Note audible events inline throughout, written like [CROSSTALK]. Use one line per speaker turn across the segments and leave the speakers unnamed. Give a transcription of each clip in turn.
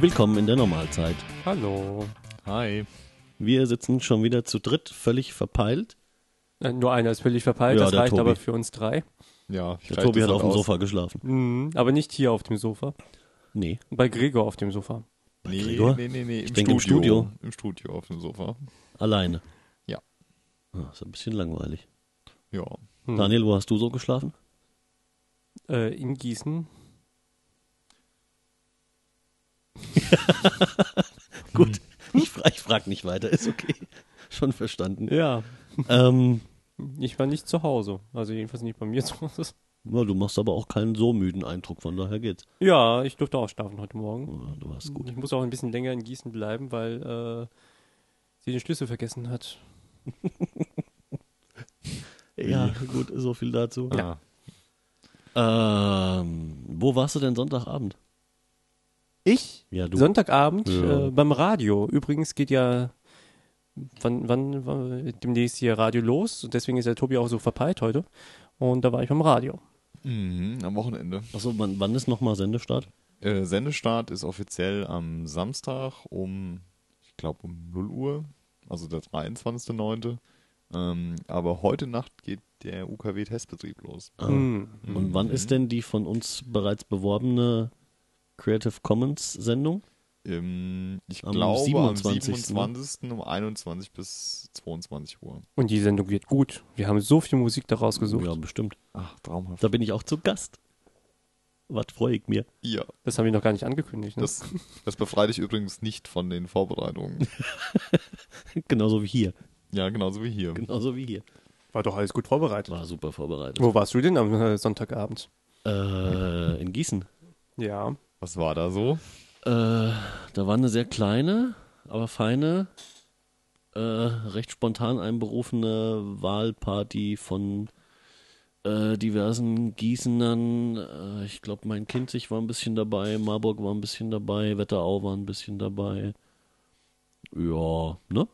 Willkommen in der Normalzeit.
Hallo.
Hi.
Wir sitzen schon wieder zu dritt, völlig verpeilt.
Äh, Nur einer ist völlig verpeilt,
Ja,
das
der
reicht
Tobi.
aber für uns drei.
Ja, ich
Der
reiche
Tobi
das
hat auf
dann
dem
aus.
Sofa geschlafen.
Mhm, aber nicht hier auf dem Sofa.
Nee.
Bei Gregor auf dem Sofa.
Nee,
Gregor?
nee, nee, nee,
Ich
im
denke,
Studio.
im Studio.
Im Studio auf dem Sofa.
Alleine.
Ja.
Ah, ist ein bisschen langweilig.
Ja.
Hm.
Daniel, wo hast du so geschlafen?
Äh, in Gießen.
[LAUGHS] Gut. [LAUGHS] Ich, fra- ich frage nicht weiter, ist okay. [LAUGHS] Schon verstanden.
Ja.
ähm,
Ich war nicht zu Hause. Also jedenfalls nicht bei mir [LAUGHS] zu Hause.
ja, du machst aber auch keinen so müden Eindruck, von daher geht's.
Ja, ich durfte auch schlafen heute Morgen.
Ja, Du warst gut.
Ich muss auch ein bisschen länger in Gießen bleiben, weil äh, sie den Schlüssel vergessen hat.
Ja, gut, so viel dazu.
ja.
Ähm, wo warst du denn Sonntagabend?
Ich?
Ja, du.
Sonntagabend
Ja.
äh, beim Radio. Übrigens geht ja wann, wann, wann demnächst hier Radio los und deswegen ist der Tobi auch so verpeilt heute. Und da war ich beim Radio.
Mhm, am Wochenende.
Achso, wann, wann ist nochmal Sendestart?
Äh, Sendestart ist offiziell am Samstag um, ich glaube, um 0 Uhr, also der 23.09. Ähm, aber heute Nacht geht der UKW-Testbetrieb los.
Ah.
Hm.
Und wann ist denn die von uns bereits beworbene Creative Commons Sendung?
Ähm, ich
Am
glaube
27., ne?
am 27. um 21 bis 22 Uhr.
Und die Sendung wird gut. Wir haben so viel Musik daraus gesucht.
Ja, bestimmt.
Ach, traumhaft.
Da bin ich auch zu Gast. Was freue ich mir? [LAUGHS]
Ja,
Das haben wir noch gar nicht angekündigt. Ne?
das, das befreit dich übrigens nicht von den Vorbereitungen.
Genauso wie hier.
Ja, genauso wie hier.
Genauso wie hier.
war doch alles gut vorbereitet.
War super vorbereitet.
Wo warst du denn am äh, Sonntagabend?
Äh, in Gießen.
Ja.
Was war da so?
Äh, da war eine sehr kleine, aber feine, äh, recht spontan einberufene Wahlparty von äh, diversen Gießenern. Äh, ich glaube, mein Kinzig war ein bisschen dabei, Marburg war ein bisschen dabei, Wetterau war ein bisschen dabei. Ja, ne?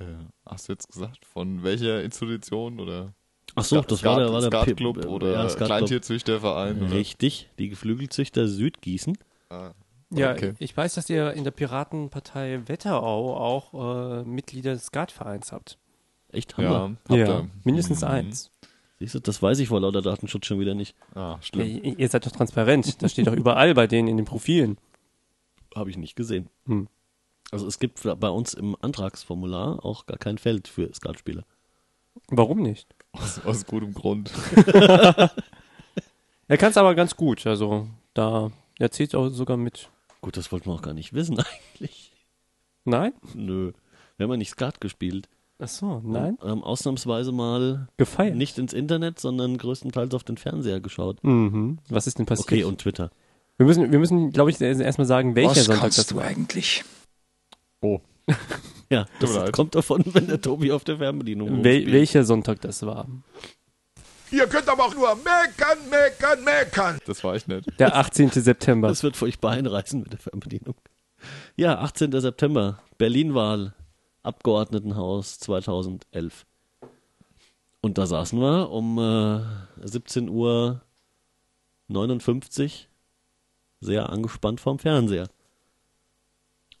Äh, hast du jetzt gesagt, von welcher Institution oder
Ach so, das war der, war der Pip-
Skatclub
äh,
oder
ja, Skatclub.
Kleintierzüchterverein? oder-
Richtig, die Geflügelzüchter Südgießen.
Ah,
Ja,
Okay.
ich weiß, dass ihr in der Piratenpartei Wetterau auch äh, Mitglieder des Skatvereins habt.
Echt Hammer.
ja, habt
ja,
ihr.
mindestens
Mhm.
eins.
Siehst du, das weiß ich vor lauter Datenschutz schon wieder nicht.
Ah, schlimm.
Ihr, ihr seid doch transparent. Das steht doch überall bei denen in den Profilen.
Habe ich nicht gesehen.
Hm.
Also es gibt bei uns im Antragsformular auch gar kein Feld für Skatspieler.
Warum nicht?
Aus, aus gutem Grund.
Er kann es aber ganz gut. Also da er zählt auch sogar mit.
Gut, das wollten wir auch gar nicht wissen [LAUGHS] eigentlich.
Nein?
Nö. Wir haben ja nicht Skat gespielt.
Ach so, nein?
Wir haben ausnahmsweise mal
Gefeiert.
nicht ins Internet, sondern größtenteils auf den Fernseher geschaut.
Hm.
Mhm. Was ist denn passiert?
Okay, und Twitter.
wir müssen, wir müssen, glaube ich, erstmal sagen, welcher
Was
Sonntag
kannst
das
du
war.
eigentlich?
Oh,
Ja, das
Tut mir leid.
kommt davon, [LAUGHS] wenn der Tobi auf der Fernbedienung
Wel
rumspielt.
welcher Sonntag das war.
[LAUGHS] Ihr könnt aber auch nur meckern, meckern, meckern.
das war ich nicht.
Der 18. [LAUGHS] September.
Das wird furchtbar einreißen mit der Fernbedienung. Ja, 18. September, Berlin-Wahl, Abgeordnetenhaus 2011. Und da saßen wir um äh, 17 Uhr 59 sehr angespannt vorm Fernseher.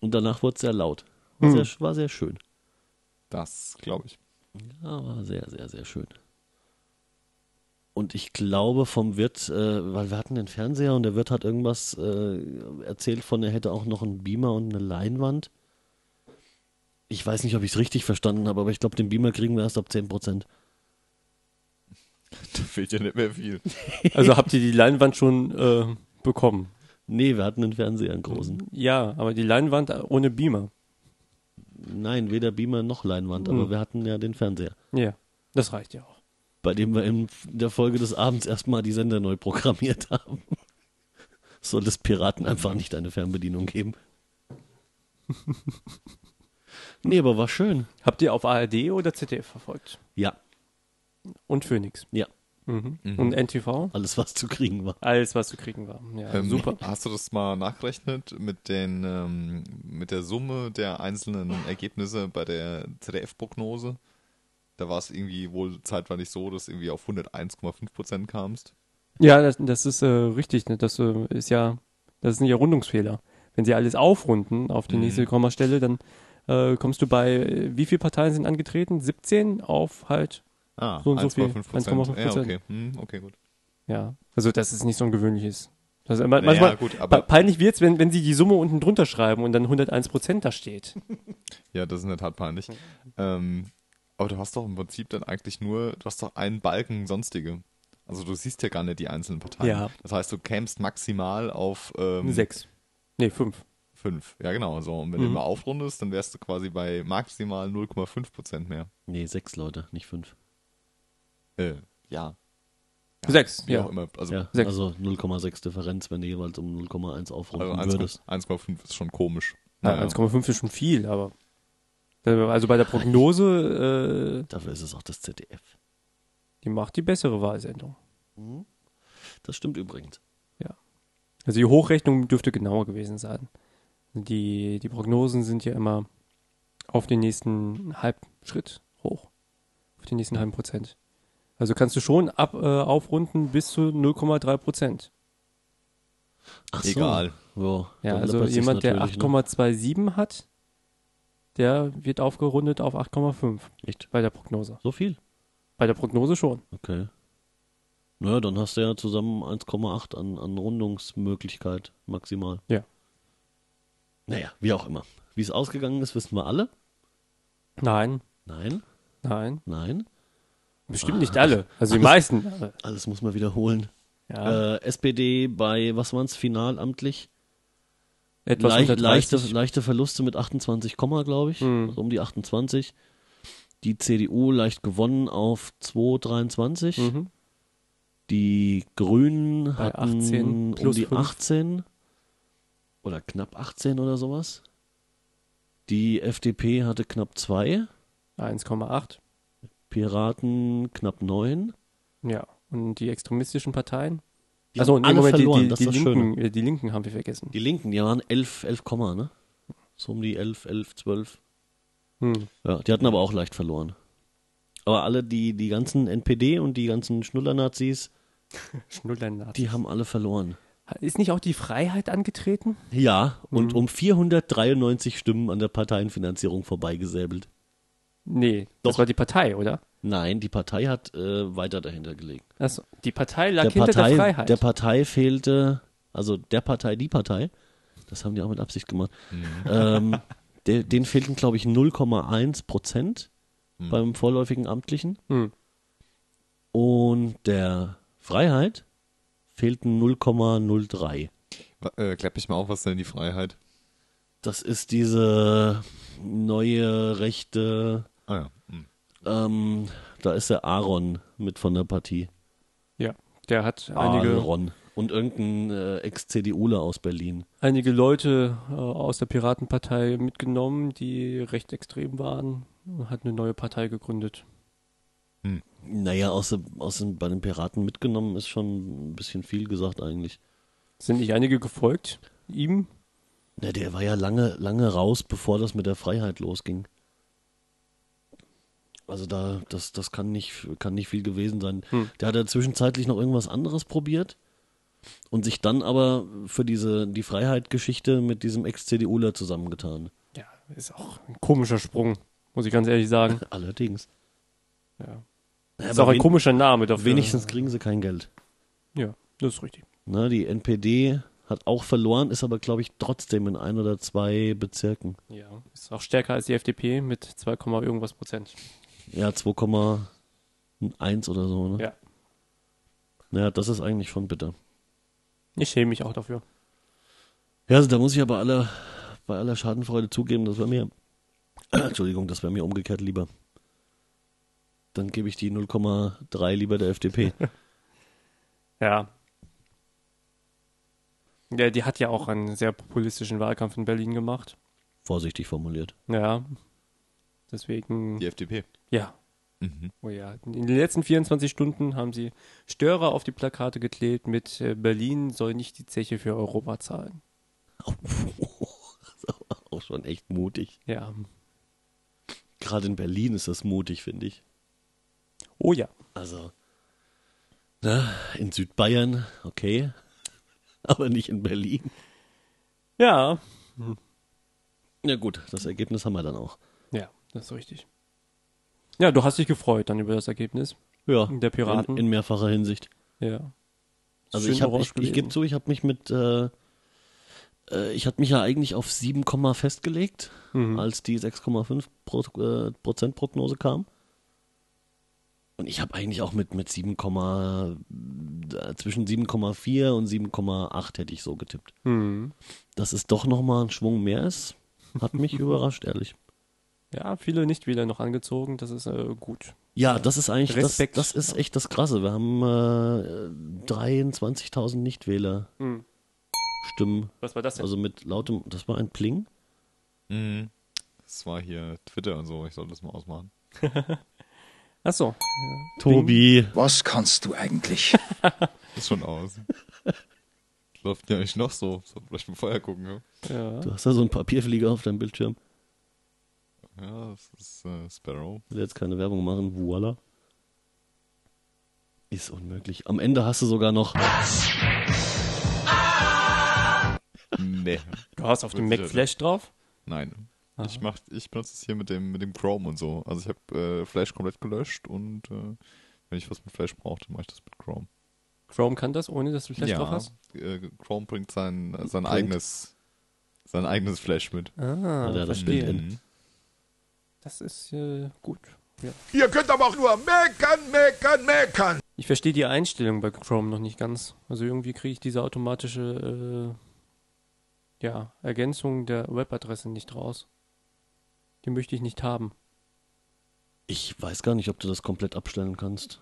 Und danach wurde es sehr laut. War,
Hm.
sehr, war sehr schön.
Das glaube ich. [LAUGHS]
Ja, war sehr, sehr, sehr schön. Und ich glaube vom Wirt, äh, weil wir hatten den Fernseher und der Wirt hat irgendwas äh, erzählt von, er hätte auch noch einen Beamer und eine Leinwand. Ich weiß nicht, ob ich es richtig verstanden habe, aber ich glaube, den Beamer kriegen wir erst ab 10%.
Da fehlt ja nicht mehr viel.
Also habt ihr die Leinwand schon äh, bekommen?
Nee, wir hatten den Fernseher, einen
Mhm.
großen.
Ja, aber die Leinwand ohne Beamer.
Nein, weder Beamer noch Leinwand, aber wir hatten ja den Fernseher,
Ja, das reicht ja auch.
bei dem wir in der Folge des Abends erstmal die Sender neu programmiert haben. [LAUGHS] Soll es Piraten einfach nicht eine Fernbedienung
[LAUGHS]
geben? Nee, aber war schön.
Habt ihr auf ARD oder ZDF verfolgt?
Ja,
Und Phoenix.
ja,
Mhm. Und NTV?
alles, was zu kriegen war.
Alles, was zu kriegen war. Ja,
Ähm,
super.
Hast du das mal nachgerechnet mit den ähm, mit der Summe der einzelnen Ergebnisse bei der ZDF-Prognose? Da war es irgendwie wohl zeitweilig so, dass irgendwie auf 101,5 Prozent kamst.
Ja, das, das ist äh, richtig. Ne? Das äh, ist ja, das ist ein Rundungsfehler. wenn sie alles aufrunden auf die nächste Kommastelle, dann äh, kommst du bei, äh, wie viele Parteien sind angetreten? 17 auf halt,
Ah,
So und so viel.
1,5 Prozent.
1,5%.
Ja, okay. Hm, okay, gut.
ja. Also, das ist nicht so ein gewöhnliches. Also, ma-
Naja,
manchmal,
gut, aber-
aber peinlich wird's, wenn, wenn sie die Summe unten drunter schreiben und dann 101% da steht.
Ja, das ist in der Tat peinlich. Ähm, aber du hast doch im Prinzip dann eigentlich nur, du hast doch einen Balken sonstige. Also du siehst ja gar nicht die einzelnen Parteien.
Ja.
Das heißt, du kämst maximal auf ähm,
Sechs. Mhm. Nee, fünf.
fünf. Ja, genau. So. Und wenn du mal aufrundest, dann wärst du quasi bei maximal 0,5 Prozent mehr.
Nee, sechs Leute, nicht fünf.
Äh, ja.
Sechs,
Wie
ja.
auch immer. Also,
Ja,
Sechs.
also 0,6 Differenz, wenn du jeweils um 0,1
also
aufrunden würdest.
1,5 1,5 ist schon komisch.
Na,
Naja.
1,5 ist schon viel, aber. Also bei der Prognose, äh,
Dafür ist es auch das ZDF.
die macht die bessere Wahlsendung.
Das stimmt übrigens.
Also die Hochrechnung dürfte genauer gewesen sein. Die, die Prognosen sind ja immer auf den nächsten Halbschritt hoch. Auf den nächsten halben Prozent. Also kannst du schon ab, äh, aufrunden bis zu 0,3 Prozent.
Ach
Egal.
So. Ja,
Ja,
dann
also
läppert sich's
jemand, der
natürlich, ne?
8,27 hat, der wird aufgerundet auf 8,5
Echt?
bei der Prognose.
So viel?
Bei der Prognose schon.
Okay. Naja, dann hast du ja zusammen 1,8 an, an Rundungsmöglichkeit maximal.
Ja.
Naja, wie auch immer. Wie es ausgegangen ist, wissen wir alle.
Nein,
Nein,
nein,
nein.
bestimmt nicht alle. Also die meisten.
[LAUGHS]
äh,
Alles muss man wiederholen.
Ja,
Äh, SPD bei, was waren es, finalamtlich?
etwas
Leicht-
unter
leichte,
30.
leichte Verluste mit 28, Komma, glaube ich.
Mhm.
Also um die 28. Die CDU leicht gewonnen auf 2,23.
Mhm.
Die Grünen
Bei
hatten
18
um
plus
die
fünf.
18 oder knapp 18 oder sowas. Die FDP hatte knapp 2,
1,8.
Piraten knapp 9.
Ja, und die extremistischen Parteien?
Die
Achso,
haben
und
alle
Moment, die-
verloren,
die,
das
die,
ist das
Linken, äh, die Linken haben wir vergessen.
Die Linken, die waren 11, 11, Komma, ne? So um die 11, 11, 12.
Hm.
Ja, die hatten aber auch leicht verloren. Aber alle, die, die ganzen NPD und die ganzen Schnullernazis,
Schnullernazis.
die haben alle verloren.
Ist nicht auch die Freiheit angetreten?
Ja, und
Mhm.
um 493 Stimmen an der Parteienfinanzierung vorbeigesäbelt.
Nee, das
Doch.
war die Partei, oder?
Nein, die Partei hat äh, weiter dahinter gelegen.
Achso, Also, die Partei lag
Der
hinter
Partei,
der Freiheit.
der Partei fehlte, also der Partei, die Partei, das haben die auch mit Absicht gemacht, ähm, de, denen fehlten, glaube ich, 0,1 Prozent beim vorläufigen Amtlichen.
Hm.
Und der Freiheit fehlten 0,03.
Wa- Äh, klepp ich mal auf, was ist denn die Freiheit?
Das ist diese neue rechte,
Ah ja. Hm.
ähm, da ist der Aaron mit von der Partie.
ja, der hat
Ah,
einige,
Aaron. Und irgendein äh, Ex-CDUler aus Berlin.
einige Leute äh, aus der Piratenpartei mitgenommen, die recht extrem waren und hat eine neue Partei gegründet.
Naja, aus, dem- aus, dem- bei den Piraten mitgenommen ist schon ein bisschen viel gesagt eigentlich.
Sind nicht einige gefolgt ihm?
Na, der war ja lange, lange raus, bevor das mit der Freiheit losging. Also da, das, das kann nicht, kann nicht viel gewesen sein. Der hat ja zwischenzeitlich noch irgendwas anderes probiert und sich dann aber für diese, die Freiheit-Geschichte mit diesem Ex-CDUler zusammengetan.
Ja, ist auch ein komischer Sprung, muss ich ganz ehrlich sagen.
[LAUGHS] Allerdings.
Ja.
Naja,
Ist auch
aber
ein
wen-
komischer Name dafür.
Wenigstens kriegen sie kein Geld.
Ja, das ist richtig.
Na, die NPD hat auch verloren, ist aber, glaube ich, trotzdem in ein oder zwei Bezirken.
Ja. Ist auch stärker als die FDP mit 2, Komma irgendwas Prozent.
Ja, 2,1 oder so. Ne?
Ja.
Naja, das ist eigentlich schon bitter.
Ich schäme mich auch dafür.
Ja, also da muss ich ja bei aller, bei aller Schadenfreude zugeben, das wäre mir, [CLEARS THROAT] Entschuldigung, das wäre mir umgekehrt lieber. Dann gebe ich die 0,3 lieber der FDP.
Ja. Ja, die hat ja auch einen sehr populistischen Wahlkampf in Berlin gemacht.
Vorsichtig formuliert. [LAUGHS]
Ja. Deswegen,
Die FDP.
ja.
Mhm.
Oh ja. In den letzten 24 Stunden haben sie Störer auf die Plakate geklebt mit äh, Berlin soll nicht die Zeche für Europa zahlen.
Das war auch schon echt mutig.
Ja.
Gerade in Berlin ist das mutig, finde ich.
Oh ja.
Also, ne? [LAUGHS] na, in Südbayern, okay. Aber nicht in Berlin.
Ja.
Ja gut, das Ergebnis haben wir dann auch.
Ja, das ist richtig. Ja, du hast dich gefreut dann über das Ergebnis.
Ja,
Der Piraten.
In, in mehrfacher Hinsicht.
Ja.
Also
Schön
ich habe,
orange
ich, ich gebe
gelesen.
zu, ich habe mich mit, äh, äh, ich hatte mich ja eigentlich auf 7, Komma festgelegt,
Mhm.
als die 6,5 Pro, äh, Prozent Prognose kam. Und ich habe eigentlich auch mit, mit 7, Komma, äh, zwischen 7,4 und 7,8 hätte ich so getippt.
Mhm.
Dass es doch nochmal ein Schwung mehr ist, hat
[LAUGHS]
mich überrascht, ehrlich.
Ja, viele nicht wieder noch angezogen, das ist äh, gut.
Ja, das ist eigentlich, das,
Respekt.
das ist echt das Krasse. Wir haben äh, 23.000 Nichtwähler.
Mhm.
Stimmen
Was war das denn?
Also mit lautem, das war ein Pling.
Mhm. Das war hier Twitter und so, ich soll das mal ausmachen.
Ach so.
Tobi.
Was kannst du eigentlich?
Ist schon aus.
[LAUGHS]
Läuft ja nicht noch so. Soll vielleicht mal vorher gucken, ja.
Ja.
Du hast da so einen Papierflieger auf deinem Bildschirm.
Ja, das ist äh, Sparrow.
Will jetzt keine Werbung machen. Voila. Ist unmöglich. Am Ende hast du sogar noch.
Nee.
Du hast auf dem Mac Flash drauf?
Nein.
Aha.
Ich, mach, ich benutze es hier mit dem, mit dem Chrome und so. Also ich habe äh, Flash komplett gelöscht und äh, wenn ich was mit Flash brauche, dann mache ich das mit Chrome.
Chrome kann das, ohne dass du Flash drauf hast?
Äh, Chrome bringt sein, äh, sein
Bringt.
eigenes sein eigenes Flash mit.
Ah,
Ja, das
verstehe.
stimmt.
Mhm.
Das ist äh, gut. Ja.
Ihr könnt aber auch nur meckern, meckern, meckern.
Ich verstehe die Einstellung bei Chrome noch nicht ganz. Also irgendwie kriege ich diese automatische äh, ja, Ergänzung der Webadresse nicht raus. Die möchte ich nicht haben.
Ich weiß gar nicht, ob du das komplett abstellen kannst.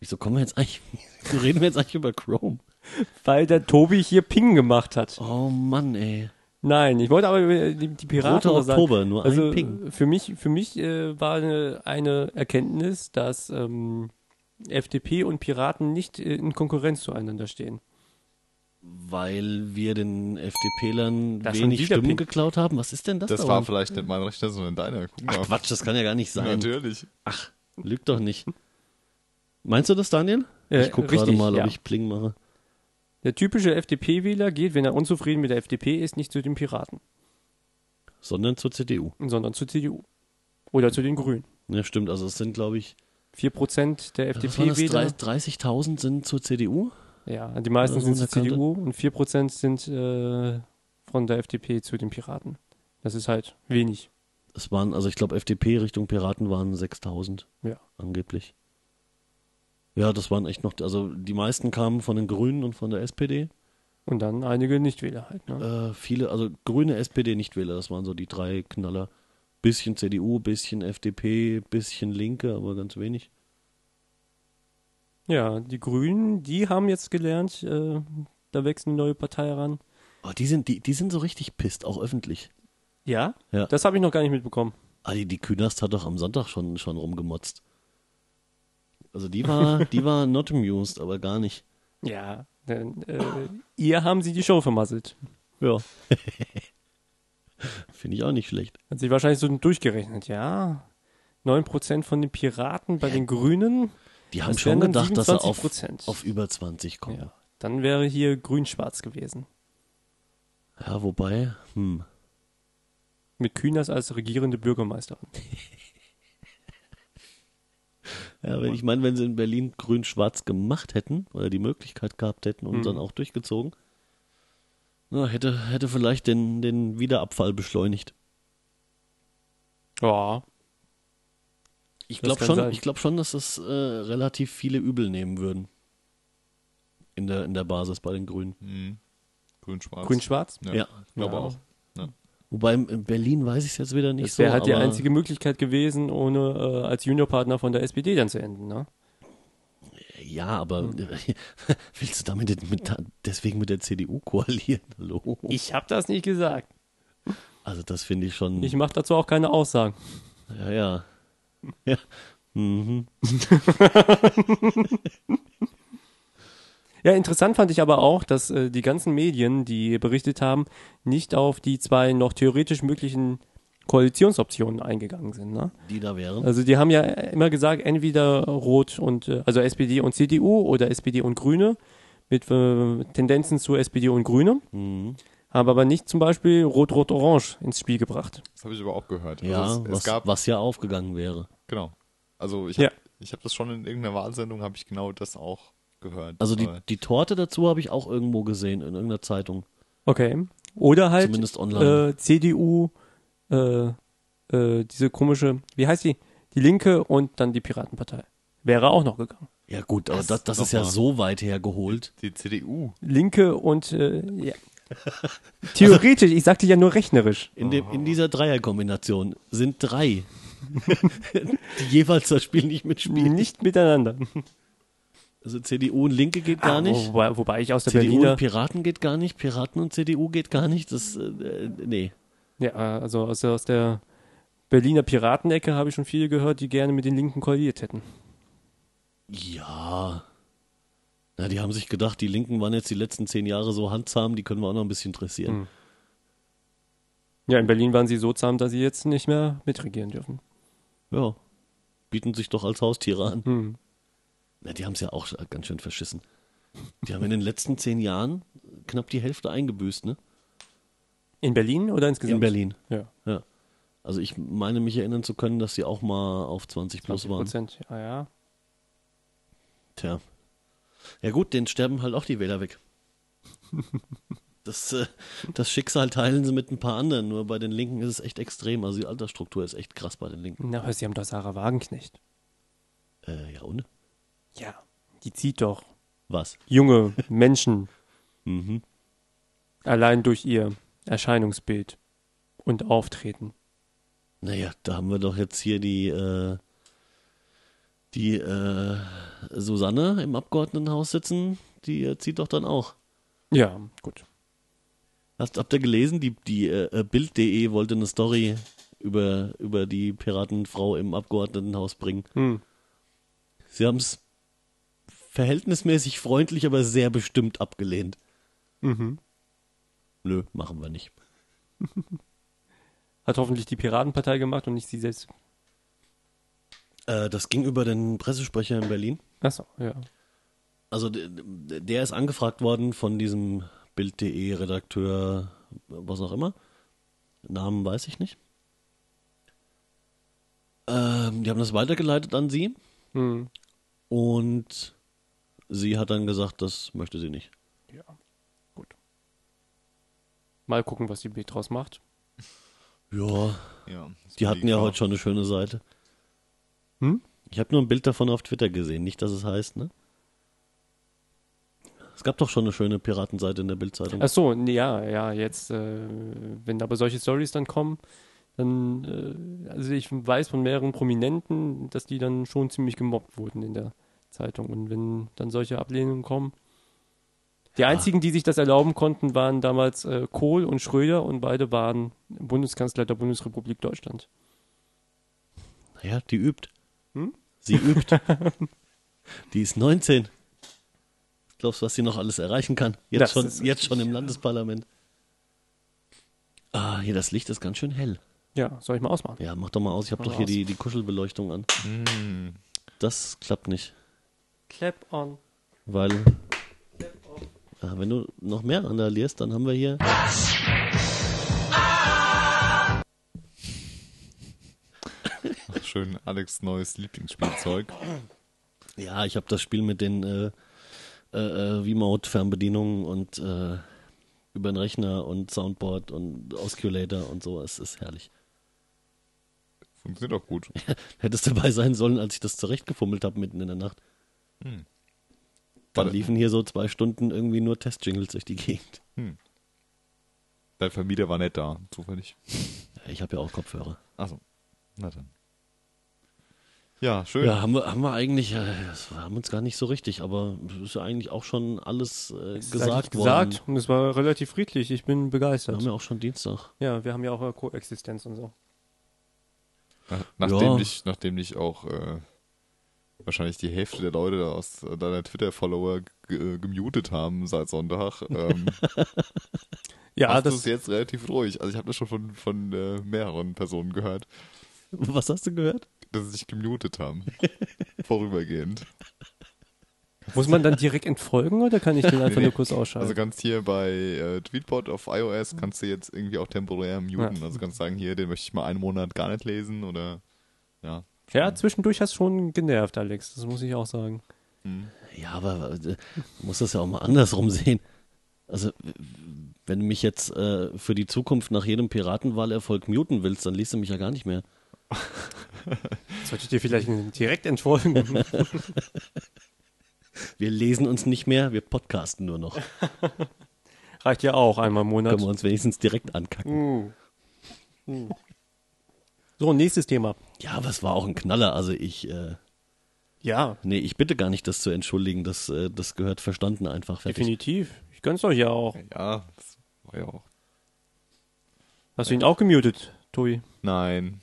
Wieso kommen wir jetzt eigentlich. [LAUGHS] Wieso reden wir jetzt eigentlich über Chrome?
Weil der Tobi hier Ping gemacht hat.
Oh Mann, ey.
Nein, ich wollte aber über die, die Piraten
Roter
noch sagen.
Oktober, nur
also
ein Ping.
für mich, für mich äh, war eine, eine Erkenntnis, dass ähm, FDP und Piraten nicht äh, in Konkurrenz zueinander stehen.
Weil wir den FDP-Lern
Da ist schon
wenig
wieder
Stimmen
Ping.
geklaut haben. Was ist denn das
Das
da
war
unten?
vielleicht nicht mein Rechner, sondern deiner. Guck mal.
Ach Quatsch, das kann ja gar nicht sein.
Natürlich.
Ach, lüg doch nicht. Meinst du das, Daniel?
Äh,
ich guck
richtig,
gerade mal, ob
ja.
ich Pling mache.
Der typische FDP-Wähler geht, wenn er unzufrieden mit der FDP ist, nicht zu den Piraten,
Sondern zur CDU.
sondern zur CDU oder zu den Grünen.
Ja, stimmt. Also es sind, glaube ich,
4% der
was waren das?
FDP-Wähler,
30 30.000 sind zur CDU.
ja, die meisten
Also
sind zur
unerkannte.
CDU und 4% sind äh, von der FDP zu den Piraten. Das ist halt wenig.
Es waren, also ich glaube, FDP Richtung Piraten waren 6.000
Ja.
angeblich. Ja, das waren echt noch, also die meisten kamen von den Grünen und von der SPD.
Und dann einige Nichtwähler halt. Ne?
Äh, viele, also Grüne, SPD, Nichtwähler, das waren so die drei Knaller. Bisschen CDU, bisschen FDP, bisschen Linke, aber ganz wenig.
Ja, die Grünen, die haben jetzt gelernt, äh, da wächst eine neue Partei ran.
Oh, die sind, die, die sind so richtig pisst, auch öffentlich.
Ja?
Ja.
Das habe ich noch gar nicht mitbekommen.
Ah, die, die Künast hat doch am Sonntag schon, schon rumgemotzt. Also die
[LAUGHS]
war, die war not amused, aber gar nicht.
Ja. Denn, äh, ihr haben sie die Show vermasselt.
Ja. Finde ich auch nicht schlecht.
Hat sie wahrscheinlich so durchgerechnet, ja. 9% von den Piraten bei den Grünen.
Die haben
Das
schon
wären dann
gedacht, dass sie auf,
27%.
auf über 20 kommen.
Ja. Dann wäre hier grün-schwarz gewesen.
Ja, wobei, hm.
Mit Kühners als regierende Bürgermeisterin.
Ja, wenn, ich meine, wenn sie in Berlin grün-schwarz gemacht hätten oder die Möglichkeit gehabt hätten und dann auch durchgezogen, na, hätte, hätte vielleicht den, den Wiederabfall beschleunigt.
Ja.
Ich
Das
glaube
kann
schon,
sein.
ich glaub schon, dass das äh, relativ viele übel nehmen würden. In der, in der Basis bei den Grünen.
Mhm. Grün-Schwarz.
Grün-schwarz?
Ja,
Ja.
Ich glaube
Ja.
auch.
Wobei in in Berlin weiß ich es jetzt wieder nicht
Das
so.
wäre halt die
aber
einzige Möglichkeit gewesen, ohne äh, als Juniorpartner von der SPD dann zu enden, ne?
Ja, aber
Hm.
[LAUGHS] willst du damit jetzt mit, deswegen mit der CDU koalieren? [LAUGHS] Hallo?
Ich habe das nicht gesagt.
Also das finde ich schon.
Hm. Ich mache dazu auch keine Aussagen.
ja, ja. ja. Mhm.
Ja, interessant fand ich aber auch, dass äh, die ganzen Medien, die berichtet haben, nicht auf die zwei noch theoretisch möglichen Koalitionsoptionen eingegangen sind. Ne?
Die da wären.
Also die haben ja immer gesagt, entweder Rot und äh, also SPD und CDU oder SPD und Grüne mit äh, Tendenzen zu SPD und Grüne.
Mhm.
Haben aber nicht zum Beispiel Rot-Rot-Orange ins Spiel gebracht.
Das habe ich aber auch gehört.
Ja,
also es,
was,
es gab,
was ja aufgegangen wäre.
genau. Also ich
Ja.
habe ich hab das schon in irgendeiner Wahlsendung, habe ich genau das auch gehört.
Also die,
Aber
die Torte dazu habe ich auch irgendwo gesehen, in irgendeiner Zeitung.
Okay. Oder halt
Zumindest online.
Äh, CDU, äh, äh, diese komische, wie heißt die? Die Linke und dann die Piratenpartei. Wäre auch noch gegangen.
Ja gut, aber
Das
das, das
doch
ist ja
mal.
so weit hergeholt.
die CDU.
Linke und äh,
[LAUGHS]
ja. Theoretisch, ich sagte ja nur rechnerisch.
In, dem, in dieser Dreierkombination sind drei, [LAUGHS] die jeweils das Spiel nicht mitspielen.
Nicht miteinander.
Also CDU und Linke geht [LAUGHS] gar nicht.
Wobei, wobei ich aus der
CDU
Berliner.
und Piraten geht gar nicht. Piraten und CDU geht gar nicht. Das, äh, äh, nee.
Ja, äh, also aus der, aus der Berliner Piratenecke habe ich schon viele gehört, die gerne mit den Linken koaliert hätten.
Ja. Na, die haben sich gedacht, die Linken waren jetzt die letzten zehn Jahre so handzahm, die können wir auch noch ein bisschen dressieren.
Ja, in Berlin waren sie so zahm, dass sie jetzt nicht mehr mitregieren dürfen.
Ja. Bieten sich doch als Haustiere an.
Hm.
Na, die haben es ja auch ganz schön verschissen. Die haben in den letzten zehn Jahren knapp die Hälfte eingebüßt, ne?
In Berlin oder insgesamt?
In Berlin.
Ja,
Ja. Also ich meine mich erinnern zu können, dass sie auch mal auf 20 plus
20
waren.
Prozent. Ja, ja.
Tja. Ja gut, den sterben halt auch die Wähler [LAUGHS] weg. Das, äh, das Schicksal teilen sie mit ein paar anderen, nur bei den Linken ist es echt extrem. Also die Altersstruktur ist echt krass bei den Linken.
Na, aber sie haben doch Sarah Wagenknecht.
Äh, ja und?
Ja. Die zieht doch
Was?
junge [LAUGHS] Menschen
Mhm.
allein durch ihr Erscheinungsbild und Auftreten.
Naja, da haben wir doch jetzt hier die, äh, die äh, Susanne im Abgeordnetenhaus sitzen, die äh, zieht doch dann auch.
Ja, gut.
Hast, habt ihr gelesen, die, die äh, äh, Bild.de wollte eine Story über, über die Piratenfrau im Abgeordnetenhaus bringen.
Hm.
Sie haben es verhältnismäßig freundlich, aber sehr bestimmt abgelehnt.
Mhm.
Nö, machen wir nicht.
Hat hoffentlich die Piratenpartei gemacht und nicht sie selbst.
Äh, das ging über den Pressesprecher in Berlin.
Achso, ja.
Also d- d- der ist angefragt worden von diesem Bild.de Redakteur, was auch immer. Namen weiß ich nicht. Ähm, die haben das weitergeleitet an sie
Hm.
und sie hat dann gesagt, das möchte sie nicht.
Ja, gut. Mal gucken, was die B draus macht.
Ja,
Ja, das
die hatten ja
war-
heute schon eine schöne Seite.
Hm?
Ich habe nur ein Bild davon auf Twitter gesehen, nicht, dass es heißt, ne? Es gab doch schon eine schöne Piratenseite in der Bildzeitung.
Ach so, nee, ja, ja, jetzt, äh, wenn aber solche Stories dann kommen, dann, äh, also ich weiß von mehreren Prominenten, dass die dann schon ziemlich gemobbt wurden in der Zeitung. Und wenn dann solche Ablehnungen kommen.
Ah.
Die einzigen, die sich das erlauben konnten, waren damals äh, Kohl und Schröder und beide waren Bundeskanzler der Bundesrepublik Deutschland.
Naja, die übt.
Hm?
Sie übt. [LAUGHS] die ist 19. Glaubst du, was sie noch alles erreichen kann?
Das
Jetzt, schon,
ist
jetzt schon im Landesparlament. Ah, hier, das Licht ist ganz schön hell.
Ja, soll ich mal ausmachen.
Ja, mach doch mal aus. Ich habe
Mach
doch hier
mal aus. Mm.
die, die Kuschelbeleuchtung an. Das klappt nicht,
Clap on.
weil.
oh.
Ah, wenn du noch mehr randalierst, dann haben wir hier.
Schön Alex neues Lieblingsspielzeug.
Ja, ich habe das Spiel mit den äh, äh, äh, Remote-Fernbedienungen und äh, über den Rechner und Soundboard und Osculator und so. Es ist herrlich.
Funktioniert auch gut.
Hättest dabei sein sollen, als ich das zurechtgefummelt habe mitten in der Nacht. Dann
Warte.
liefen hier so zwei Stunden irgendwie nur Testjingles durch die Gegend.
Dein Vermieter war nicht da, zufällig.
Ja, Ich habe ja auch Kopfhörer.
Achso. Na dann. Ja, schön.
Ja, haben wir, haben wir eigentlich, äh, das- wir haben uns gar nicht so richtig, aber es ist ja eigentlich auch schon alles äh,
Es ist eigentlich
gesagt worden.
gesagt und es war relativ friedlich. Ich bin
Wir
begeistert.
haben ja auch schon Dienstag.
Ja, wir haben ja auch äh, Koexistenz und so.
Nach, nachdem,
Ja.
Dich, nachdem dich auch äh, wahrscheinlich die Hälfte der Leute da aus äh, deiner Twitter-Follower ge- äh, gemutet haben
[LAUGHS]
seit Sonntag, ähm,
Ja,
hast du
das
es jetzt relativ ruhig. Also ich habe das schon von, von äh, mehreren Personen gehört,
Was hast du gehört?
[LAUGHS]
dass sie sich gemutet haben. Vorübergehend.
Muss man dann direkt entfolgen oder kann [LAUGHS] ich den einfach
nee.
nur kurz ausschalten?
Also kannst hier bei äh, Tweetbot auf iOS kannst du jetzt irgendwie auch temporär muten. Also kannst sagen, hier, den möchte ich mal einen Monat gar nicht lesen oder ja.
ja, zwischendurch hast du schon genervt, Alex. Das muss ich auch sagen.
Ja, aber äh, du musst das ja auch mal andersrum sehen. Also, w- w- wenn du mich jetzt äh, für die Zukunft nach jedem Piratenwahlerfolg muten willst, dann liest du mich ja gar nicht mehr.
Sollte ich dir vielleicht direkt entfolgen?
Wir lesen uns nicht mehr, wir podcasten nur noch.
[LAUGHS] Reicht ja auch einmal im Monat. Uh.
Können wir uns wenigstens direkt ankacken.
So, nächstes Thema.
Ja, aber es war auch ein Knaller. Also ich, äh,
Ja,
nee, ich bitte gar nicht, das zu entschuldigen. Das, äh, das gehört verstanden einfach. Fertig.
definitiv. Ich gönn's euch ja auch.
Ja, das war ja auch.
Hast du ihn auch gemutet, Tobi?
Nein.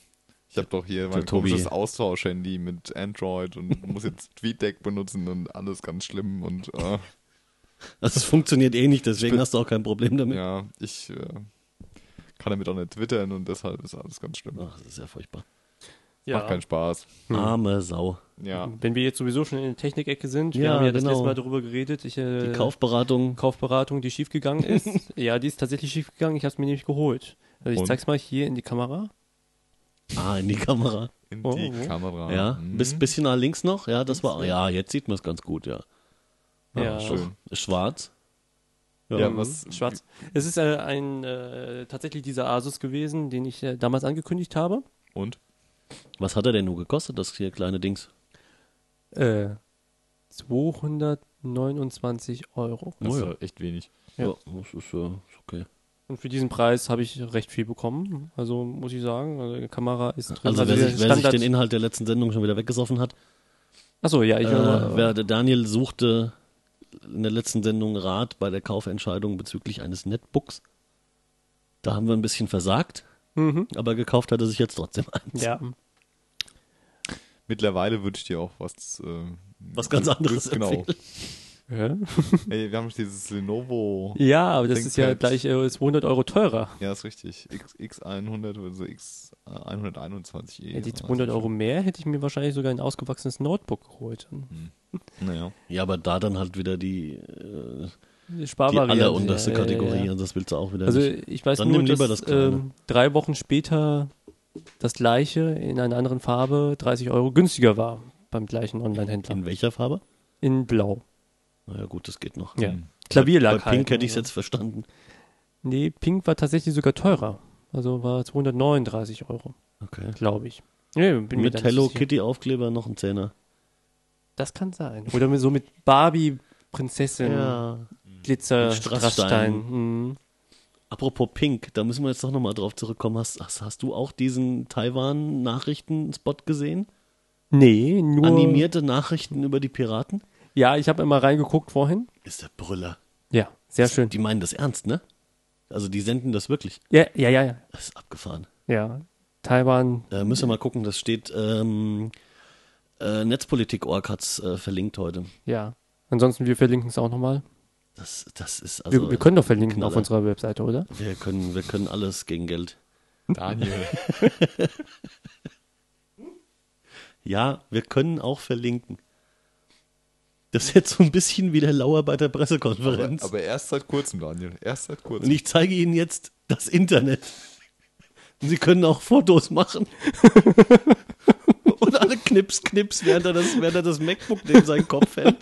Ich habe doch hier mein
Tobi.
komisches Austausch-Handy mit Android und [LAUGHS] muss jetzt TweetDeck benutzen und alles ganz schlimm und äh,
Also es funktioniert eh nicht, deswegen hast du auch kein Problem damit.
ja, ich äh, kann damit auch nicht twittern und deshalb ist alles ganz schlimm.
Ach, das ist ja furchtbar.
Macht keinen Spaß.
Hm.
Arme Sau.
Ja.
Wenn wir jetzt sowieso schon in der Technikecke sind, wir
Ja,
haben ja das
genau.
letzte Mal darüber geredet. Ich, äh,
Die Kaufberatung.
Kaufberatung, die schiefgegangen ist. ja, die ist tatsächlich schiefgegangen. Ich habe es mir nämlich geholt. Also ich
Und?
zeig's mal hier in die Kamera.
Ah, in die Kamera.
In
Oh,
die
oh.
Kamera.
Ja,
Hm.
bis, bisschen nach links noch. Ja, das war. Ja, jetzt sieht man es ganz gut, ja.
ja,
Ah, schön.
Schwarz.
Ja, was,
schwarz. Es ist äh, ein äh, tatsächlich dieser Asus gewesen, den ich äh, damals angekündigt habe.
Und?
Was hat er denn nur gekostet, das hier kleine Dings?
Äh, 229 Euro.
Das ist ja echt wenig.
Oh, Ja.
das ist, äh, ist okay.
Und für diesen Preis habe ich recht viel bekommen. Also muss ich sagen, also die Kamera ist drin.
Also, wer,
der
sich, wer sich den Inhalt der letzten Sendung schon wieder weggesoffen hat,
Achso, ja, ich
äh, wer, der Daniel suchte in der letzten Sendung Rat bei der Kaufentscheidung bezüglich eines Netbooks. Da haben wir ein bisschen versagt,
mhm.
aber gekauft hat er sich jetzt trotzdem
[LAUGHS]
eins.
Ja.
Mittlerweile würde ich dir auch was. Äh,
Was ganz anderes
Genau.
empfehlen.
Hä?
Ey, wir haben dieses Lenovo.
Ja, aber das
Think
ist ja
Pad.
gleich äh, ist 100 Euro teurer.
Ja, ist richtig. X, also X100 oder so äh, X121E.
Ja, die 200 Euro mehr hätte ich mir wahrscheinlich sogar ein ausgewachsenes Notebook geholt.
Naja.
Ja, aber da dann halt wieder die, äh,
Die
die
Sparvariante.
allerunterste
ja, ja, ja,
Kategorie
ja.
und das willst du auch wieder
Also
nicht.
ich weiß
Dann
nur,
nimm lieber
dass
das Kleine.
ähm, drei Wochen später das gleiche in einer anderen Farbe 30 Euro günstiger war beim gleichen Online-Händler.
In welcher Farbe?
In Blau.
Naja, gut, das geht noch.
Ja.
Hm.
Bei
Klavierlack.
Pink
halt,
hätte ich es
ne?
jetzt verstanden.
Nee, Pink war tatsächlich sogar teurer. Also war 239 Euro,
Okay.
glaube ich. Nee, bin mir da
Mit
nicht
Hello
sicher.
Kitty Aufkleber noch ein Zehner.
Das kann sein. Oder mit, so mit Barbie, Prinzessin, Glitzer,
Mit
Strassstein.
Strassstein.
Mhm.
Apropos Pink, da müssen wir jetzt doch nochmal drauf zurückkommen. Hast, hast, hast du auch diesen Taiwan-Nachrichten-Spot gesehen?
Nee, nur.
Animierte Nachrichten über die Piraten?
Ja, ich habe immer reingeguckt vorhin.
Ist der Brüller.
Ja, sehr schön.
Die meinen das ernst, ne? Also die senden das wirklich.
Ja, ja, ja, ja.
Das ist abgefahren.
ja. Taiwan,
Äh, müssen wir mal gucken, das steht, ähm, äh, Netzpolitik.org hat es äh, verlinkt heute.
ja. Ansonsten, wir verlinken es auch nochmal.
Das, das ist
Wir,
also...
wir können doch verlinken auf
Knaller.
unserer Webseite, oder?
wir, können, wir können alles gegen Geld.
Daniel.
Ja, wir können auch verlinken. Das ist jetzt so ein bisschen wie der Lauer bei der
aber,
Pressekonferenz.
aber erst seit kurzem, Daniel. Erst seit kurzem.
Und ich zeige Ihnen jetzt das Internet. Und Sie können auch Fotos machen. Und alle Knips, Knips, während er das, während er das MacBook neben seinen Kopf hält.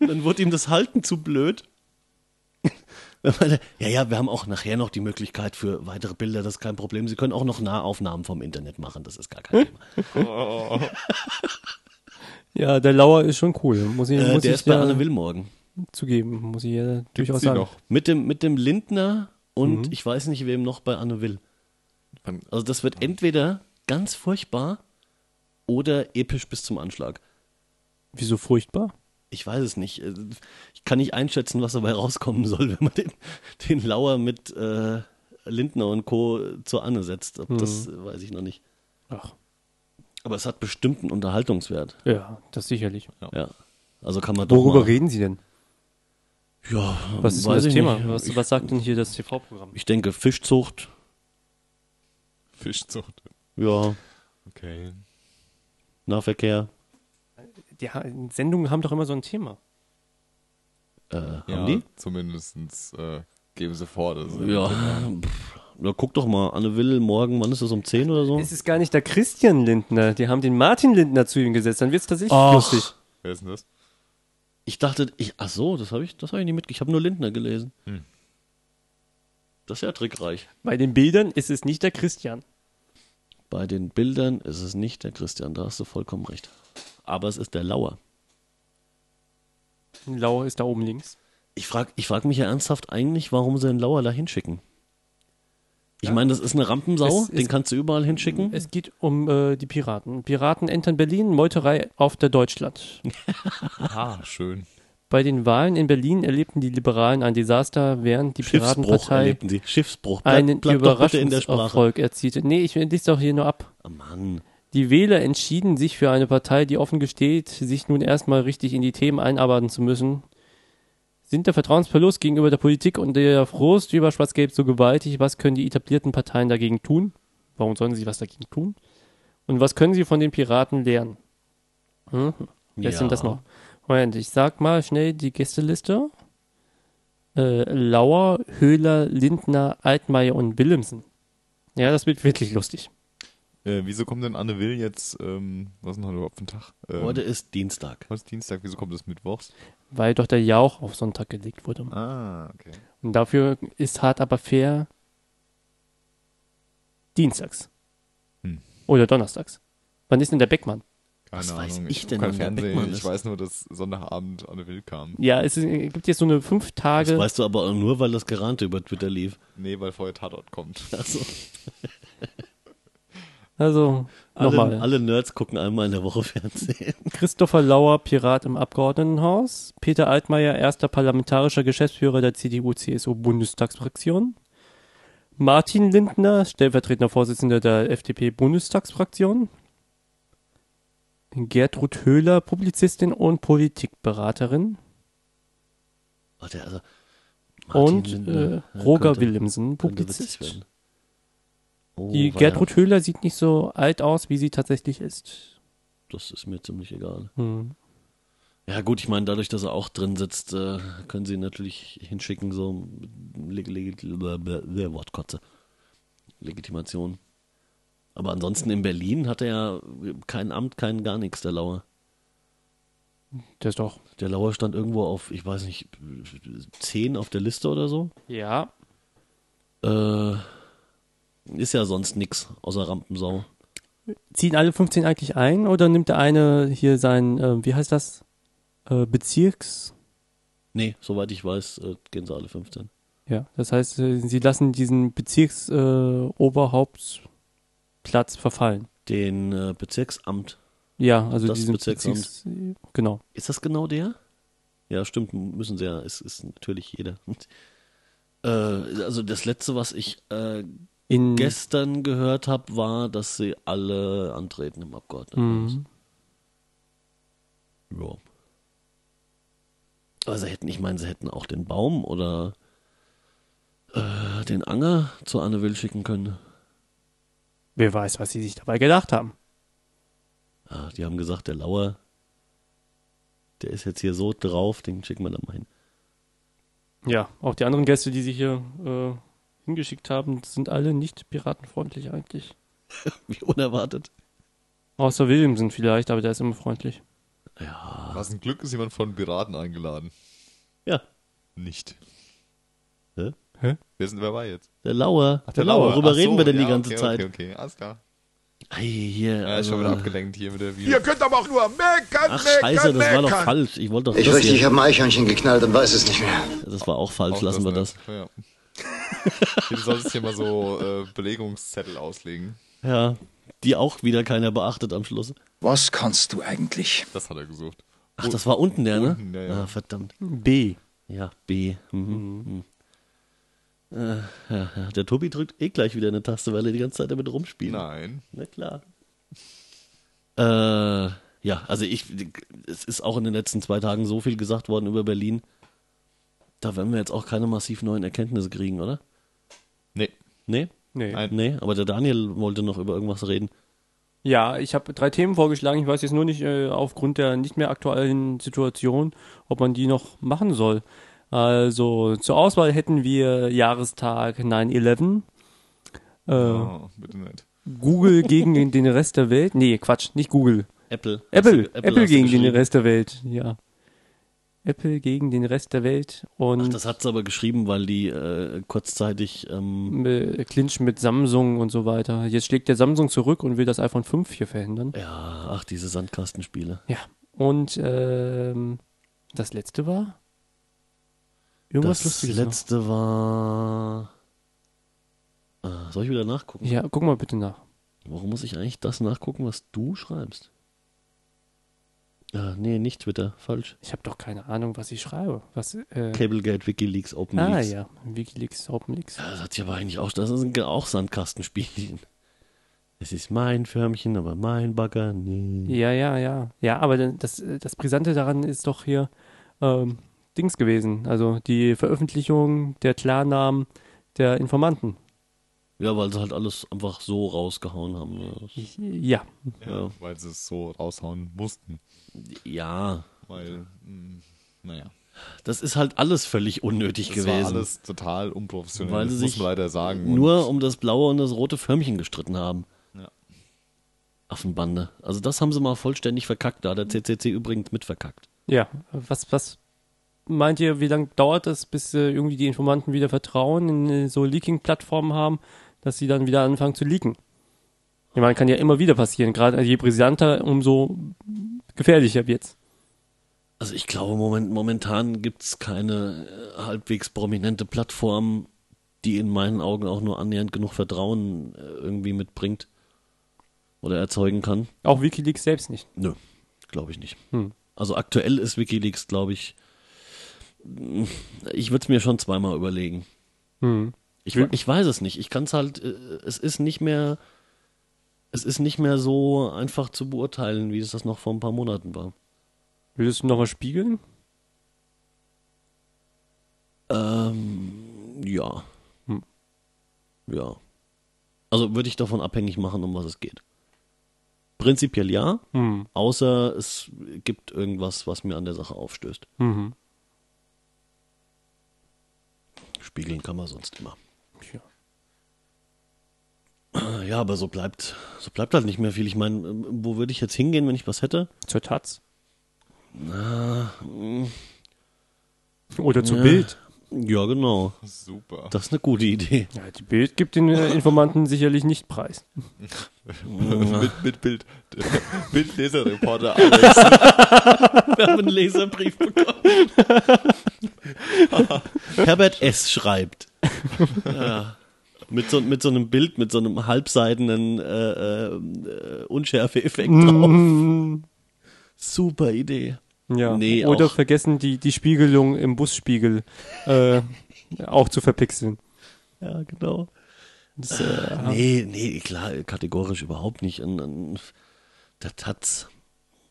Und dann wird ihm das Halten zu blöd. Dann meinte er, Ja, ja, wir haben auch nachher noch die Möglichkeit für weitere Bilder, das ist kein Problem. Sie können auch noch Nahaufnahmen vom Internet machen, das ist gar kein Thema.
Ja, der Lauer ist schon cool. Muss ich,
Äh,
muss
der
ich
ist bei
ja
Anne Will morgen.
zugeben. Muss ich ja
Gibt's
durchaus
die
sagen.
noch?
Mit dem, mit dem Lindner und
Mhm.
ich weiß nicht, wem noch bei Anne Will.
Wann-
Also das wird entweder ganz furchtbar oder episch bis zum Anschlag.
Wieso furchtbar?
Ich weiß es nicht. Äh, Ich kann nicht einschätzen, was dabei rauskommen soll, [LAUGHS] wenn man den, den Lauer mit äh, Lindner und Co. zur Anne setzt. Ob Das
Mhm.
äh, weiß ich noch nicht.
Ach,
Aber es hat bestimmt einen Unterhaltungswert.
ja, das sicherlich.
Ja. Also kann man doch
Worüber
mal,
reden Sie denn?
Ja,
Was ist denn
weiß
das
ich
Thema?
nicht.
Was,
ich,
was sagt denn hier das TV-Programm?
ich denke Fischzucht.
Fischzucht.
Ja.
Okay.
Nahverkehr.
Die ha- Sendungen haben doch immer so ein Thema.
Äh, haben
Ja,
die?
zumindestens äh, geben sie vor. Dass sie-
Ja. Pff, na, guck doch mal, Anne Will, morgen, wann ist das, um 10 oder so?
Es ist gar nicht der Christian Lindner. Die haben den Martin Lindner zu ihm gesetzt. Dann wird es tatsächlich
Ach.
lustig.
Wer ist denn das?
Ich dachte, ich, ach so, das habe ich, das hab ich nicht mitgekriegt. Ich habe nur Lindner gelesen. Das ist ja trickreich.
Bei den Bildern ist es nicht der Christian.
Bei den Bildern ist es nicht der Christian, da hast du vollkommen recht. Aber es ist der Lauer.
Lauer ist da oben links.
Ich frage ich frag mich ja ernsthaft eigentlich, warum sie den Lauer da hinschicken. Ich meine, das ist eine Rampensau,
Es- es-
den kannst du überall hinschicken.
Es geht um äh, die Piraten. Piraten entern Berlin, Meuterei auf der Deutschland.
Ah, schön.
Bei den Wahlen in Berlin erlebten die Liberalen ein Desaster, während die
Schiffsbruch
Piratenpartei
erlebten sie. Schiffsbruch. Bleib,
einen
bleib doch bitte in der Sprache.
Überraschungserfolg erzielte. Nee, ich lese doch hier nur ab.
Oh Mann.
Die Wähler entschieden sich für eine Partei, die offen gesteht, sich nun erstmal richtig in die Themen einarbeiten zu müssen. Sind der Vertrauensverlust gegenüber der Politik und der Frust über Schwarz-Gelb so gewaltig? Was können die etablierten Parteien dagegen tun? Warum sollen sie was dagegen tun? Und was können sie von den Piraten lernen? Hm? Wer ist denn
Ja.
das noch? Moment, ich sag mal schnell die Gästeliste. Äh, Lauer, Höhler, Lindner, Altmaier und Willemsen. Ja, das wird wirklich lustig.
Äh, wieso kommt denn Anne Will jetzt, ähm, was ist denn heute überhaupt für ein Tag? Ähm,
Heute ist Dienstag.
heute ist Dienstag, wieso kommt das Mittwochs?
Weil doch der Jauch auf Sonntag gelegt wurde.
Ah, okay.
Und dafür ist hart aber fair dienstags.
Hm.
Oder donnerstags. Wann ist denn der Beckmann?
Keine
Was
Ahnung.
weiß ich
hab
denn,
kein
wann der
Fernsehen.
Beckmann
Ich
ist?
weiß nur, dass Sonntagabend Anne Will kam.
Ja, es ist, es gibt jetzt so eine fünf
Das
Tage.
weißt du aber nur, weil das Gerante über Twitter lief.
Nee, weil vorher Tatort kommt.
Also,
Also, [LAUGHS] nochmal.
alle, alle Nerds gucken einmal in der Woche Fernsehen. [LAUGHS]
Christopher Lauer, Pirat im Abgeordnetenhaus. Peter Altmaier, erster parlamentarischer Geschäftsführer der CDU-CSU-Bundestagsfraktion. Martin Lindner, stellvertretender Vorsitzender der FDP-Bundestagsfraktion. Gertrud Höhler, Publizistin und Politikberaterin.
Warte, also Martin
und äh,
Lindner, ja,
Roger
könnte-
Willemsen,
könnte witzig
Publizist.
werden. Oh,
Die
weia,
Gertrud Höhler sieht nicht so alt aus, wie sie tatsächlich ist.
Das ist mir ziemlich egal.
Hm.
Ja gut, ich meine, dadurch, dass er auch drin sitzt, äh, können sie ihn natürlich hinschicken, so leg, leg, blä- blä- blä- Wortkotze. Legitimation. Aber ansonsten in Berlin hat er ja kein Amt, kein gar nichts, der Lauer.
Das ist doch.
Der Lauer stand irgendwo auf, ich weiß nicht, 10 auf der Liste oder so.
Ja.
Äh, ist ja sonst nix außer Rampensau.
Ziehen alle 15 eigentlich ein oder nimmt der eine hier sein, äh, wie heißt das? Äh, Bezirks?
Nee, soweit ich weiß, äh, gehen sie alle 15.
Ja. Das heißt, äh, sie lassen diesen Bezirksoberhauptplatz äh, Oberhauptplatz verfallen.
Den äh, Bezirksamt.
Ja, also
Das
diesen
Bezirksamt.
Bezirks. Genau.
Ist das genau der? Ja, stimmt, m- müssen sie ja. Es ist natürlich jeder. [LAUGHS] äh, also das Letzte, was ich äh,
In,
gestern gehört habe, war, dass sie alle antreten im Abgeordnetenhaus.
Mhm.
Ja. Aber sie hätten, ich meine, sie hätten auch den Baum oder äh, den Anger zu Anne Will schicken können.
Wer weiß, was sie sich dabei gedacht haben.
Ah, die haben gesagt, der Lauer, der ist jetzt hier so drauf, den schicken wir da mal hin.
Ja, auch die anderen Gäste, die sie hier äh, hingeschickt haben, sind alle nicht piratenfreundlich eigentlich.
Wie unerwartet.
Außer Williamson vielleicht, aber der ist immer freundlich.
Ja.
Was ein Glück ist jemand von Piraten eingeladen.
Ja.
Nicht.
Hä?
Hä?
Wer, sind, wer war jetzt?
Der Lauer.
Ach,
Genau, Worüber
Ach so,
reden wir denn
ja,
die ganze
okay,
Zeit?
Okay, okay, alles klar.
Ei, hier.
Ja, ist
also,
schon wieder abgelenkt hier mit der
Ihr
Video.
könnt aber auch nur meckern,
Ach,
meckern,
scheiße, das war
meckern.
doch falsch. Ich wollte doch
[LAUGHS] Ich
das
richtig, ich
hier.
habe ein Eichhörnchen geknallt und weiß es nicht mehr.
Das war auch falsch,
Auch
lassen wir das.
nicht. Ja. Du solltest [LAUGHS] hier mal so äh, Belegungszettel auslegen.
Ja. Die auch wieder keiner beachtet am Schluss.
Was kannst du eigentlich?
Das hat er gesucht.
Ach, das war unten der, ne?
Unten, ja, ja.
Ah, verdammt.
B.
Ja, B. Mhm. Mhm. Äh, ja, ja. Der Tobi drückt eh gleich wieder eine Taste, weil er die ganze Zeit damit rumspielt.
Nein.
Na klar. Äh, ja, also ich, es ist auch in den letzten zwei Tagen so viel gesagt worden über Berlin. Da werden wir jetzt auch keine massiv neuen Erkenntnisse kriegen, oder?
Nee.
Nee?
Nee.
Nein.
Nee, aber der Daniel wollte noch über irgendwas reden.
Ja, ich habe drei Themen vorgeschlagen. Ich weiß jetzt nur nicht äh, aufgrund der nicht mehr aktuellen Situation, ob man die noch machen soll. Also zur Auswahl hätten wir Jahrestag 9-11, äh,
Oh, bitte nicht.
Google gegen den Rest der Welt. Nee, Quatsch, nicht Google.
Apple.
Apple,
Hast du-
Apple,
hast du
gegen den
geschrieben.
Rest der Welt, ja. Apple gegen den Rest der Welt
Ach,
und
das hat's aber geschrieben, weil die äh, kurzzeitig ähm,
äh, Clinch mit Samsung und so weiter. Jetzt schlägt der Samsung zurück und will das iPhone 5 hier verhindern.
ja, ach diese Sandkastenspiele.
Ja. Und ähm, das letzte war? Irgendwas
das
Lustiges.
letzte war. Ah, soll ich wieder nachgucken?
noch. Ja, guck mal bitte nach.
Warum muss ich eigentlich das nachgucken, was du schreibst? Ah, nee, nicht Twitter, falsch.
Ich habe doch keine Ahnung, was ich schreibe. Was, äh,
Cablegate, Wikileaks,
ah
OpenLeaks.
ja, Wikileaks, OpenLeaks.
Das hat sich aber eigentlich auch, das sind auch Sandkastenspielchen. [LAUGHS] Es ist mein Förmchen, aber mein Bagger, nee.
Ja, ja, ja. Ja, aber dann- das, äh, das Brisante daran ist doch hier ähm, Dings gewesen. Also die Veröffentlichung der Klarnamen der Informanten.
Ja, weil sie halt alles einfach so rausgehauen haben. ne?
Ich, ja,
Ja,
Ja.
Weil sie es so raushauen mussten.
Ja,
Weil, mh, naja.
das ist halt alles völlig unnötig
Das
gewesen.
war alles total unprofessionell.
Weil
das
sie
muss
sich
man leider sagen.
Nur um das blaue und das rote Förmchen gestritten haben.
Ja.
Affenbande. Also das haben sie mal vollständig verkackt. Da hat der CCC übrigens mit verkackt.
ja. Was, was meint ihr, wie lange dauert es, bis äh, irgendwie die Informanten wieder Vertrauen in äh, so Leaking-Plattformen haben, dass sie dann wieder anfangen zu leaken? Ich meine, kann ja immer wieder passieren. Gerade also je brisanter, umso gefährlicher wird's.
Also ich glaube, moment, momentan gibt es keine äh, halbwegs prominente Plattform, die in meinen Augen auch nur annähernd genug Vertrauen äh, irgendwie mitbringt oder erzeugen kann.
Auch Wikileaks selbst nicht.
Nö, glaube ich nicht.
Hm.
Also aktuell ist Wikileaks, glaube ich, ich würde es mir schon zweimal überlegen.
Hm.
Ich, we- ich weiß es nicht. Ich kann es halt, äh, es ist nicht mehr, es ist nicht mehr so einfach zu beurteilen, wie es das noch vor ein paar Monaten war.
Würdest du nochmal spiegeln?
Ähm, ja.
Hm.
Ja. Also würde ich davon abhängig machen, um was es geht. Prinzipiell ja,
Hm.
außer es gibt irgendwas, was mir an der Sache aufstößt.
Mhm.
Spiegeln kann man sonst immer.
Ja.
Äh, Ja, aber so bleibt, so bleibt halt nicht mehr viel. Ich meine, ähm, wo würde ich jetzt hingehen, wenn ich was hätte?
Zur Taz?
Na, mm,
Oder zu
Ja.
Bild?
ja, genau.
Super.
Das ist eine gute Idee.
Ja, die Bild gibt den äh, Informanten sicherlich nicht preis.
[LAUGHS] mit, mit Bild. [LAUGHS]
[LAUGHS]
Bildleserreporter Alex.
Wir haben einen Leserbrief bekommen.
[LAUGHS]
Herbert S. schreibt. Ja. Mit, so, mit so einem Bild, mit so einem halbseidenen äh, äh, Unschärfe-Effekt drauf. Super Idee.
Mm. Ja.
Nee,
Oder
auch-
vergessen, die, die Spiegelung im Busspiegel [LAUGHS] äh, auch zu verpixeln.
Ja, genau.
Das, äh,
Ah, Nee, nee, klar, kategorisch überhaupt nicht. Und, und, das hat's.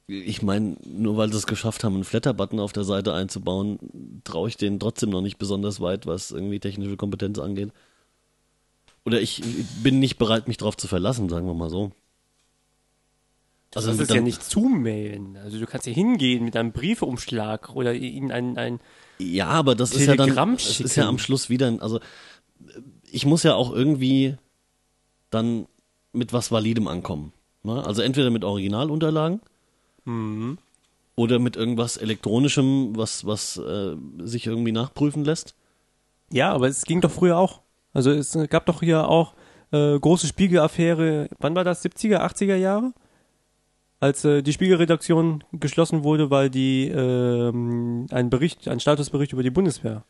Ich meine, nur weil sie es geschafft haben, einen Flatter-Button auf der Seite einzubauen, traue ich denen trotzdem noch nicht besonders weit, was irgendwie technische Kompetenz angeht. Oder ich bin nicht bereit, mich darauf zu verlassen, sagen wir mal so. Also
das ist
dann-
ja nicht zumailen. Also du kannst ja hingehen mit einem Briefeumschlag oder ihnen ein, ein
Ja, aber das ist ja dann,
Telegramm
das ist
schicken.
ja am Schluss wieder, ein- also ich muss ja auch irgendwie dann mit was Validem ankommen. Ne? Also entweder mit Originalunterlagen
Mhm.
oder mit irgendwas Elektronischem, was, was äh, sich irgendwie nachprüfen lässt.
Ja, aber es ging doch früher auch. Also es äh, gab doch hier auch äh, große Spiegelaffäre, wann war das? 70er, 80er Jahre? Als äh, die Spiegelredaktion geschlossen wurde, weil die ähm, einen Bericht, einen Statusbericht über die Bundeswehr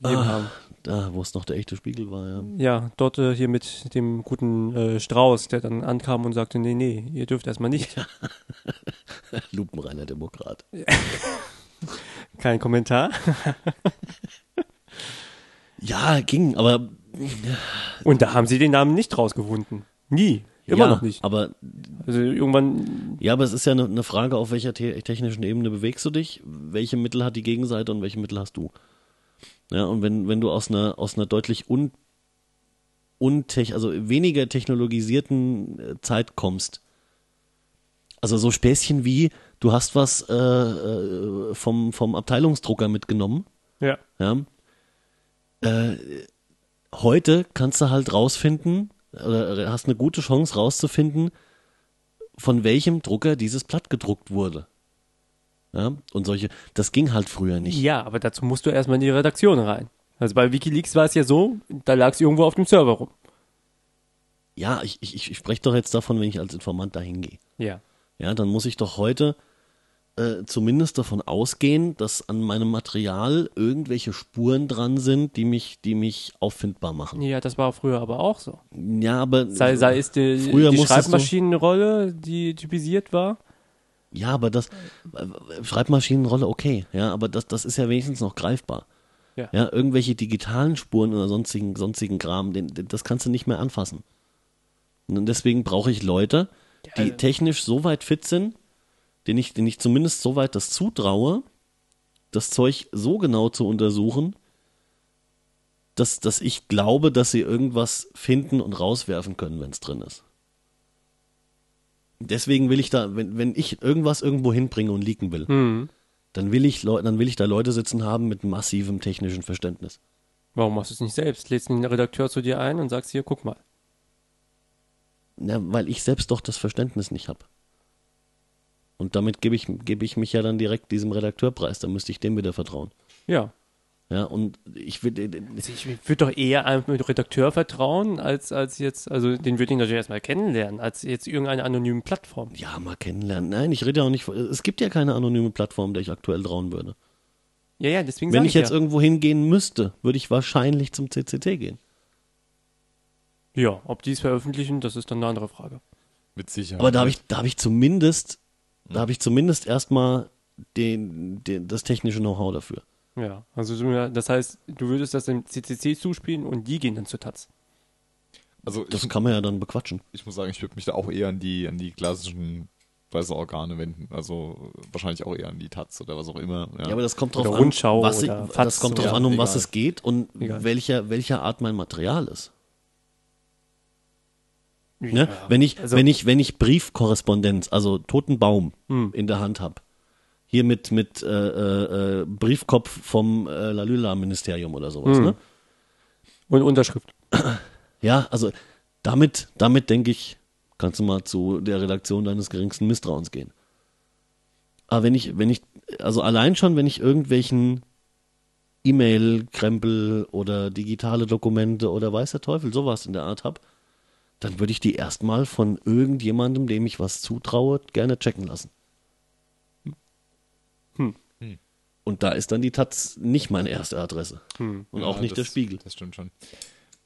gegeben haben.
Da, wo es noch der echte Spiegel war, ja.
Ja, dort äh, hier mit dem guten äh, Strauß, der dann ankam und sagte, nee, nee, ihr dürft erstmal nicht.
[LAUGHS] Lupenreiner Demokrat.
Kein Kommentar.
Ja, ging, aber
[LAUGHS] Und da haben sie den Namen nicht rausgefunden. Nie. Immer
ja,
noch nicht.
Aber
Also irgendwann,
Ja, aber es ist ja eine, eine Frage, auf welcher te technischen Ebene bewegst du dich? Welche Mittel hat die Gegenseite und welche Mittel hast du? Ja, und wenn, wenn du aus einer, aus einer deutlich un untech, also weniger technologisierten äh, Zeit kommst. Also so Späßchen wie, du hast was äh, äh, vom, vom Abteilungsdrucker mitgenommen
Ja.
ja. Äh, heute kannst du halt rausfinden, oder hast eine gute Chance rauszufinden, von welchem Drucker dieses Blatt gedruckt wurde. Ja, und solche, das ging halt früher nicht.
Ja, aber dazu musst du erstmal in die Redaktion rein. Also bei Wikileaks war es ja so, da lag es irgendwo auf dem Server rum.
Ja, ich, ich, ich spreche doch jetzt davon, wenn ich als Informant dahin gehe.
Ja.
Ja, dann muss ich doch heute äh, zumindest davon ausgehen, dass an meinem Material irgendwelche Spuren dran sind, die mich, die mich auffindbar machen.
Ja, das war früher aber auch so.
Ja, aber
Sei, sei es die,
Früher
die
musstest du-
Schreibmaschinenrolle, die typisiert war.
Ja, aber das äh, Schreibmaschinenrolle okay, ja, aber das, das ist ja wenigstens noch greifbar.
Ja.
Ja, irgendwelche digitalen Spuren oder sonstigen, sonstigen Kram, den, den, das kannst du nicht mehr anfassen. Und deswegen brauche ich Leute, die
Ja. also
technisch so weit fit sind, denen ich, denen ich zumindest so weit das zutraue, das Zeug so genau zu untersuchen, dass, dass ich glaube, dass sie irgendwas finden und rauswerfen können, wenn es drin ist. Deswegen will ich da, wenn, wenn ich irgendwas irgendwo hinbringe und leaken will,
Hm.
dann, will ich Leu dann will ich da Leute sitzen haben mit massivem technischen Verständnis.
Warum machst du es nicht selbst? Lädst den Redakteur zu dir ein und sagst hier, guck mal.
Ja, weil ich selbst doch das Verständnis nicht habe. Und damit gebe ich, gebe ich mich ja dann direkt diesem Redakteurpreis, dann müsste ich dem wieder vertrauen.
Ja.
Ja, und ich will, äh,
Also ich würde doch eher einem Redakteur vertrauen, als, als jetzt, also den würde ich natürlich erstmal kennenlernen, als jetzt irgendeine anonyme Plattform.
ja, mal kennenlernen. Nein, ich rede ja auch nicht, von- es gibt ja keine anonyme Plattform, der ich aktuell trauen würde.
Ja, ja, deswegen
Wenn
sag
ich jetzt
ja.
irgendwo hingehen müsste, würde ich wahrscheinlich zum CCT gehen.
ja, ob die es veröffentlichen, das ist dann eine andere Frage.
Mit Sicherheit.
Aber da habe ich, da habe ich zumindest, da habe ich zumindest erstmal den, den, das technische Know-how dafür.
Ja, also du- das heißt, du würdest das dem CCC zuspielen und die gehen dann zu Taz.
Also
Das
ich,
kann man ja dann bequatschen.
ich muss sagen, ich würde mich da auch eher an die, an die klassischen weiße Organe wenden. Also äh, wahrscheinlich auch eher an die Taz oder was auch immer. Ja,
Ja, aber das kommt drauf
Oder
an,
Rundschau
was ich,
oder
das
Faz
kommt drauf
oder-
an, um
Egal.
was es geht und
Egal.
welcher, welcher Art mein Material ist. Ne?
Ja.
Wenn ich,
Also-
wenn ich, wenn ich Briefkorrespondenz, also toten Baum
Hm.
in der Hand habe, hier mit, mit äh, äh, äh, Briefkopf vom äh, Lalula-Ministerium oder
Hm.
sowas, ne?
Und Unterschrift.
Ja, also damit, damit denke ich, kannst du mal zu der Redaktion deines geringsten Misstrauens gehen. Aber wenn ich, wenn ich, also allein schon, wenn ich irgendwelchen E-Mail-Krempel oder digitale Dokumente oder weiß der Teufel sowas in der Art hab, dann würde ich die erstmal von irgendjemandem, dem ich was zutraue, gerne checken lassen.
Hm.
Und da ist dann die Taz nicht meine erste Adresse. Und auch
Ja,
nicht der
das-
Spiegel.
Das stimmt schon.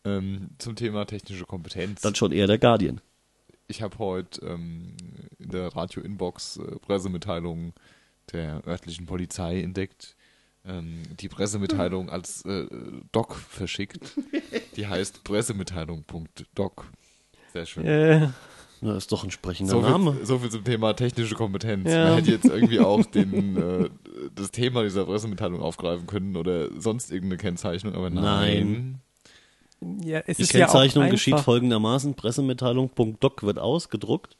Ähm, zum Thema technische Kompetenz.
Dann schon eher der Guardian.
Ich habe heute ähm, in der Radio-Inbox äh, Pressemitteilungen der örtlichen Polizei entdeckt. Ähm, die Pressemitteilung als äh, Doc
[LAUGHS]
verschickt. Die heißt Pressemitteilung.doc. Sehr schön.
Äh,
Na, ist doch entsprechender
So
Name.
viel, so viel zum Thema technische Kompetenz.
Ja.
Man hätte jetzt
[LAUGHS]
irgendwie auch den, äh, das Thema dieser Pressemitteilung aufgreifen können oder sonst irgendeine Kennzeichnung, aber nein.
ja, es
Die
ist ja auch
Kennzeichnung
einfach-
geschieht folgendermaßen: Pressemitteilung.doc wird ausgedruckt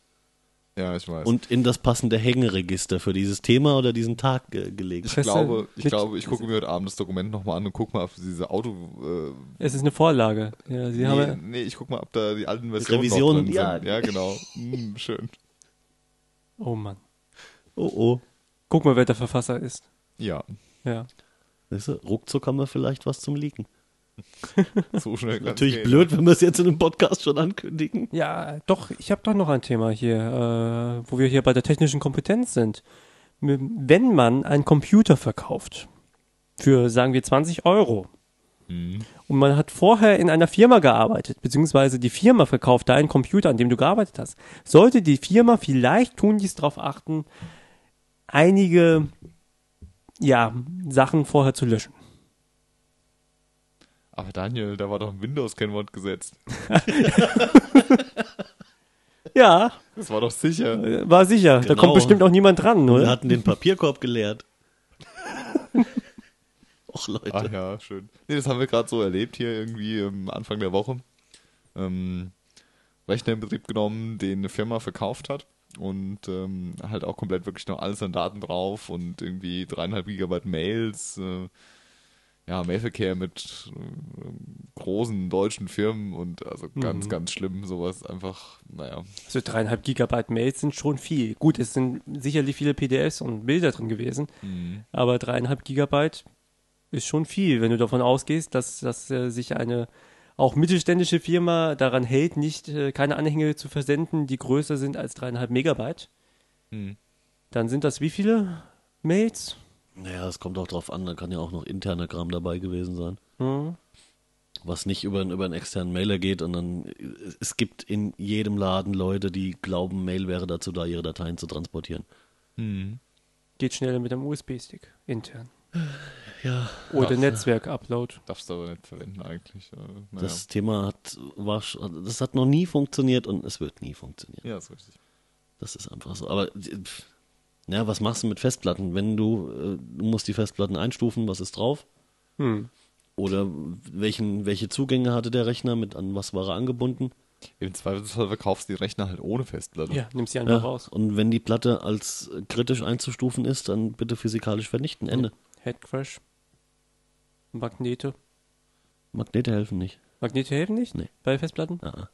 Ja, ich weiß.
und in das passende Hängeregister für dieses Thema oder diesen Tag ge gelegt.
ich glaube, ich,
Mit-
glaube, ich gucke mir heute Abend das Dokument nochmal an und gucke mal auf diese Auto. Äh,
Es ist eine Vorlage. Ja, sie
nee,
haben,
nee, ich guck mal, ob da die alten Versionen
Revisionen,
noch drin
ja.
sind. Ja, genau. Hm, schön.
oh Mann.
Oh oh.
Guck mal, wer der Verfasser ist.
Ja,
Ja.
Weißt du, ruckzuck haben wir vielleicht was zum Leaken. [LAUGHS]
so schnell kann's
Natürlich
gehen.
blöd, wenn wir es jetzt in einem Podcast schon ankündigen.
Ja, doch, ich habe doch noch ein Thema hier, äh, wo wir hier bei der technischen Kompetenz sind. M- Wenn man einen Computer verkauft für, sagen wir, 20 Euro und man hat vorher in einer Firma gearbeitet, beziehungsweise die Firma verkauft deinen Computer, an dem du gearbeitet hast, sollte die Firma vielleicht tun, dies darauf achten, einige ja, Sachen vorher zu löschen.
Aber Daniel, da war doch ein Windows-Kennwort gesetzt.
Ja,
Das war doch sicher.
äh, war sicher. Da
Genau.
kommt bestimmt auch niemand dran,
Wir
oder?
hatten den Papierkorb [LAUGHS] geleert. Ah, Och Leute.
Ach ja, schön. Nee, das haben wir gerade so erlebt hier irgendwie am Anfang der Woche. ähm, Rechner in Betrieb genommen, den eine Firma verkauft hat und ähm, halt auch komplett wirklich noch alles an Daten drauf und irgendwie dreieinhalb Gigabyte Mails, äh, ja, Mailverkehr mit äh, großen deutschen Firmen und also ganz,
Mhm.
ganz schlimm sowas einfach, naja.
Also dreieinhalb Gigabyte Mails sind schon viel. Gut, es sind sicherlich viele PDFs und Bilder drin gewesen, aber dreieinhalb Gigabyte ist schon viel, wenn du davon ausgehst, dass, dass äh, sich eine auch mittelständische Firma daran hält, nicht äh, keine Anhänge zu versenden, die größer sind als dreieinhalb Megabyte.
Mhm.
Dann sind das wie viele Mails?
Naja, es kommt auch drauf an, da kann ja auch noch interner Kram dabei gewesen sein.
Hm.
was nicht über, einen- über einen externen Mailer geht und dann es- es gibt in jedem Laden Leute, die glauben, Mail wäre dazu da, ihre Dateien zu transportieren.
Hm,
Geht schneller mit einem USB-Stick intern.
Ja,
Oder Netzwerk-Upload.
Darfst du aber nicht verwenden eigentlich. Äh, naja.
das Thema hat war, sch- das hat noch nie funktioniert und es wird nie funktionieren.
ja, ist richtig.
Das ist einfach so. Aber pff, na, was machst du mit Festplatten, wenn du, äh, du musst die Festplatten einstufen, was ist drauf?
Hm.
Oder welchen, welche Zugänge hatte der Rechner, mit an was war er angebunden?
Im Zweifelsfall verkaufst du die Rechner halt ohne Festplatte.
Ja, nimmst sie
Ja,
einfach raus.
und wenn die Platte als äh, kritisch einzustufen ist, dann bitte physikalisch vernichten. Ende.
Headcrash. Magnete.
Magnete helfen nicht.
Magnete helfen nicht?
Nee.
Bei Festplatten?
Ah.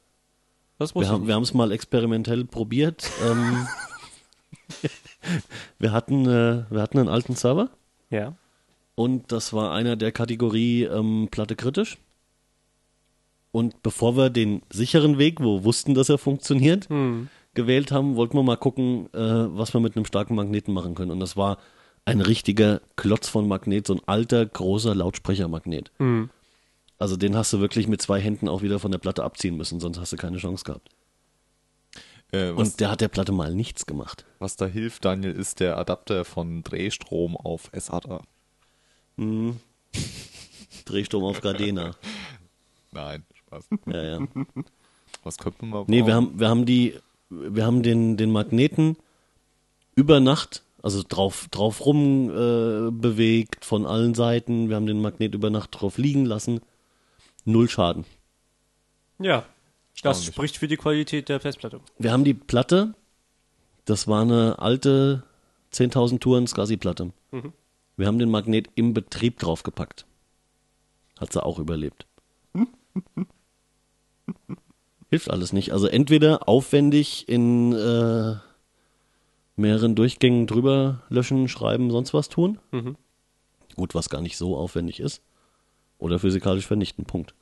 Das
Wir
wusste ich
haben
nicht.
wir es mal experimentell probiert. Ähm, wir, hatten, äh, wir hatten einen alten Server
Ja.
und das war einer der Kategorie ähm, Platte kritisch. Und bevor wir den sicheren Weg, wo wir wussten, dass er funktioniert,
Hm.
gewählt haben, wollten wir mal gucken, äh, was wir mit einem starken Magneten machen können. Und das war ein richtiger Klotz von Magnet, so ein alter, großer Lautsprechermagnet.
Hm.
Also den hast du wirklich mit zwei Händen auch wieder von der Platte abziehen müssen, sonst hast du keine Chance gehabt.
Äh, was,
Und der hat der Platte mal nichts gemacht.
was da hilft, Daniel, ist der Adapter von Drehstrom auf SATA.
Drehsturm auf Gardena.
Nein,
[LAUGHS]
Spaß.
Ja, ja.
Was könnte man mal
Nee,
brauchen?
wir haben, wir haben die, wir haben den, den Magneten über Nacht, also drauf, drauf rum äh, bewegt von allen Seiten. Wir haben den Magnet über Nacht drauf liegen lassen. Null Schaden.
Ja. Das
Erstaunlich.
spricht für die Qualität der Festplatte.
Wir haben die Platte, das war eine alte 10.000 Touren Scasi-Platte. Wir haben den Magnet im Betrieb draufgepackt. Hat sie auch überlebt. Hilft alles nicht. Also entweder aufwendig in äh, mehreren Durchgängen drüber löschen, schreiben, sonst was tun. Gut, was gar nicht so aufwendig ist. Oder physikalisch vernichten. Punkt.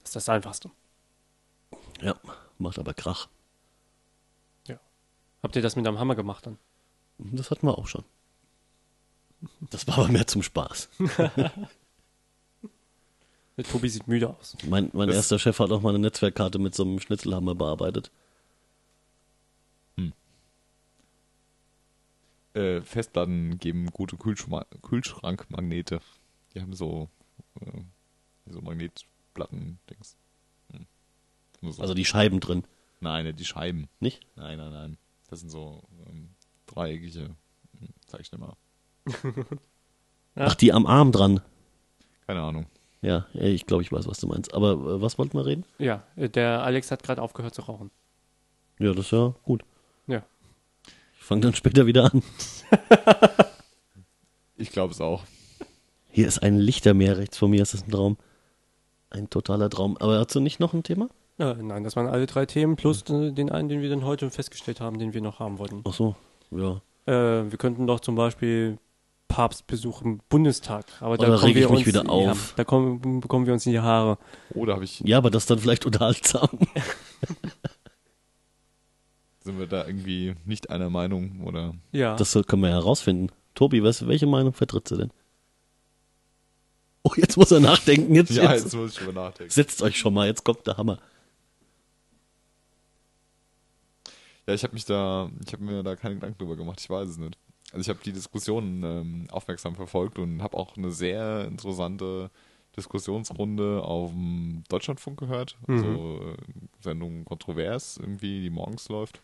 Das ist das Einfachste.
Ja, macht aber Krach.
Habt ihr das mit einem Hammer gemacht dann?
Das hatten wir auch schon. Das war aber mehr zum Spaß.
Der Tobi sieht müde aus.
Mein, mein
Das-
erster Chef hat auch mal eine Netzwerkkarte mit so einem Schnitzelhammer bearbeitet.
äh, Festplatten geben gute Kühlschma Kühlschrankmagnete. Die haben so, äh, so Magnetplatten-Dings. Hm. Nur so.
Also die Scheiben drin,
nein, die Scheiben.
nicht?
Nein, nein, nein. Das sind so ähm, dreieckige, hm, zeig ich dir mal.
Ach, die am Arm dran.
Keine Ahnung.
Ja, ich glaube, ich weiß, was du meinst. Aber äh, was wollten wir reden?
Ja, äh, der Alex hat gerade aufgehört zu rauchen.
Ja, das ist ja gut.
Ja.
Ich fange dann später wieder an.
Ich glaube es auch.
Hier ist ein Lichtermeer rechts von mir. Ist das ein Traum? Ein totaler Traum. Aber hast du nicht noch ein Thema?
Äh, nein, das waren alle drei Themen plus äh, den einen, den wir dann heute festgestellt haben, den wir noch haben wollten.
Ach so, ja.
Äh, wir könnten doch zum Beispiel Papstbesuch im Bundestag. Aber
Oh,
da
da
kommen
reg
wir
ich mich
uns,
wieder
ja,
auf.
da kommen, bekommen wir uns in die Haare.
Oder habe ich,
Ja, aber das dann vielleicht [LAUGHS] unterhaltsam.
sind wir da irgendwie nicht einer
[LAUGHS]
Meinung oder
Ja.
Das so- können wir herausfinden. Tobi, was, welche Meinung vertrittst du denn? Oh, jetzt muss er nachdenken. Jetzt,
Ja,
jetzt.
jetzt muss ich drüber nachdenken.
Setzt euch schon mal, jetzt kommt der Hammer.
Ja, ich habe mich da, ich habe mir da keine Gedanken drüber gemacht, ich weiß es nicht. Also ich habe die Diskussion ähm, aufmerksam verfolgt und habe auch eine sehr interessante Diskussionsrunde auf dem Deutschlandfunk gehört. Also äh, Sendung Kontrovers irgendwie, die morgens läuft.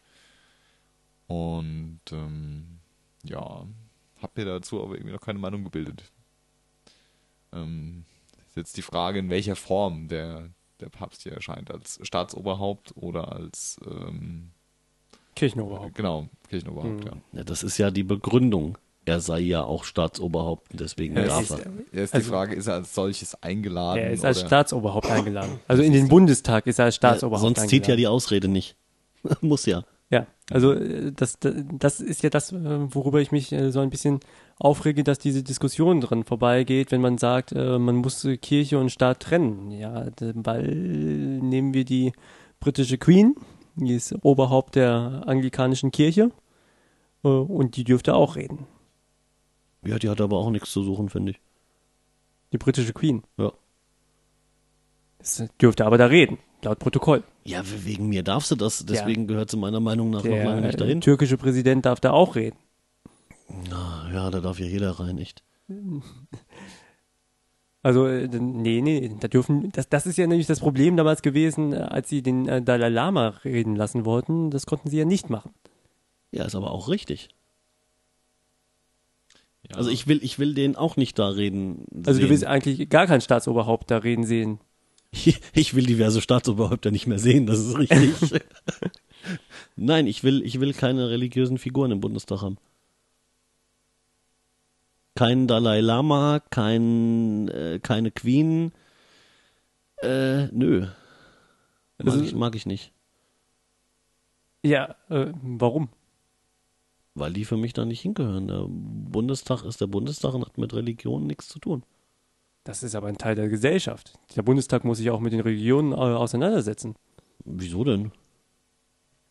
Und ähm, ja, habe mir dazu aber irgendwie noch keine Meinung gebildet. Ähm, ist jetzt die Frage, in welcher Form der der Papst hier erscheint, als Staatsoberhaupt oder als, ähm,
Kirchenoberhaupt.
genau, Kirchenoberhaupt, ja.
Ja, das ist ja die Begründung. Er sei ja auch Staatsoberhaupt, und deswegen
Ja,
darf
es ist,
er.
ja, ist die
also-
Frage, ist er als solches eingeladen?
Er ist als
oder?
[LAUGHS]
Staatsoberhaupt eingeladen. Also in den Bundestag ist er als Staatsoberhaupt
Sonst
eingeladen.
zieht ja die Ausrede nicht. [LAUGHS] Muss ja.
Ja, also äh, das, das ist ja das, äh, worüber ich mich äh, so ein bisschen aufrege, dass diese Diskussion dran vorbeigeht, wenn man sagt, äh, man muss äh, Kirche und Staat trennen. Ja, d- weil nehmen wir die britische Queen, die ist Oberhaupt der anglikanischen Kirche äh, und die dürfte auch reden.
Ja, die hat aber auch nichts zu suchen, finde ich.
Die britische Queen
Ja.
Es dürfte aber da reden, laut Protokoll.
Ja, wegen mir darf sie das. Deswegen gehört sie meiner Meinung nach noch
Der
lange nicht dahin.
türkische Präsident darf da auch reden.
Ja, da darf ja jeder rein, echt.
Also, äh, d- nee, nee, da dürfen, das, das ist ja nämlich das Problem damals gewesen, äh, als sie den äh, Dalai Lama reden lassen wollten. Das konnten sie ja nicht machen.
Ja, ist aber auch richtig.
Ja.
Also ich will, ich will den auch nicht da reden.
Also,
sehen.
du willst eigentlich gar kein Staatsoberhaupt da reden sehen.
[LAUGHS] Ich will diverse Staatsoberhäupter nicht mehr sehen, das ist
[LAUGHS]
richtig. Nein, ich will, ich will keine religiösen Figuren im Bundestag haben. Kein Dalai Lama, kein, äh, keine Queen. Äh, nö. Mag,
Also-
ich, mag ich nicht.
Ja, äh, warum?
Weil die für mich da nicht hingehören. Der Bundestag ist der Bundestag und hat mit Religion nichts zu tun.
Das ist aber ein Teil der Gesellschaft. Der Bundestag muss sich auch mit den Religionen äh, auseinandersetzen,
Wieso denn?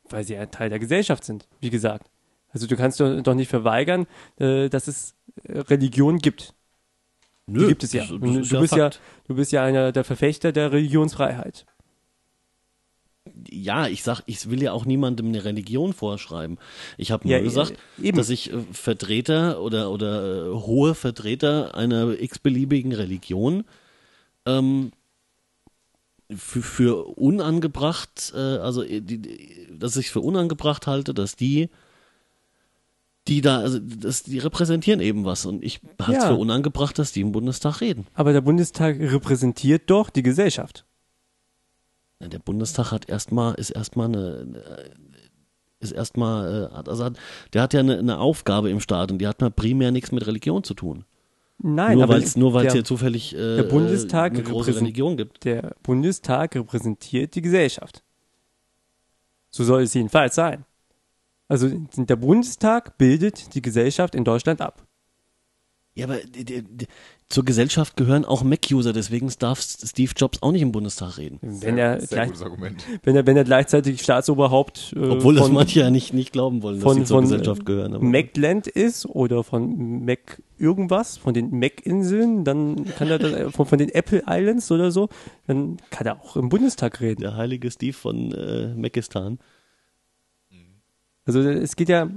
weil sie ein Teil der Gesellschaft sind, wie gesagt. Also, du kannst doch, doch nicht verweigern, äh, dass es äh, Religion gibt. Die
Nö,
gibt es ja.
das- das
Und
ist
du, bist ja
Fakt.
du bist ja einer der Verfechter der Religionsfreiheit.
ja, ich sag, ich will ja auch niemandem eine Religion vorschreiben. Ich habe nur
Ja,
gesagt,
e- eben.
dass ich äh, Vertreter oder oder äh, hohe Vertreter einer x-beliebigen Religion ähm, für, für unangebracht, äh, also äh, die, die, dass ich es für unangebracht halte, dass die die da, also dass die repräsentieren eben was und ich halte es
Ja.
für unangebracht, dass die im Bundestag reden.
Aber der Bundestag repräsentiert doch die Gesellschaft.
Na, Der Bundestag hat erstmal, ist erstmal eine, äh, ist erstmal, äh, hat- also hat, der hat ja eine, eine Aufgabe im Staat und die hat mal primär nichts mit Religion zu tun.
Nein,
nur
aber
weil es nur weil's
der,
hier zufällig äh,
der Bundestag
eine große
repräsent-
Religion gibt.
der Bundestag repräsentiert die Gesellschaft. So soll es jedenfalls sein. Also der Bundestag bildet die Gesellschaft in Deutschland ab.
Ja, aber die, die, die, zur Gesellschaft gehören auch Mac-User, deswegen darf Steve Jobs auch nicht im Bundestag reden.
wenn, er
Sehr
gleich,
gutes Argument.
wenn, er, wenn er gleichzeitig Staatsoberhaupt äh,
Obwohl das
von,
manche ja nicht, nicht glauben wollen, dass
von,
sie zur
von
Gesellschaft gehören. aber-
Macland ist oder von Mac irgendwas, von den Mac-Inseln, dann kann er das, von, von den Apple Islands oder so, dann kann er auch im Bundestag reden.
der heilige Steve von äh, Mekistan.
Also es geht ja,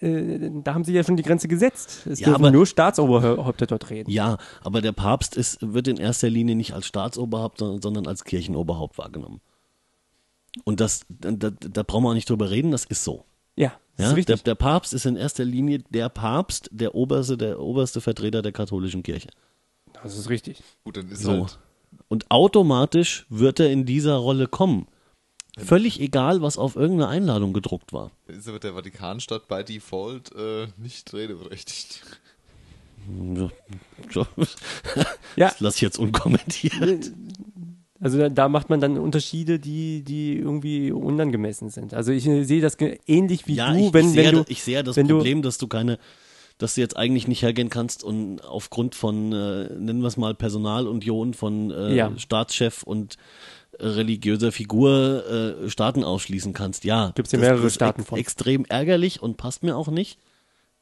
äh, da haben sie ja schon die Grenze gesetzt. Es
Ja,
dürfen
aber-
nur Staatsoberhäupter dort reden.
Ja, aber der Papst ist, wird in erster Linie nicht als Staatsoberhaupt, sondern, sondern als Kirchenoberhaupt wahrgenommen. Und das, da, da, da brauchen wir auch nicht drüber reden, das ist so.
Ja,
Ja?
das ist
Der,
richtig.
der Papst ist in erster Linie der Papst, der oberste, der oberste Vertreter der katholischen Kirche.
Das ist richtig.
Gut, dann ist
So.
halt,
Und automatisch wird er in dieser Rolle kommen. Völlig egal, was auf irgendeiner Einladung gedruckt war.
ist aber der Vatikanstadt bei Default äh, nicht redeberechtigt.
[LAUGHS] Ja.
Ja.
Das lasse ich jetzt unkommentiert.
Also da, da macht man dann Unterschiede, die, die irgendwie unangemessen sind. Also ich äh, sehe das ge- ähnlich wie
ja,
du,
ich,
wenn,
ich sehe,
wenn du.
ja- ich sehe ja das
wenn du-
Problem, dass du keine, dass du jetzt eigentlich nicht hergehen kannst und aufgrund von, äh, nennen wir es mal Personalunion von äh,
Ja.
Staatschef und äh, religiöser Figur äh, Staaten ausschließen kannst. Ja,
Gibt's ja
das-
mehrere
das ist
Staaten
ex
von.
Extrem ärgerlich und passt mir auch nicht.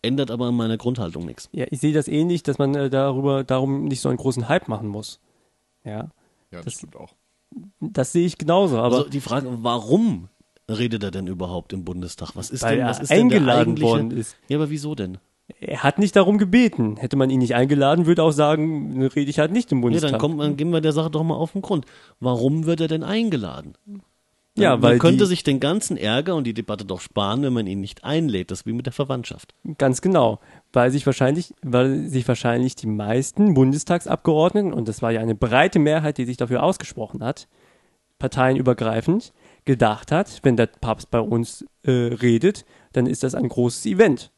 Ändert aber an meiner Grundhaltung nichts.
ja, ich sehe das ähnlich, dass man äh, darüber darum nicht so einen großen Hype machen muss. Ja,
Ja, das, stimmt auch.
das sehe ich genauso. Aber
also die Frage, warum redet er denn überhaupt im Bundestag? Was ist
Weil
denn,
er
was ist denn
eingeladen
der eigentliche-
worden ist.
Ja, aber wieso denn?
er hat nicht darum gebeten. Hätte man ihn nicht eingeladen, würde auch sagen, rede ich halt nicht im
Ja,
Bundestag.
dann, kommt, dann gehen wir der Sache doch mal auf den Grund. Warum wird er denn eingeladen?
Ja,
man
weil
könnte
die-
sich den ganzen Ärger und die Debatte doch sparen, wenn man ihn nicht einlädt. Das ist wie mit der Verwandtschaft.
Ganz genau, weil sich wahrscheinlich, weil sich wahrscheinlich die meisten Bundestagsabgeordneten, und das war ja eine breite Mehrheit, die sich dafür ausgesprochen hat, parteienübergreifend, gedacht hat, wenn der Papst bei uns äh, redet, dann ist das ein großes Event.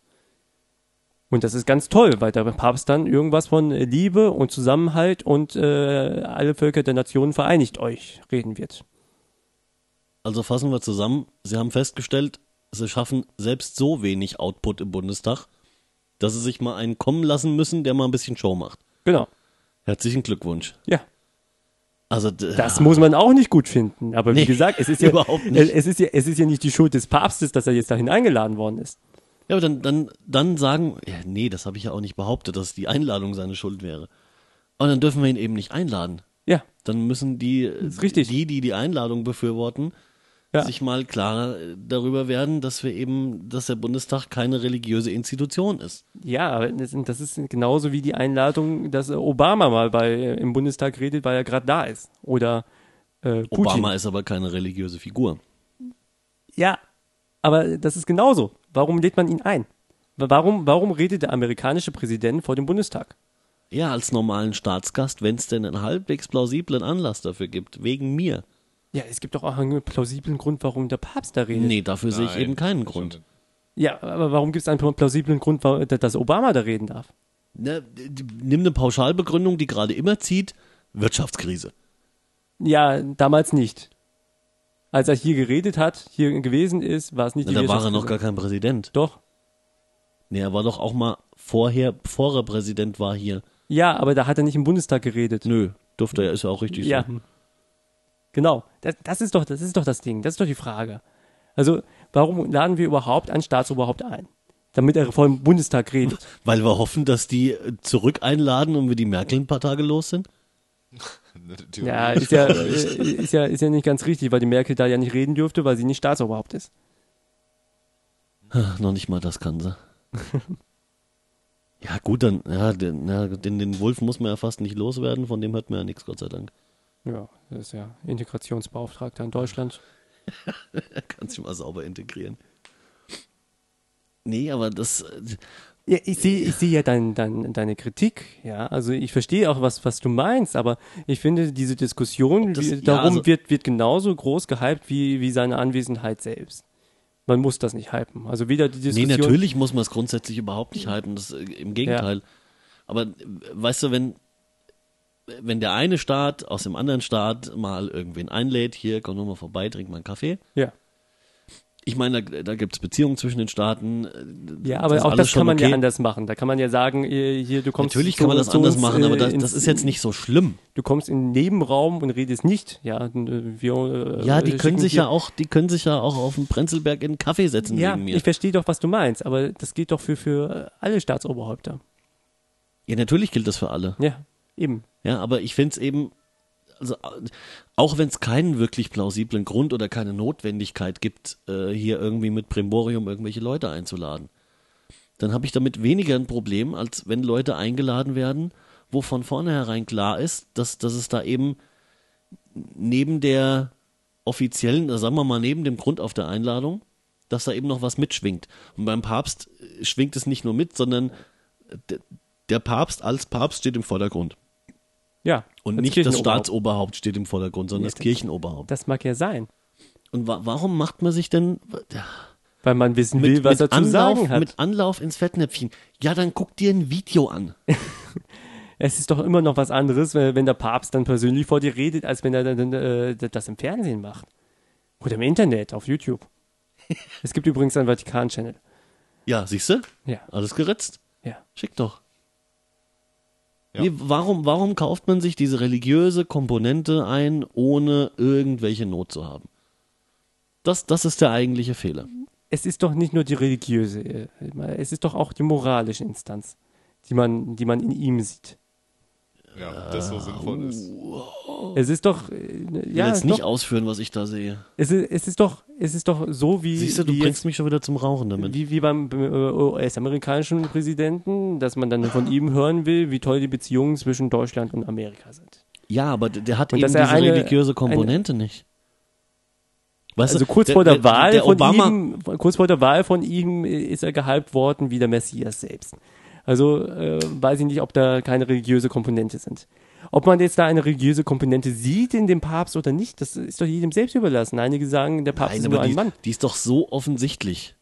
Und das ist ganz toll, weil der Papst dann irgendwas von äh, Liebe und Zusammenhalt und äh, alle Völker der Nationen vereinigt euch reden wird.
Also fassen wir zusammen. Sie haben festgestellt, sie schaffen selbst so wenig Output im Bundestag, dass sie sich mal einen kommen lassen müssen, der mal ein bisschen Show macht.
Genau.
Herzlichen Glückwunsch.
Ja.
Also d-
Das muss man auch nicht gut finden. Aber wie
Nee,
gesagt, es ist ja
überhaupt nicht.
Es ist ja, es ist ja nicht die Schuld des Papstes, dass er jetzt dahin eingeladen worden ist.
Ja, aber dann, dann, dann sagen, ja, nee, das habe ich ja auch nicht behauptet, dass die Einladung seine Schuld wäre. Und dann dürfen wir ihn eben nicht einladen.
Ja,
Dann müssen die,
ist richtig.
die, die die Einladung befürworten,
Ja.
sich mal klar äh, darüber werden, dass wir eben, dass der Bundestag keine religiöse Institution ist.
ja, aber das das ist genauso wie die Einladung, dass äh, Obama mal bei, äh, im Bundestag redet, weil er gerade da ist. Oder äh, Putin.
Obama ist aber keine religiöse Figur.
Ja, aber das ist genauso. Warum lädt man ihn ein? Warum, warum redet der amerikanische Präsident vor dem Bundestag?
Ja, als normalen Staatsgast, wenn es denn einen halbwegs plausiblen Anlass dafür gibt, wegen mir.
Ja, es gibt doch auch einen plausiblen Grund, warum der Papst da redet.
Nee, dafür sehe ich
Nein,
eben keinen
das ist schon
Grund.
nicht.
Ja, aber warum gibt es einen plausiblen Grund, wa- dass Obama da reden darf?
Ne, d- d- nimm eine Pauschalbegründung, die gerade immer zieht, Wirtschaftskrise.
Ja, damals nicht. Als er hier geredet hat, hier gewesen ist, war es nicht
Na,
die
da war er
Wirtschaftskrise.
noch gar kein Präsident.
Doch.
Nee, er war doch auch mal vorher, bevor er Präsident war hier.
Ja, aber da hat er nicht im Bundestag geredet.
Nö, durfte er, ist ja auch richtig
ja.
so.
Genau. Das, das ist doch, das ist doch das Ding. Das ist doch die Frage. Also, warum laden wir überhaupt einen Staatsoberhaupt ein? Damit er vor dem Bundestag redet.
Weil wir hoffen, dass die äh, zurück einladen und wir die Merkel ein paar Tage los sind.
Ne,
ja,
[LAUGHS]
ist ja, äh, ist ja, ist ja nicht ganz richtig, weil die Merkel da ja nicht reden dürfte, weil sie nicht Staatsoberhaupt ist.
Ach, noch nicht mal das kann sie. ja, gut, dann, ja, den, ja, den, den Wolf muss man ja fast nicht loswerden, von dem hört man ja nichts, Gott sei Dank. [LAUGHS]
Ja, das ist ja Integrationsbeauftragter in Deutschland.
Er kann sich mal sauber integrieren. Nee, aber das, äh,
Ja, ich sehe ich sehe ja dein, dein, deine Kritik, ja. Also ich verstehe auch, was, was du meinst, aber ich finde, diese Diskussion
das-
wie,
ja,
darum
also-
wird, wird genauso groß gehypt wie, wie seine Anwesenheit selbst. Man muss das nicht hypen. Also weder die
Nee,
Diskussion.
natürlich muss man es grundsätzlich überhaupt nicht halten. Das, äh, Im Gegenteil. Aber äh, weißt du, wenn, wenn der eine Staat aus dem anderen Staat mal irgendwen einlädt, hier, komm nur mal vorbei, trink mal einen Kaffee.
Ja,
Ich meine, da, da gibt es Beziehungen zwischen den Staaten. äh,
ja aber
ist
auch
alles
das
schon
kann man
okay.
ja anders machen. Da kann man ja sagen, äh, hier, du kommst
Natürlich
zu-
kann man das
zu
anders
uns,
machen, aber
äh,
das,
ins-
das ist jetzt nicht so schlimm.
Du kommst in den Nebenraum und redest nicht. Ja, und, äh, wir, äh,
Ja, die
äh,
können
schicken
sich
dir-
ja auch, die können sich ja auch auf den Prenzlberg in einen Kaffee setzen
Ja,
wegen mir.
ich verstehe doch, was du meinst, aber das gilt doch für, für äh, alle Staatsoberhäupter.
Ja, natürlich gilt das für alle.
Ja, eben.
Ja, aber ich find's eben, also äh, auch wenn es keinen wirklich plausiblen Grund oder keine Notwendigkeit gibt, äh, hier irgendwie mit Primorium irgendwelche Leute einzuladen, dann habe ich damit weniger ein Problem, als wenn Leute eingeladen werden, wo von vornherein klar ist, dass, dass es da eben neben der offiziellen, äh, sagen wir mal, neben dem Grund auf der Einladung, dass da eben noch was mitschwingt. Und beim Papst äh, schwingt es nicht nur mit, sondern äh, der- der Papst als Papst steht im Vordergrund.
Ja.
Und
als
nicht das
Kirchenoberhaupt.
Staatsoberhaupt steht im Vordergrund, sondern
Ja,
das
das-
Kirchenoberhaupt.
Das mag ja sein,
Und wa warum macht man sich denn
weil man wissen will,
mit,
was
mit,
er zu
Anlauf,
sagen hat.
mit Anlauf ins Fettnäpfchen? Ja, dann guck dir ein Video an.
Es ist doch immer noch was anderes, wenn wenn der Papst dann persönlich vor dir redet, als wenn er dann äh, das im Fernsehen macht. Oder im Internet,
[LAUGHS]
auf YouTube. es gibt übrigens einen Vatikan-Channel.
Ja, siehst du?
Ja,
Alles geritzt.
ja.
Schick doch.
Ja.
Nee, warum, warum kauft man sich diese religiöse Komponente ein, ohne irgendwelche Not zu haben? Das, das ist der eigentliche Fehler.
Es ist doch nicht nur die religiöse, äh, es ist doch auch die moralische Instanz, die man, die man in ihm sieht.
Ja, ob das so sinnvoll ist.
Es ist doch, äh,
Ich Oh. will
ja,
jetzt nicht
doch,
ausführen, was ich da sehe.
es, ist, es ist doch, es ist doch so wie,
Siehst du, du
wie
bringst mich schon wieder zum Rauchen damit.
Wie, wie beim äh, US-amerikanischen Präsidenten, dass man dann von ihm hören will, wie toll die Beziehungen zwischen Deutschland und Amerika sind.
Ja, aber d- der hat
Und
eben
dass
diese
er eine-
religiöse Komponente nicht. Weißt
Also
du,
kurz vor der, Wahl
der
von
Obama,
ihm, kurz vor der Wahl von ihm äh, ist er gehypt worden wie der Messias selbst. Also äh, weiß ich nicht, ob da keine religiöse Komponente sind. Ob man jetzt da eine religiöse Komponente sieht in dem Papst oder nicht, das ist doch jedem selbst überlassen. Einige sagen, der Papst
Nein,
ist nur
aber
ein
die,
Mann.
die ist doch so offensichtlich.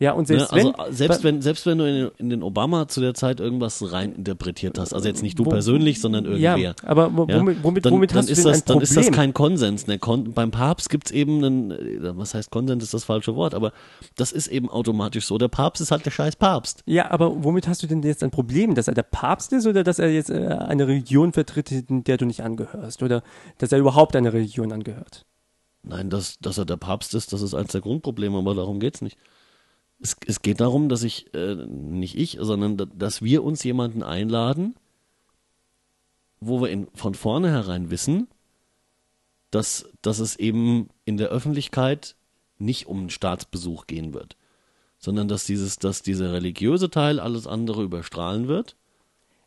Ja, und selbst
ne? also,
wenn,
selbst,
wa-
wenn, selbst wenn du in, den- in den Obama zu der Zeit irgendwas reininterpretiert hast, also jetzt nicht du
Wo-
persönlich, sondern
ja,
irgendwer.
aber wo-
Ja?
womit, womit,
dann,
womit
dann
hast
ist
du denn
das,
ein
Dann
Problem?
ist das kein Konsens. Ne? Kon beim Papst gibt's eben einen, äh, was heißt Konsens ist das falsche Wort, aber das ist eben automatisch so. Der Papst ist halt der scheiß Papst.
Ja, aber womit hast du denn jetzt ein Problem, dass er der Papst ist oder dass er jetzt äh, eine Religion vertritt, in der du nicht angehörst oder dass er überhaupt einer Religion angehört?
Nein, dass, dass er der Papst ist, das ist eins der Grundprobleme, aber darum geht's nicht. Es, es geht darum, dass ich, äh, nicht ich, sondern da- dass wir uns jemanden einladen, wo wir in, von vornherein wissen, dass, dass es eben in der Öffentlichkeit nicht um einen Staatsbesuch gehen wird, sondern dass, dieses, dass dieser religiöse Teil alles andere überstrahlen wird.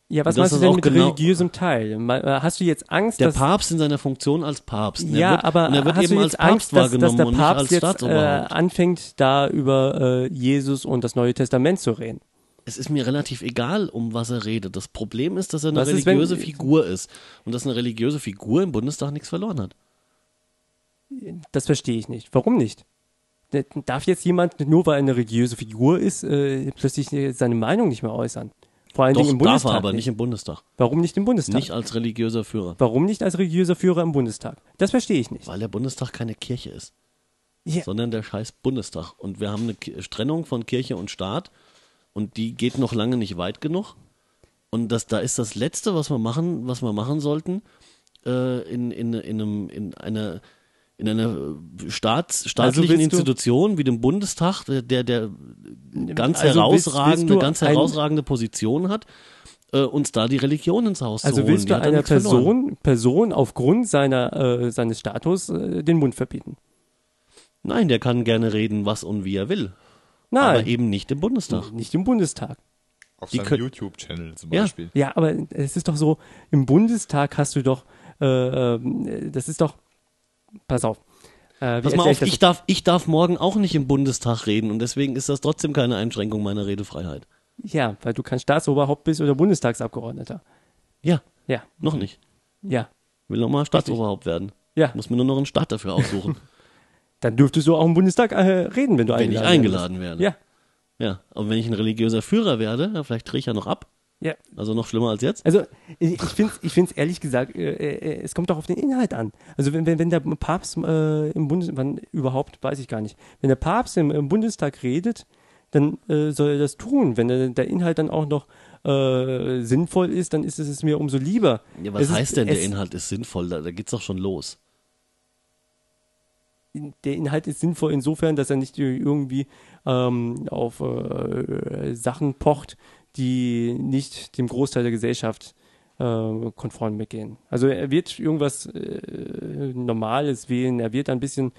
Ja, was
Das
meinst du
ist
denn
auch
mit
genau-
religiösem Teil? Ma- äh, Hast du jetzt Angst,
Der
dass
Papst in seiner Funktion als Papst. Und er
ja,
wird,
aber
und er wird
hast
eben
du
als
jetzt
Papst
Angst, dass, dass
wahrgenommen
der
und
Papst
nicht als
jetzt äh,
Staatsoberhaupt.
anfängt, da über äh, Jesus und das Neue Testament zu reden?
es ist mir relativ egal, um was er redet. Das Problem ist, dass er eine
Was ist, wenn-
religiöse Figur ist und dass eine religiöse Figur im Bundestag nichts verloren hat.
Das verstehe ich nicht. Warum nicht? Da- Darf jetzt jemand, nur weil er eine religiöse Figur ist, äh, plötzlich äh, seine Meinung nicht mehr äußern? Vor allen
Doch,
Dingen im
darf
Bundestag.
er aber nicht im Bundestag.
Warum nicht im Bundestag?
Nicht als religiöser Führer.
Warum nicht als religiöser Führer im Bundestag? Das verstehe ich nicht.
Weil der Bundestag keine Kirche ist,
Ja,
sondern der scheiß Bundestag. Und wir haben eine Ki- Trennung von Kirche und Staat und die geht noch lange nicht weit genug. Und das, da ist das Letzte, was wir machen, was wir machen sollten, äh, in, in, in, einem, in einer in einer staats, staatlichen
Also willst du-
Institution wie dem Bundestag, der, der ganz
Also willst-
herausragende,
willst du
ganz
ein-
herausragende Position hat, äh, uns da die Religion ins Haus zu
also
holen.
willst
Die
du
hat ja
einer
nichts verloren.
Person, Person aufgrund seiner, äh, seines Status äh, den Mund verbieten?
Nein, der kann gerne reden, was und wie er will, aber
Nein,
eben nicht im Bundestag.
nicht im Bundestag.
Auf
Die
seinem
könnt-
YouTube-Channel zum
Ja.
Beispiel.
Ja, aber es ist doch so, im Bundestag hast du doch, äh, ähm, das ist doch, pass auf. Äh, wie
Pass mal
erklär
auf,
das
ich darf, ich darf morgen auch nicht im Bundestag reden und deswegen ist das trotzdem keine Einschränkung meiner Redefreiheit.
jetzt? Ja, weil du kein Staatsoberhaupt bist oder Bundestagsabgeordneter.
Ja,
Ja,
noch nicht.
ja.
Will nochmal Staatsoberhaupt werden.
Ja,
Muss mir nur noch einen Staat dafür
[LAUGHS]
aussuchen,
dann dürftest du auch im Bundestag äh, reden, wenn du
wenn
eingeladen
ich
wirst.
eingeladen werde.
Ja,
ja. Aber wenn ich ein religiöser Führer werde, ja, vielleicht drehe ich ja noch ab.
ja.
Also noch schlimmer als jetzt.
Also ich ich finde ich find's ehrlich gesagt, äh, äh, es kommt doch auf den Inhalt an. Also wenn, wenn, wenn der Papst äh, im Bundestag, wann überhaupt, weiß ich gar nicht, wenn der Papst im, im Bundestag redet, dann äh, soll er das tun. Wenn der, der Inhalt dann auch noch äh, sinnvoll ist, dann ist es es mir umso lieber.
Ja, was
es
heißt
ist,
denn, der
es-
Inhalt ist sinnvoll? Da, da geht's doch schon los.
der Inhalt ist sinnvoll insofern, dass er nicht irgendwie ähm, auf äh, Sachen pocht, die nicht dem Großteil der Gesellschaft äh, konform mitgehen. Also er wird irgendwas äh, Normales wählen, er wird ein bisschen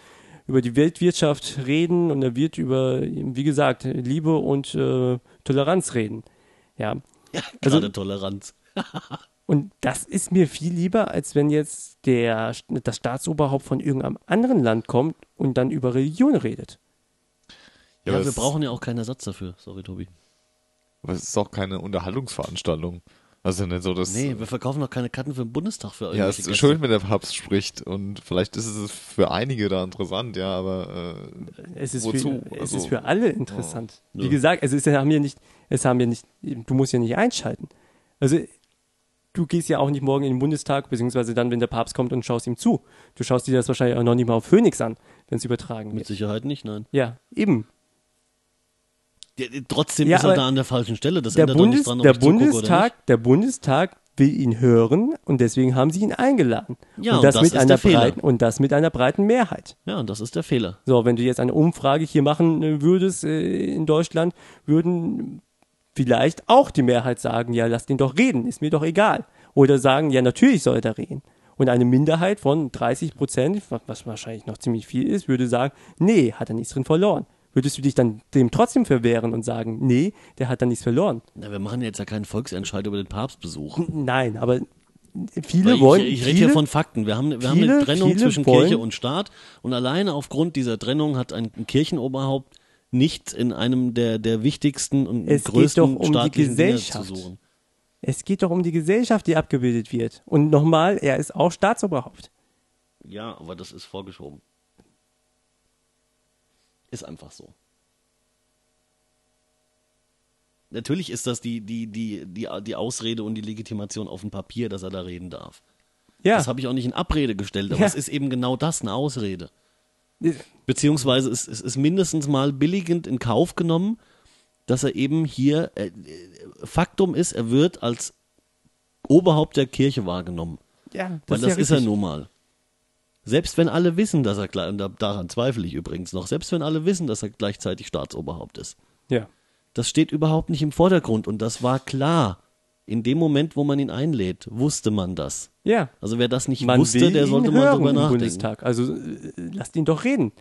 über die Weltwirtschaft reden und er wird über, wie gesagt, Liebe und äh, Toleranz reden. Ja,
Also
Also-
Gerade Toleranz.
und das ist mir viel lieber, als wenn jetzt der, das Staatsoberhaupt von irgendeinem anderen Land kommt und dann über Religion redet.
Ja,
aber
wir
es-
brauchen ja auch keinen Ersatz dafür. Sorry, Tobi.
Aber es ist auch keine Unterhaltungsveranstaltung. Also nicht so, dass.
Nee, wir verkaufen doch keine Karten für den Bundestag für
ja,
irgendwelche
es ist
Gäste.
schön, wenn der Papst spricht und vielleicht ist es für einige da interessant, ja, aber äh,
Es ist,
Wozu?
Für, es
Also-
ist für alle interessant.
Ja.
Wie gesagt, also es haben ja nicht, es haben ja nicht, du musst ja nicht einschalten. Also du gehst ja auch nicht morgen in den Bundestag, beziehungsweise dann, wenn der Papst kommt und schaust ihm zu. Du schaust dir das wahrscheinlich auch noch nicht mal auf Phoenix an, wenn es übertragen
Mit
wird.
Sicherheit nicht, nein.
Ja, eben.
Ja, trotzdem
Ja,
ist er
aber
da an der falschen Stelle. Das
Der,
ändert doch
Bundes,
nichts dran, ob
der
ich zugucke oder nicht.
Bundestag, der Bundestag will ihn hören und deswegen haben sie ihn eingeladen.
Ja, und
und das,
das
mit
ist der
einer
Fehler.
breiten und das mit einer breiten Mehrheit.
Ja, und das ist der Fehler.
So, wenn du jetzt eine Umfrage hier machen äh, würdest äh, in Deutschland, würden vielleicht auch die Mehrheit sagen, ja, lass den doch reden, ist mir doch egal. Oder sagen, ja, natürlich soll er reden. Und eine Minderheit von 30 Prozent, was wahrscheinlich noch ziemlich viel ist, würde sagen, nee, hat er nichts drin verloren. Würdest du dich dann dem trotzdem verwehren und sagen, nee, der hat da nichts verloren?
Na, wir machen jetzt ja keinen Volksentscheid über den Papstbesuch.
Nein, aber
[LAUGHS]
viele
Weil
wollen.
ich ich
viele,
rede hier von Fakten. Wir haben, wir haben eine
viele-
Trennung
viele
zwischen
wollen-
Kirche und Staat und alleine aufgrund dieser Trennung hat ein Kirchenoberhaupt nichts in einem der, der wichtigsten und
Es geht
größten
doch um die
staatlichen Dinge zu
Gesellschaft.
suchen.
Es geht doch um die Gesellschaft, die abgebildet wird. Und nochmal, er ist auch Staatsoberhaupt.
Ja, aber das ist vorgeschoben. Ist einfach so. Natürlich ist das die, die, die, die, die Ausrede und die Legitimation auf dem Papier, dass er da reden darf.
Ja.
Das habe ich auch nicht in Abrede gestellt, aber
Ja.
es ist eben genau das, eine Ausrede.
Äh,
Beziehungsweise es, es ist mindestens mal billigend in Kauf genommen, dass er eben hier, äh, äh, Faktum ist, er wird als Oberhaupt der Kirche wahrgenommen.
ja,
Weil das ist er
richtig.
nun mal. Selbst wenn alle wissen, dass er gleich, und da- daran zweifle ich übrigens noch, selbst wenn alle wissen, dass er gleichzeitig Staatsoberhaupt ist.
Ja.
Das steht überhaupt nicht im Vordergrund und das war klar. In dem Moment, wo man ihn einlädt, wusste man das.
Ja.
Also wer das nicht
Man
wusste,
will
der
ihn
sollte
hören
mal drüber
im
nachdenken.
Bundestag. Also äh, lasst ihn doch reden.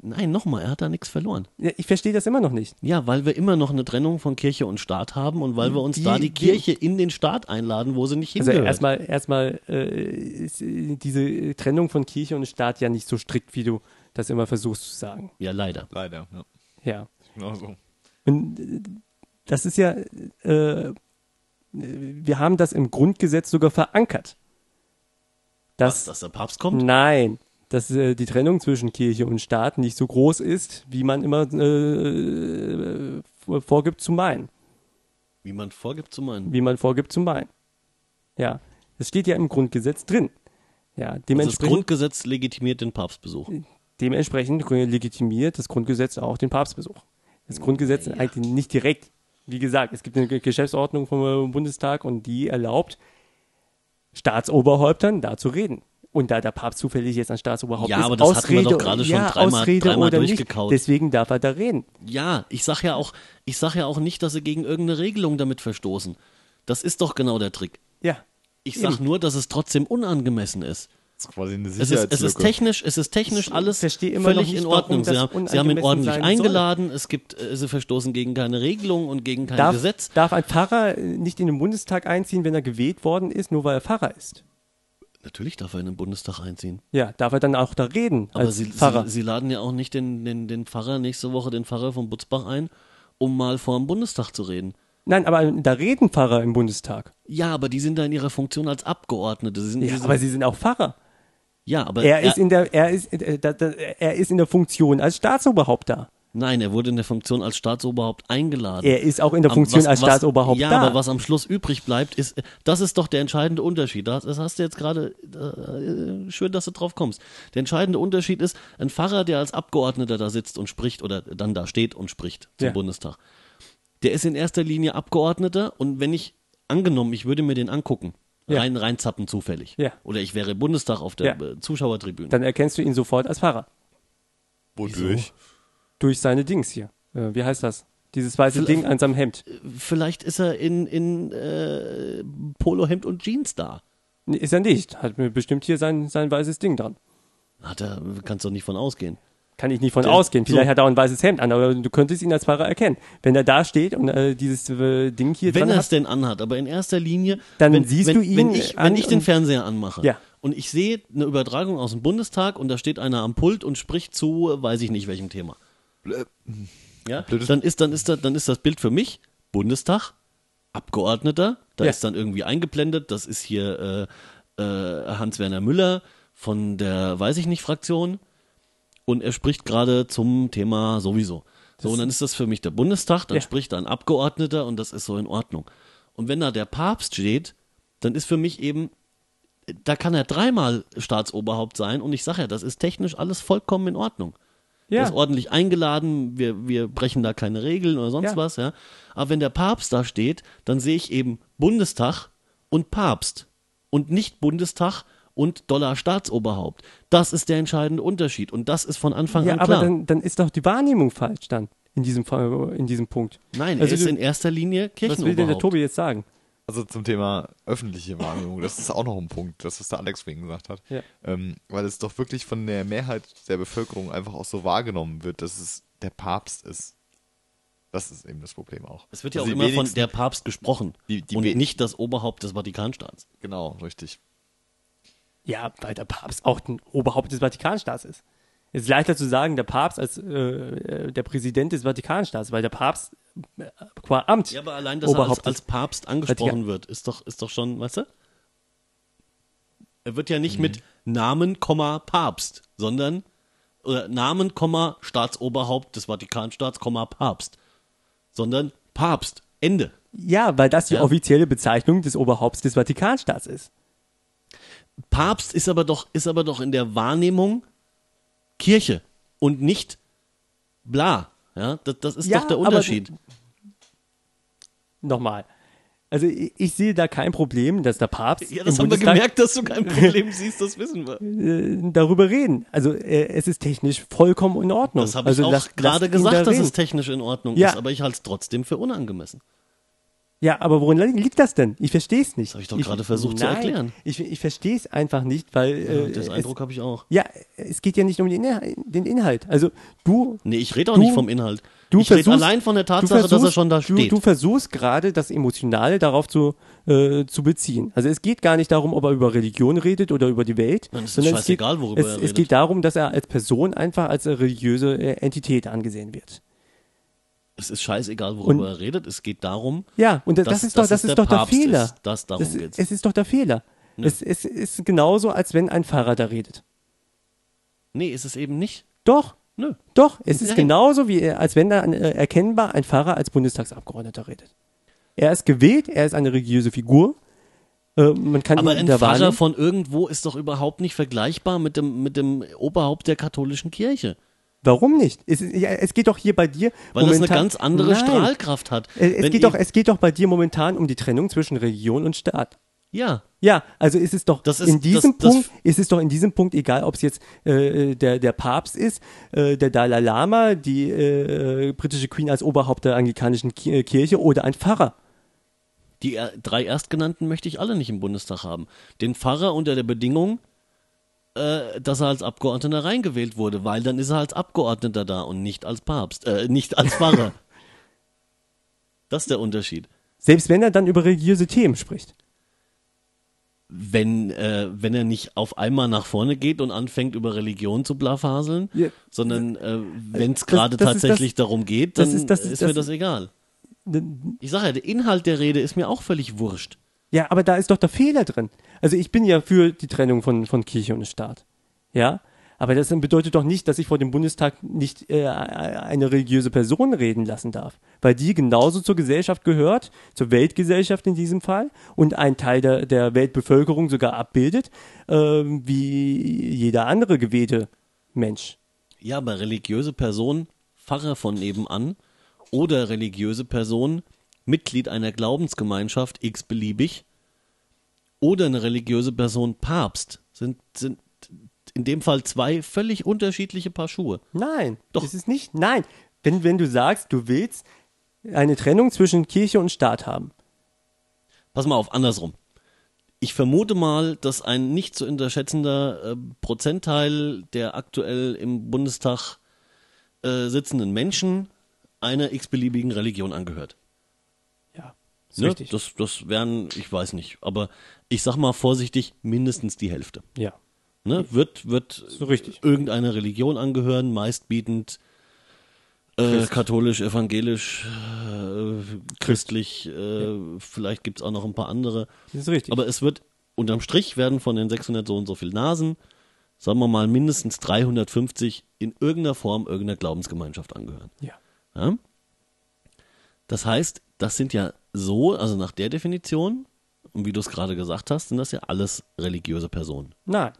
Nein, nochmal, er hat da nichts verloren.
Ja, ich verstehe das immer noch nicht.
Ja, weil wir immer noch eine Trennung von Kirche und Staat haben und weil wir uns
Die-
da die
die-
Kirche in den Staat einladen, wo sie nicht
Also
hingehört.
erstmal erstmal äh, ist äh, diese Trennung von Kirche und Staat ja nicht so strikt, wie du das immer versuchst zu sagen.
ja, leider.
Leider, ja.
Ja.
Genau so.
Und äh, das ist ja, äh, wir haben das im Grundgesetz sogar verankert.
Was,
Dass,
dass der Papst
Hm.
kommt?
nein, dass äh, die Trennung zwischen Kirche und Staat nicht so groß ist, wie man immer äh, vor- vorgibt zu meinen.
Wie man vorgibt zu meinen.
Wie man vorgibt zu meinen. Ja, das steht ja im Grundgesetz drin. Ja,
Also das
dementsprechend.
Grundgesetz legitimiert den Papstbesuch.
dementsprechend legitimiert das Grundgesetz auch den Papstbesuch. Das Grundgesetz eigentlich nicht direkt. Wie gesagt, es gibt eine Ge- Geschäftsordnung vom äh, Bundestag und die erlaubt Staatsoberhäuptern da zu reden. Und da der Papst zufällig jetzt ein Staatsoberhaupt
Ja,
ist,
aber das hatten wir
Ausrede,
doch gerade schon
ja,
dreimal-
Ausrede
dreimal
oder
durchgekaut.
Nicht, deswegen darf er da reden.
Ja, ich sag ja auch, ich sag ja auch nicht, dass sie gegen irgendeine Regelung damit verstoßen. Das ist doch genau der Trick.
Ja.
Ich sag nur, dass es trotzdem unangemessen ist.
Das ist quasi eine
Es ist,
Sicherheitslücke.
es ist technisch, es ist technisch
Ich
alles
verstehe immer
völlig
noch nicht,
in
warum
Ordnung.
das
Sie, haben- sie haben ihn
unangemessen
ordentlich
sein
eingeladen. Es gibt, äh, sie verstoßen gegen keine Regelung und gegen kein
Darf,
Gesetz.
darf ein Pfarrer äh, nicht in den Bundestag einziehen, wenn er gewählt worden ist, nur weil er Pfarrer ist?
Natürlich darf er in den Bundestag einziehen.
Ja, darf er dann auch da reden
Aber
als
sie,
Pfarrer?
sie, sie laden ja auch nicht den, den, den Pfarrer nächste Woche, den Pfarrer von Butzbach ein, um mal vor dem Bundestag zu reden.
Nein, aber da reden Pfarrer im Bundestag.
Ja, aber die sind da in ihrer Funktion als Abgeordnete. Sie sind,
Ja,
sie,
aber sie sind auch Pfarrer.
ja, aber
Er ist in der, er ist, äh, da, da, er ist in der Funktion als Staatsoberhaupt da.
Nein, er wurde in der Funktion als Staatsoberhaupt eingeladen.
Er ist auch in der
Am-
Funktion
was-
als
was-
Staatsoberhaupt
ja,
da.
aber was am Schluss übrig bleibt, ist, das ist doch der entscheidende Unterschied. Das, das hast du jetzt gerade, äh, schön, dass du drauf kommst. Der entscheidende Unterschied ist, ein Pfarrer, der als Abgeordneter da sitzt und spricht oder dann da steht und spricht zum
Ja.
Bundestag, der ist in erster Linie Abgeordneter und wenn ich, angenommen, ich würde mir den angucken,
Ja.
rein, reinzappen zufällig.
Ja.
Oder ich wäre im Bundestag auf der
Ja.
äh, Zuschauertribüne.
Dann erkennst du ihn sofort als Pfarrer.
Wodurch?
Durch seine Dings hier. Äh, wie heißt das? Dieses weiße Ding an seinem Hemd.
Vielleicht ist er in, in äh, Polohemd und Jeans da.
Nee, Ist er nicht. Hat mir bestimmt hier sein, sein weißes Ding dran.
Hat er, kannst doch nicht von ausgehen.
Kann ich nicht von
Der-
ausgehen. Vielleicht
so.
hat er auch ein weißes Hemd an, aber du könntest ihn als Pfarrer erkennen. Wenn er da steht und äh, dieses äh, Ding hier
Wenn
dran
er es
hat.
denn anhat, aber in erster Linie,
Dann
wenn,
siehst
wenn,
du ihn äh,
wenn ich,
an
wenn ich den
und-
Fernseher anmache
Ja.
und ich sehe eine Übertragung aus dem Bundestag und da steht einer am Pult und spricht zu, äh, weiß ich nicht welchem Thema. Ja?
Blödes-
Dann ist dann ist das, dann ist das Bild für mich Bundestag, Abgeordneter, da
Ja.
ist dann irgendwie eingeblendet, das ist hier äh, äh, Hans Werner Müller von der weiß ich nicht Fraktion und er spricht gerade zum Thema sowieso. So, und dann ist das für mich der Bundestag, dann
Ja.
spricht da ein Abgeordneter und das ist so in Ordnung. Und wenn da der Papst steht, dann ist für mich eben, da kann er dreimal Staatsoberhaupt sein und ich sage ja, das ist technisch alles vollkommen in Ordnung. Der
Ja.
ist ordentlich eingeladen, wir, wir brechen da keine Regeln oder sonst
Ja.
was, ja. Aber wenn der Papst da steht, dann sehe ich eben Bundestag und Papst und nicht Bundestag und Dollar Staatsoberhaupt. Das ist der entscheidende Unterschied und das ist von Anfang
ja,
an
aber
klar.
dann, dann ist doch die Wahrnehmung falsch dann. In diesem, Fall- in diesem Punkt.
Nein,
also
er ist
du-
in erster Linie
Was will denn der
Kirchenoberhaupt.
Tobi jetzt sagen?
Also zum Thema öffentliche Wahrnehmung, das ist auch noch ein Punkt, das, was der Alex vorhin gesagt hat.
Ja.
Ähm, weil es doch wirklich von der Mehrheit der Bevölkerung einfach auch so wahrgenommen wird, dass es der Papst ist. Das ist eben das Problem auch.
Es wird ja auch
Also die
immer von
wenigsten-
der Papst gesprochen
Die- die
und
we-
nicht das Oberhaupt des Vatikanstaats.
Genau, richtig.
Ja, weil der Papst auch ein Oberhaupt des Vatikanstaats ist. Es ist leichter zu sagen, der Papst als äh, äh, der Präsident des Vatikanstaats, weil der Papst äh, qua Amt
Ja, aber allein, dass
Oberhaupt
er als, als
des-
Papst angesprochen
Vatikan-
wird, ist doch, ist doch schon, weißt du? Er wird ja
Mhm.
nicht mit Namen, Komma, Papst, sondern oder Namen, Komma, Staatsoberhaupt des Vatikanstaats, Komma, Papst, sondern Papst, Ende.
Ja, weil das die
Ja.
offizielle Bezeichnung des Oberhaupts des Vatikanstaats ist.
Papst ist aber doch, ist aber doch in der Wahrnehmung Kirche und nicht bla. Ja, das, das ist
Ja,
doch der
aber-
Unterschied.
Nochmal. Also ich, ich sehe da kein Problem, dass der Papst
Ja, das
im
haben wir
Bundestag
gemerkt, dass du
[LAUGHS]
kein Problem siehst, das wissen wir.
äh, darüber reden. Also äh, es ist technisch vollkommen in Ordnung.
Das habe ich
also,
auch
lass- lasst
gerade
ihn da
gesagt, dass
reden.
es technisch in Ordnung
Ja.
ist, aber ich halte es trotzdem für unangemessen.
Ja, aber worin li- liegt das denn? Ich verstehe es nicht. Das
habe ich doch gerade versucht zu erklären.
Ich, ich verstehe es einfach nicht, weil äh,
Den Eindruck
es,
habe ich auch.
ja, es geht ja nicht um den Inhalt. Den Inhalt. Also du
Nee, ich rede auch
Du-
nicht vom Inhalt.
Du
ich rede
versuchst-
allein von der
du
Tatsache, dass er
versuchst-
schon da steht.
Du, du versuchst gerade das Emotionale darauf zu, äh, zu beziehen. Also es geht gar nicht darum, ob er über Religion redet oder über die Welt.
Dann ist es
sondern
scheißegal,
geht,
worüber
es,
er
Es
redet.
geht darum, dass er als Person einfach als eine religiöse äh, Entität angesehen wird.
es ist scheißegal, worüber
Und-
er redet. Es geht darum,
Ja, und das,
dass-
das ist doch,
dass
das
es der
ist doch der
Papst
Fehler.
ist. Das- darum
es,
geht's. Ne.
es ist doch der Fehler. Es, es ist genauso, als wenn ein Fahrer da redet.
nee, ist es eben nicht.
Doch,
Nö.
doch. Es ist
Nein.
genauso, wie, als wenn da ein, äh, erkennbar ein Fahrer als Bundestagsabgeordneter redet. Er ist gewählt, er ist eine religiöse Figur. Äh, man kann
Aber
ihn
ein
in der
Pfarrer
Wahrnehmung-
von irgendwo ist doch überhaupt nicht vergleichbar mit dem, mit dem Oberhaupt der katholischen Kirche.
Warum nicht? Es, ist- ja, es geht doch hier bei dir.
Weil das
momentan-
eine ganz andere
Nein.
Strahlkraft hat.
Äh, Es
Wenn
geht, doch,
ihr-
es geht doch bei dir momentan um die Trennung zwischen Religion und Staat.
ja,
Ja, also ist es doch
Das ist-
in diesem
das- das-
Punkt ist es doch in diesem Punkt egal, ob es jetzt äh, der, der Papst ist, äh, der Dalai Lama, die äh, britische Queen als Oberhaupt der anglikanischen Ki- äh, Kirche oder ein Pfarrer.
Die er- drei Erstgenannten möchte ich alle nicht im Bundestag haben. Den Pfarrer unter der Bedingung, äh, dass er als Abgeordneter reingewählt wurde, weil dann ist er als Abgeordneter da und nicht als Papst, äh, nicht als
[LAUGHS]
Pfarrer. das ist der Unterschied.
Selbst wenn er dann über religiöse Themen spricht.
Wenn, äh, wenn er nicht auf einmal nach vorne geht und anfängt, über Religion zu blaffhaseln,
Ja.
sondern äh, wenn es
Das-
gerade
das ist
tatsächlich
das-
darum geht, dann
das
ist,
ist- das ist-
mir
das-
das egal.
N-
Ich sage ja, der Inhalt der Rede ist mir auch völlig wurscht.
Ja, aber da ist doch der Fehler drin. Also ich bin ja für die Trennung von, von Kirche und Staat. Ja. Aber das bedeutet doch nicht, dass ich vor dem Bundestag nicht äh, eine religiöse Person reden lassen darf. Weil die genauso zur Gesellschaft gehört, zur Weltgesellschaft in diesem Fall und einen Teil der, der Weltbevölkerung sogar abbildet, ähm, wie jeder andere gewählte Mensch.
Ja, aber religiöse Person, Pfarrer von nebenan oder religiöse Person, Mitglied einer Glaubensgemeinschaft, x beliebig, oder eine religiöse Person, Papst, sind, sind in dem Fall zwei völlig unterschiedliche Paar Schuhe.
Nein,
Doch.
ist es nicht. Nein, wenn, wenn du sagst, du willst eine Trennung zwischen Kirche und Staat haben.
Pass mal auf, andersrum. Ich vermute mal, dass ein nicht zu unterschätzender äh, Prozentteil der aktuell im Bundestag äh, sitzenden Menschen einer x-beliebigen Religion angehört.
Ja, ist
Ne?
richtig.
Das, das wären, ich weiß nicht, aber ich sag mal vorsichtig, mindestens die Hälfte.
ja.
Ne? Wird, wird
So richtig.
irgendeiner Religion angehören, meistbietend äh, katholisch, evangelisch, äh, christlich, äh, vielleicht gibt's auch noch ein paar andere.
Das ist richtig.
Aber es wird, unterm Strich werden von den 600 so und so viel Nasen, sagen wir mal, mindestens 350 in irgendeiner Form irgendeiner Glaubensgemeinschaft angehören.
ja.
Ja? Das heißt, das sind ja so, also nach der Definition, und wie du es gerade gesagt hast, sind das ja alles religiöse Personen.
Nein,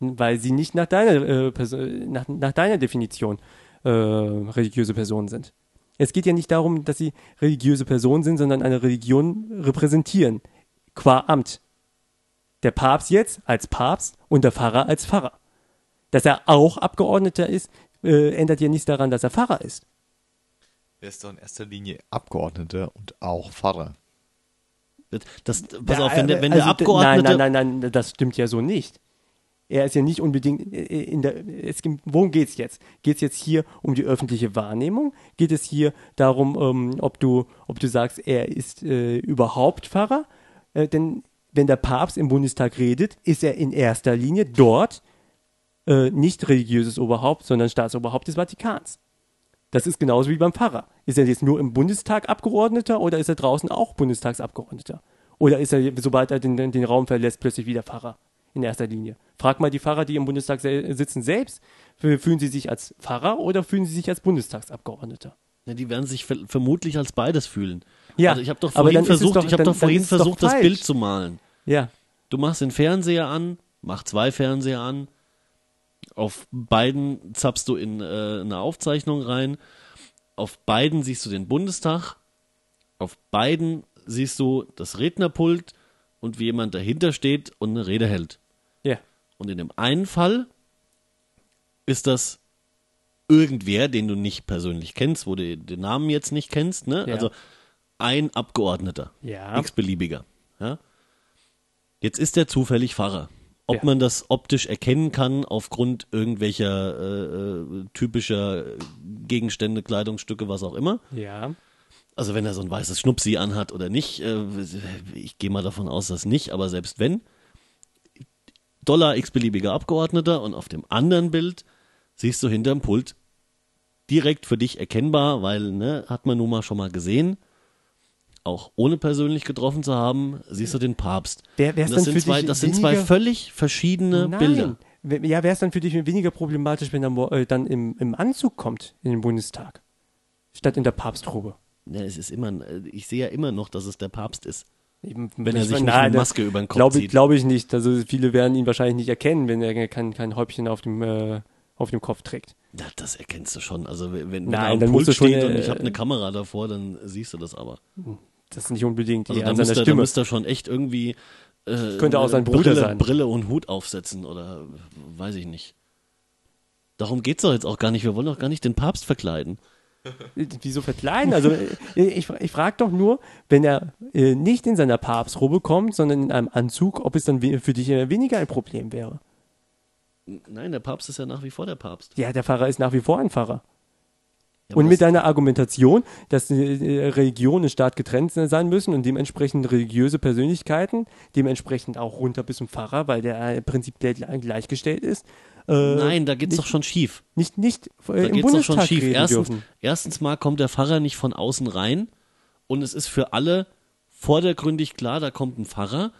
weil sie nicht nach deiner, äh, Perso- nach, nach deiner Definition äh, religiöse Personen sind. Es geht ja nicht darum, dass sie religiöse Personen sind, sondern eine Religion repräsentieren, qua Amt. Der Papst jetzt als Papst und der Pfarrer als Pfarrer. Dass er auch Abgeordneter ist, äh, ändert ja nichts daran, dass er Pfarrer ist.
Er ist doch in erster Linie Abgeordneter und auch Pfarrer.
Das, pass
Ja,
auf, wenn der,
äh,
wenn der
also, d-
Abgeordnete.
Nein, nein, nein, nein, das stimmt ja so nicht. Er ist ja nicht unbedingt äh, in der. Es, gibt- worum geht's jetzt? Geht's jetzt hier um die öffentliche Wahrnehmung? Geht es hier darum, ähm, ob, du, ob du sagst, er ist äh, überhaupt Pfarrer? Äh, denn wenn der Papst im Bundestag redet, ist er in erster Linie dort äh, nicht religiöses Oberhaupt, sondern Staatsoberhaupt des Vatikans. Das ist genauso wie beim Pfarrer. Ist er jetzt nur im Bundestag Abgeordneter oder ist er draußen auch Bundestagsabgeordneter? Oder ist er, sobald er den, den Raum verlässt, plötzlich wieder Pfarrer in erster Linie? Frag mal die Pfarrer, die im Bundestag sel- sitzen, selbst. F- Fühlen sie sich als Pfarrer oder fühlen sie sich als Bundestagsabgeordneter?
Ja, die werden sich ver vermutlich als beides fühlen.
Ja,
also ich habe doch
aber dann
vorhin
ist es
versucht,
doch-
ich habe doch
dann- dann
vorhin
ist es doch
versucht, das
falsch.
Bild zu malen.
Ja,
Du machst den Fernseher an, mach zwei Fernseher an. Auf beiden zappst du in äh, eine Aufzeichnung rein. Auf beiden siehst du den Bundestag. Auf beiden siehst du das Rednerpult und wie jemand dahinter steht und eine Rede hält.
ja,
Und in dem einen Fall ist das irgendwer, den du nicht persönlich kennst, wo du den Namen jetzt nicht kennst, ne?
Ja.
Also ein Abgeordneter.
Ja.
X-beliebiger. Ja? Jetzt ist der zufällig Pfarrer. Ob
Ja.
man das optisch erkennen kann aufgrund irgendwelcher äh, äh, typischer Gegenstände, Kleidungsstücke, was auch immer.
ja.
Also wenn er so ein weißes Schnupsi anhat oder nicht, äh, ich gehe mal davon aus, dass nicht, aber selbst wenn, Dollar x-beliebiger Abgeordneter und auf dem anderen Bild siehst du hinterm Pult direkt für dich erkennbar, weil, ne, hat man nun mal schon mal gesehen, auch ohne persönlich getroffen zu haben, siehst du den Papst.
Wer- wer ist
Und das
denn
sind
für
zwei,
dich
das sind zwei
weniger-
völlig verschiedene Bilder.
W- Ja, wäre es dann für dich weniger problematisch, wenn er mo- äh, dann im, im Anzug kommt in den Bundestag, statt in der Papstrobe?
Ne, es ist immer, ich sehe ja immer noch, dass es der Papst ist.
Eben,
Wenn er sich nicht eine Maske über den Kopf
glaube,
zieht.
Glaube ich nicht. Also viele werden ihn wahrscheinlich nicht erkennen, wenn er kein, kein Häubchen auf dem, äh, auf dem Kopf trägt.
Na, das erkennst du schon. Also wenn, wenn
Nein,
er am
dann
Pult
musst du schon,
steht und
äh,
ich habe eine Kamera davor, dann siehst du das aber.
Das ist nicht unbedingt
Also
also
da
an
müsste
seiner
er, da
Stimme.
müsste er schon echt irgendwie äh,
Könnte auch sein Bruder
Brille,
sein.
Brille und Hut aufsetzen oder äh, weiß ich nicht. Darum geht's doch jetzt auch gar nicht. Wir wollen doch gar nicht den Papst verkleiden.
Äh, Wieso verkleiden? Also äh, ich, ich frage doch nur, wenn er äh, nicht in seiner Papstrobe kommt, sondern in einem Anzug, ob es dann we- für dich äh, weniger ein Problem wäre.
Nein, der Papst ist ja nach wie vor der Papst.
Ja, der Pfarrer ist nach wie vor ein Pfarrer.
Ja,
Und
aber
mit
das-
deiner Argumentation, dass äh, Religion und Staat getrennt sein müssen und dementsprechend religiöse Persönlichkeiten, dementsprechend auch runter bis zum Pfarrer, weil der äh, prinzipiell gleich- gleichgestellt ist, äh,
Nein, da geht's doch schon schief.
nicht, nicht
Da
äh, im
geht's doch
Bundestag
schon schief.
reden
Erstens,
dürfen.
erstens mal kommt der Pfarrer nicht von außen rein und es ist für alle vordergründig klar, da kommt ein Pfarrer,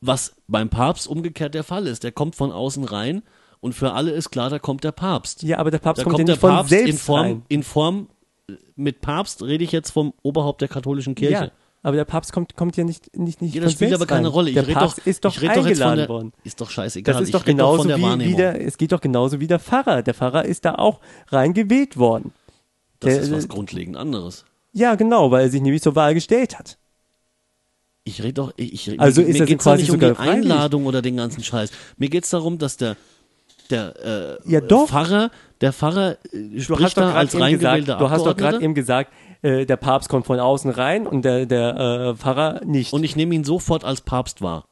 was beim Papst umgekehrt der Fall ist. Der kommt von außen rein und für alle ist klar, da kommt der Papst.
Ja, aber der Papst
da
kommt,
kommt der
ja nicht von
Papst
selbst
in Form,
rein.
in Form, äh, mit Papst rede ich jetzt vom Oberhaupt der katholischen Kirche.
Ja, aber der Papst kommt, kommt ja nicht, nicht, nicht
Ja, das
von
spielt
selbst
aber keine
rein.
Rolle. Ich
der
rede
Papst
doch,
ist doch
ich rede doch jetzt von
eingeladen
der,
worden.
Ist doch scheißegal.
Das ist
ich
doch
rede doch
genauso
von der
wie, wie
Wahrnehmung.
der, es geht doch genauso wie der Pfarrer. Der Pfarrer ist da auch reingewählt worden.
das
der-
ist was grundlegend anderes.
Ja, genau, weil er sich nämlich zur Wahl gestellt hat.
Ich rede doch, ich, ich
Also
mir,
ist
mir
das
geht's doch
quasi
nicht um
sogar
die
freiwillig?
Einladung oder den ganzen Scheiß. Mir geht's darum, dass der der äh,
Ja, doch.
Pfarrer, der Pfarrer äh,
Du
spricht
hast, doch
da
grad
als
eben gesagt,
reingewählter
du hast doch gerade
Abgeordneter
eben gesagt, äh, der Papst kommt von außen rein und der, der äh, Pfarrer nicht.
und ich nehme ihn sofort als Papst wahr.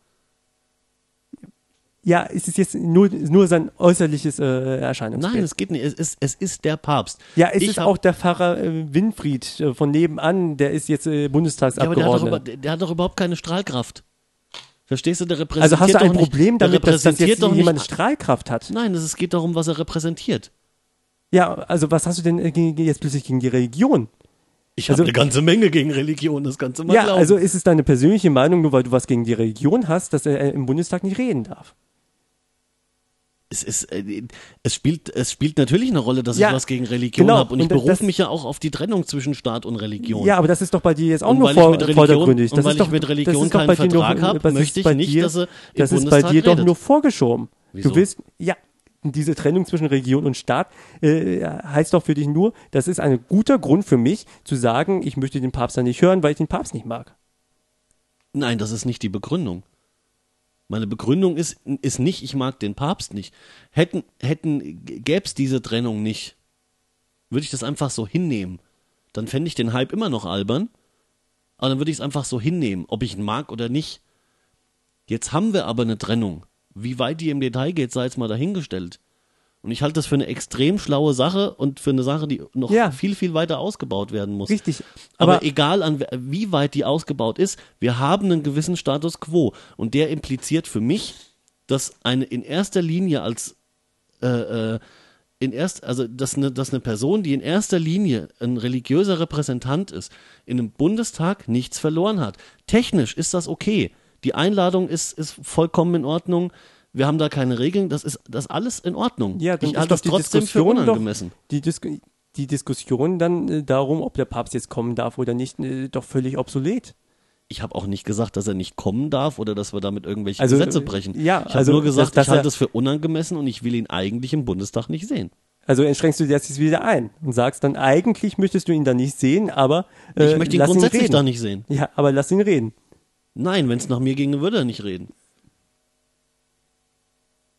ja, es ist jetzt nur, nur sein äußerliches äh, Erscheinungsbild.
Nein, es geht nicht. Es ist, es ist der Papst.
ja, es
Ich
ist
hab-
auch der Pfarrer äh, Winfried äh, von nebenan, der ist jetzt
Ja, aber der
äh,
hat, doch
Bundestagsabgeordneter.
über, der hat doch überhaupt keine Strahlkraft. Verstehst du? Der repräsentiert
also hast du
doch
ein
nicht-
Problem
der
damit, dass, dass
repräsentiert
jetzt
doch
jemand
nicht,
Strahlkraft hat?
Nein, es es geht darum, was er repräsentiert.
Ja, also was hast du denn äh, gegen- jetzt plötzlich gegen die Religion?
Ich
Also-
habe eine ganze Menge gegen Religion, das ganze mal
ja,
glauben.
also ist es deine persönliche Meinung, nur weil du was gegen die Religion hast, dass er äh, im Bundestag nicht reden darf?
es, ist, äh, es, spielt, es spielt natürlich eine Rolle, dass
Ja,
ich was gegen Religion
genau.
habe. Und ich
Und das-
berufe mich ja auch auf die Trennung zwischen Staat und Religion.
Ja, aber das ist doch bei dir jetzt auch
und
nur
weil
vor,
ich mit Religion,
vordergründig.
und
Das
weil
ist doch,
ich mit
das
Religion
ist doch
keinen
bei dir nur-
Vertrag habe,
das ist
möchte
bei
ich nicht,
dir,
dass er im
Das ist bei
Bundestag
dir doch
redet.
nur vorgeschoben.
Wieso?
Du willst, ja, diese Trennung zwischen Religion und Staat äh, heißt doch für dich nur, das ist ein guter Grund für mich, zu sagen, ich möchte den Papst da nicht hören, weil ich den Papst nicht mag.
Nein, das ist nicht die Begründung. Meine Begründung ist, ist nicht, ich mag den Papst nicht. Hätten, hätten, gäb's diese Trennung nicht, würde ich das einfach so hinnehmen. Dann fände ich den Hype immer noch albern, aber dann würde ich es einfach so hinnehmen, ob ich ihn mag oder nicht. Jetzt haben wir aber eine Trennung. Wie weit die im Detail geht, sei jetzt mal dahingestellt. Und ich halte das für eine extrem schlaue Sache und für eine Sache, die noch
Ja.
viel, viel weiter ausgebaut werden muss.
Richtig.
Aber,
Aber-
egal, an, we- wie weit die ausgebaut ist, wir haben einen gewissen Status quo. Und der impliziert für mich, dass eine in erster Linie als äh, äh, in erst, also dass eine, dass eine Person, die in erster Linie ein religiöser Repräsentant ist, in einem Bundestag nichts verloren hat. Technisch ist das okay. Die Einladung ist, ist vollkommen in Ordnung. Wir haben da keine Regeln. Das ist das alles in Ordnung.
Ja, dann
ich
ist
halte
doch
das
die
trotzdem für
Diskussion doch-
unangemessen.
Die, Disku- die Diskussion dann äh, darum, ob der Papst jetzt kommen darf oder nicht, äh, doch völlig obsolet.
Ich habe auch nicht gesagt, dass er nicht kommen darf oder dass wir damit irgendwelche
Also,
Gesetze
äh,
brechen.
ja,
ich habe
also,
nur gesagt,
dass- dass
ich halte
er-
das für unangemessen und ich will ihn eigentlich im Bundestag nicht sehen.
Also entschränkst du das jetzt wieder ein und sagst dann, eigentlich möchtest du ihn da nicht sehen, aber äh,
Ich möchte ihn
lass
grundsätzlich
reden.
da nicht sehen.
Ja, aber lass ihn reden.
Nein, wenn es nach mir ginge, würde er nicht reden.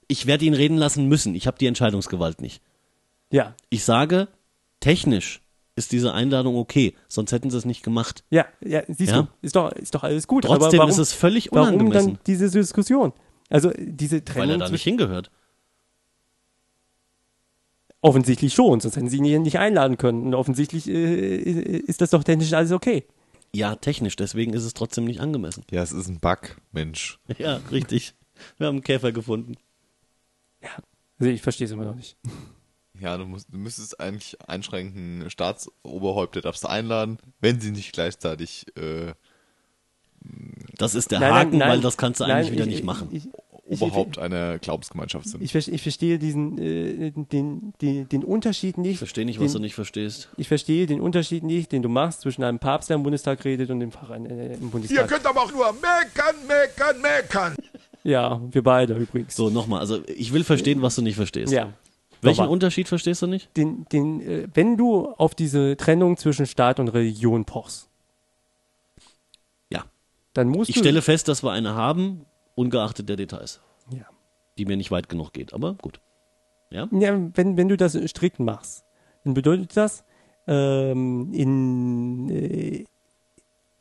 Ich werde ihn reden lassen müssen. Ich habe die Entscheidungsgewalt nicht.
Ja,
Ich sage, technisch ist diese Einladung okay, sonst hätten sie es nicht gemacht.
ja, ja, siehst
Ja.
du, ist doch, ist doch alles gut. aber
Trotzdem
warum,
ist es völlig
warum
unangemessen,
dann diese Diskussion? Also äh, diese
weil er
Trennung
da nicht
zwischen,
hingehört.
offensichtlich schon, sonst hätten sie ihn hier nicht einladen können. Und offensichtlich äh, ist das doch technisch alles okay.
Ja, technisch, deswegen ist es trotzdem nicht angemessen. [LAUGHS]
Ja, es ist ein Bug, Mensch.
Ja, richtig. Wir haben einen Käfer gefunden.
Also ich verstehe es immer noch nicht.
Ja, du, musst, du müsstest eigentlich einschränken, Staatsoberhäupter darfst du einladen, wenn sie nicht gleichzeitig äh,
Das ist der
Nein, nein,
Haken,
nein.
weil das kannst du
Nein,
eigentlich wieder
ich-
nicht machen.
Ich, ich, ich,
Oberhaupt einer Glaubensgemeinschaft sind.
ich, ver- ich verstehe diesen äh, den, den, den Unterschied nicht.
Ich verstehe nicht,
den,
was du nicht verstehst.
Ich verstehe den Unterschied nicht, den du machst zwischen einem Papst, der im Bundestag redet, und dem Pfarrer in, äh, im
Ihr
Bundestag.
könnt aber auch nur meckern, meckern, meckern.
Ja, wir beide übrigens.
So, nochmal. Also, ich will verstehen, was du nicht verstehst.
Ja.
Welchen
Nochmal.
Unterschied verstehst du nicht?
den, den, äh, wenn du auf diese Trennung zwischen Staat und Religion pochst,
Ja.
dann musst
Ich
du.
stelle fest, dass wir eine haben, ungeachtet der Details,
ja.
die mir nicht weit genug geht. Aber gut.
Ja, wenn, wenn du das strikt machst, dann bedeutet das, ähm, in, äh,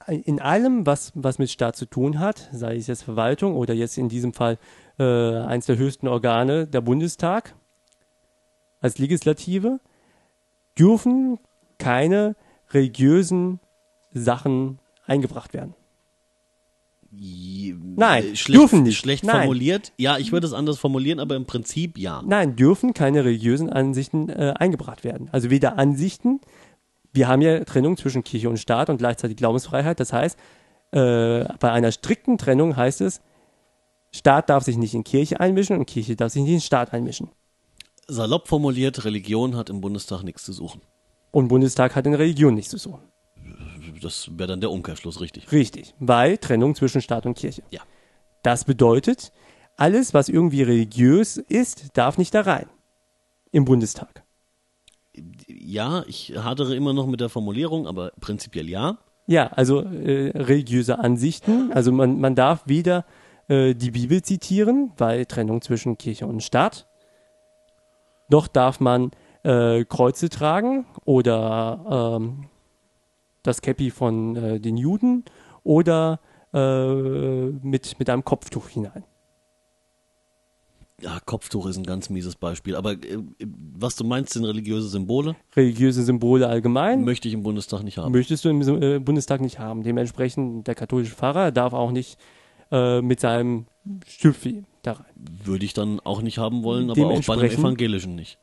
in allem, was, was mit Staat zu tun hat, sei es jetzt Verwaltung oder jetzt in diesem Fall äh, eins der höchsten Organe, der Bundestag, als Legislative, dürfen keine religiösen Sachen eingebracht werden. Nein,
Äh, schlecht,
dürfen nicht.
Schlecht
Nein.
formuliert. Ja, ich würde es anders formulieren, aber im Prinzip ja.
Nein, dürfen keine religiösen Ansichten äh, eingebracht werden. Also weder Ansichten, wir haben ja Trennung zwischen Kirche und Staat und gleichzeitig Glaubensfreiheit. Das heißt, äh, bei einer strikten Trennung heißt es, Staat darf sich nicht in Kirche einmischen und Kirche darf sich nicht in Staat einmischen.
Salopp formuliert, Religion hat im Bundestag nichts zu suchen.
Und Bundestag hat in Religion nichts zu suchen.
Das wäre dann der Umkehrschluss, richtig.
Richtig, weil Trennung zwischen Staat und Kirche.
Ja.
Das bedeutet, alles, was irgendwie religiös ist, darf nicht da rein. Im Bundestag.
Ja, ich hadere immer noch mit der Formulierung, aber prinzipiell ja.
Ja, also äh, religiöse Ansichten. Also man, man darf weder äh, die Bibel zitieren, weil Trennung zwischen Kirche und Staat. Noch darf man äh, Kreuze tragen oder ähm, das Käppi von äh, den Juden oder äh, mit, mit einem Kopftuch hinein.
Ja, Kopftuch ist ein ganz mieses Beispiel. Aber äh, was du meinst, sind religiöse Symbole,
Religiöse Symbole allgemein
möchte ich im Bundestag nicht haben.
möchtest du im äh, Bundestag nicht haben. Dementsprechend der katholische Pfarrer darf auch nicht äh, mit seinem Stüpfi da rein.
Würde ich dann auch nicht haben wollen, aber auch bei dem
Dementsprechend-
Evangelischen nicht.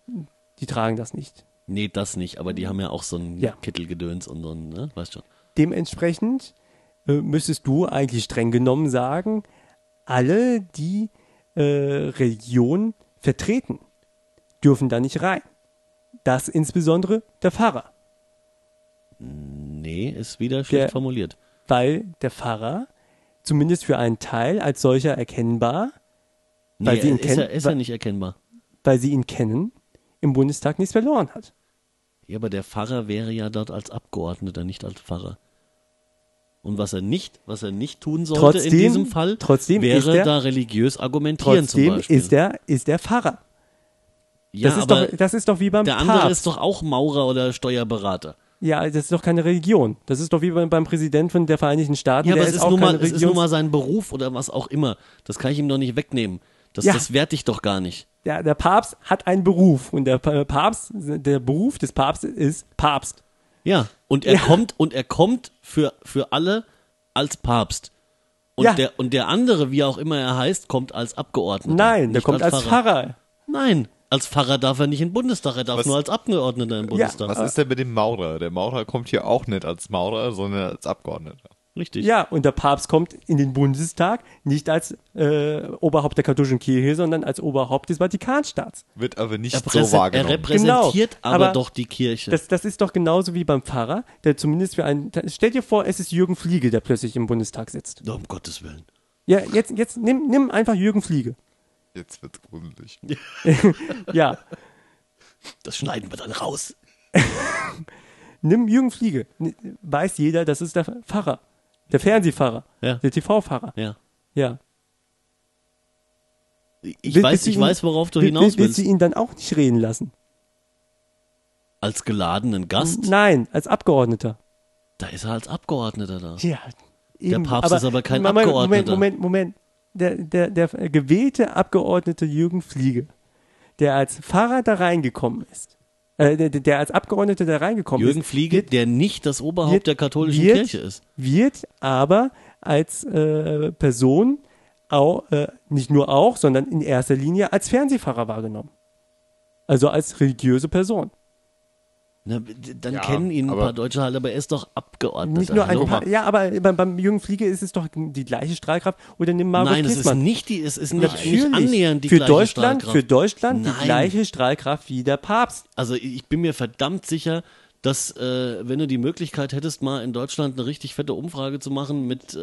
Die tragen das nicht.
Nee, das nicht, aber die haben ja auch so ein
Ja.
Kittelgedöns und so ein, ne? Weißt schon.
dementsprechend äh, müsstest du eigentlich streng genommen sagen, alle, die äh, Religion vertreten, dürfen da nicht rein. Das insbesondere der Pfarrer,
Nee, ist wieder schlecht
Der-
formuliert.
weil der Pfarrer zumindest für einen Teil als solcher erkennbar,
Nee,
Weil sie ihn
ist,
kennen-
ja, ist ja nicht erkennbar.
weil sie ihn kennen, im Bundestag nichts verloren hat.
Ja, aber der Pfarrer wäre ja dort als Abgeordneter, nicht als Pfarrer. Und was er nicht, was er nicht tun sollte in
Trotzdem-
diesem Fall,
trotzdem ist
wäre
der-
da religiös argumentieren zum
Trotzdem
Beispiel.
ist der, ist der Pfarrer.
ja,
das, ist
aber
doch, das ist doch wie beim
der andere
Papst.
ist doch auch Maurer oder Steuerberater.
ja, das ist doch keine Religion. Das ist doch wie beim, beim Präsidenten von der Vereinigten Staaten.
Ja,
der
aber es
ist
ist,
auch
nun mal,
keine
es ist nun
Religions-
mal sein Beruf oder was auch immer. Das kann ich ihm doch nicht wegnehmen. Das,
Ja.
das werte ich doch gar nicht.
Der, der Papst hat einen Beruf und der Pa- Papst, der Beruf des Papstes ist Papst.
Ja. Und er
Ja.
kommt, und er kommt für, für alle als Papst. Und,
Ja.
der, und der andere, wie auch immer er heißt, kommt als Abgeordneter.
Nein, der
nicht
kommt als Pfarrer.
Nein, als Pfarrer darf er nicht in den Bundestag, er darf
Was-
nur als Abgeordneter im Bundestag.
Was ist denn mit dem Maurer? Der Maurer kommt hier auch nicht als Maurer, sondern als Abgeordneter.
Richtig.
Ja, und der Papst kommt in den Bundestag nicht als äh, Oberhaupt der katholischen Kirche, sondern als Oberhaupt des Vatikanstaats.
Wird aber nicht
Er,
so
präse- er
wahrgenommen.
repräsentiert
Genau,
aber,
aber
doch die Kirche.
Das, das ist doch genauso wie beim Pfarrer, der zumindest für einen. Stell dir vor, es ist Jürgen Fliege, der plötzlich im Bundestag sitzt.
Oh, um Gottes Willen.
Ja, jetzt, jetzt nimm, nimm einfach Jürgen Fliege.
Jetzt wird's gruselig.
Ja,
Das schneiden wir dann raus.
nimm Jürgen Fliege. N- Weiß jeder, das ist der Pfarrer. Der Fernsehpfarrer.
Ja.
Der TV-Pfarrer.
Ja.
Ja.
Ich
Will-
weiß,
willst du
ich
ihn-
weiß, worauf du
will-
hinaus
Willst du
willst.
ihn dann auch nicht reden lassen?
Als geladenen Gast,
Nein, als Abgeordneter.
da ist er als Abgeordneter da.
Ja,
Der Papst ist aber kein
Moment,
Abgeordneter.
Moment, Moment, Moment. Der, der, der gewählte Abgeordnete Jürgen Fliege, der als Pfarrer da reingekommen ist, äh, der, der als Abgeordneter da reingekommen
Jürgen
ist,
Fliege,
wird,
der nicht das Oberhaupt
wird-
der katholischen
wird-
Kirche ist.
wird aber als äh, Person auch, äh, nicht nur auch, sondern in erster Linie als Fernsehpfarrer wahrgenommen. Also als religiöse Person.
Na, d- dann
Ja,
kennen ihn ein
aber-
paar Deutsche halt, aber er ist doch Abgeordneter.
Nicht nur ein
Hallo?
paar, ja, aber beim, beim Jürgen Fliege ist es doch die gleiche Strahlkraft. Oder nimm Margot
Nein, es ist
Kiesmann.
nicht die, es ist nicht,
Natürlich.
nicht annähernd die
für
gleiche
Deutschland,
Strahlkraft.
Für Deutschland
Nein.
die gleiche Strahlkraft wie der Papst.
Also ich bin mir verdammt sicher, dass äh, wenn du die Möglichkeit hättest, mal in Deutschland eine richtig fette Umfrage zu machen mit äh,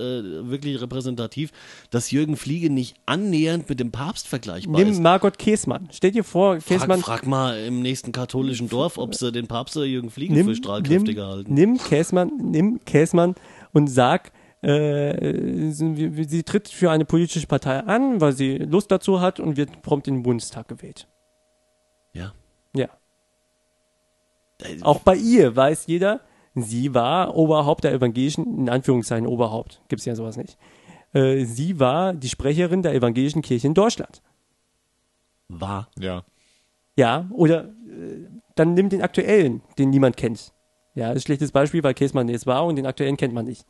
wirklich repräsentativ, dass Jürgen Fliege nicht annähernd mit dem Papst vergleichbar
Nimm
ist.
Margot Käßmann. Stell dir vor,
Frag,
Käßmann.
frag mal im nächsten katholischen Dorf, ob sie den Papst oder Jürgen Fliege
nimm,
für strahlkräftiger
nimm,
halten.
Nimm Käßmann, nimm Käßmann und sag, äh, sie, sie tritt für eine politische Partei an, weil sie Lust dazu hat und wird prompt in den Bundestag gewählt.
Ja.
Ja.
Äh,
Auch bei ihr weiß jeder, sie war Oberhaupt der evangelischen, in Anführungszeichen Oberhaupt, gibt's ja sowas nicht. Äh, Sie war die Sprecherin der evangelischen Kirche in Deutschland.
War.
Ja.
Ja, oder äh, dann nimm den aktuellen, den niemand kennt. Ja, ist ein schlechtes Beispiel, weil Käsmann jetzt war und den aktuellen kennt man nicht.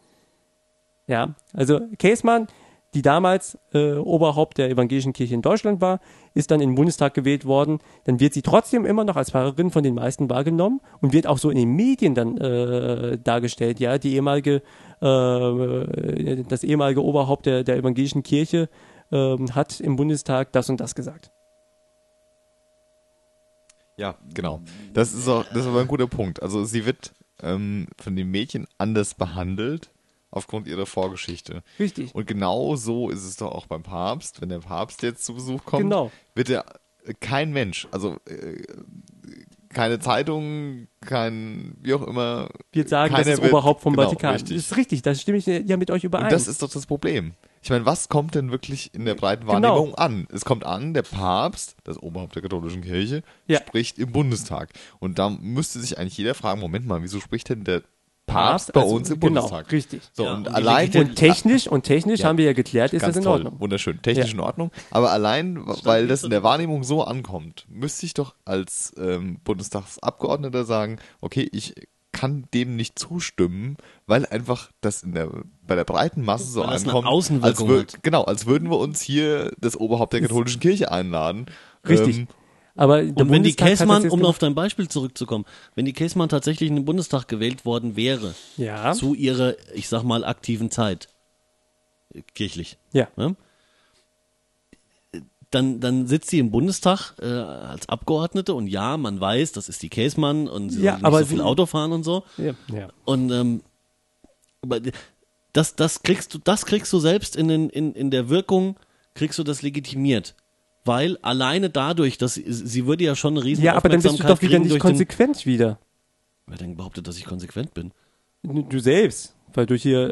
Ja, also Käsmann, die damals äh, Oberhaupt der evangelischen Kirche in Deutschland war, ist dann in den Bundestag gewählt worden. Dann wird sie trotzdem immer noch als Pfarrerin von den meisten wahrgenommen und wird auch so in den Medien dann äh, dargestellt. Ja, die ehemalige, äh, das ehemalige Oberhaupt der, der evangelischen Kirche ähm, hat im Bundestag das und das gesagt.
Ja, genau. Das ist auch, das ist aber ein guter Punkt. Also sie wird ähm, von den Mädchen anders behandelt aufgrund ihrer Vorgeschichte.
Richtig.
Und genau so ist es doch auch beim Papst. Wenn der Papst jetzt zu Besuch kommt,
Genau.
wird er äh, kein Mensch, also äh, keine Zeitung, kein wie auch immer.
wird sagen,
keiner
das ist Oberhaupt vom
genau,
Vatikan.
Richtig.
Das ist richtig, da stimme ich äh, ja mit euch überein.
Und das ist doch das Problem. Ich meine, was kommt denn wirklich in der breiten
Genau.
Wahrnehmung an? Es kommt an, der Papst, das Oberhaupt der katholischen Kirche,
Ja.
spricht im Bundestag. Und da müsste sich eigentlich jeder fragen, Moment mal, wieso spricht denn der Papst
Papst,
bei
also,
uns im
genau,
Bundestag?
richtig.
So,
Ja,
und,
und die
allein
Legität-
und technisch, und technisch haben wir ja geklärt, ist
ganz
das in
toll,
Ordnung.
wunderschön, technisch
Ja.
in Ordnung. Aber allein, weil das
so
in der Wahrnehmung so ankommt, müsste ich doch als ähm, Bundestagsabgeordneter sagen, okay, ich kann dem nicht zustimmen, weil einfach das in der, bei der breiten Masse so
Weil das eine
ankommt.
Außenwirkung
als wür-
hat.
Genau, als würden wir uns hier das Oberhaupt der katholischen Kirche einladen.
Richtig.
Ähm,
Aber
Und wenn die Käßmann, um auf dein Beispiel zurückzukommen, wenn die Käßmann tatsächlich in den Bundestag gewählt worden wäre,
ja,
zu ihrer, ich sag mal, aktiven Zeit, äh, kirchlich,
ja,
ne? Dann, dann sitzt sie im Bundestag äh, als Abgeordnete und ja, man weiß, das ist die Käsmann und sie
Ja,
soll nicht
aber
so viel
sie-
Auto fahren und so.
ja, ja.
Und ähm, aber das, das kriegst du, das kriegst du selbst in, den, in, in der Wirkung, kriegst du das legitimiert. Weil alleine dadurch, dass sie, sie würde ja schon eine riesen
ja aber dann bist du doch
Aufmerksamkeit
wieder
kriegen
nicht
durch den,
konsequent wieder.
Wer denn behauptet, dass ich konsequent bin?
Du selbst, weil du hier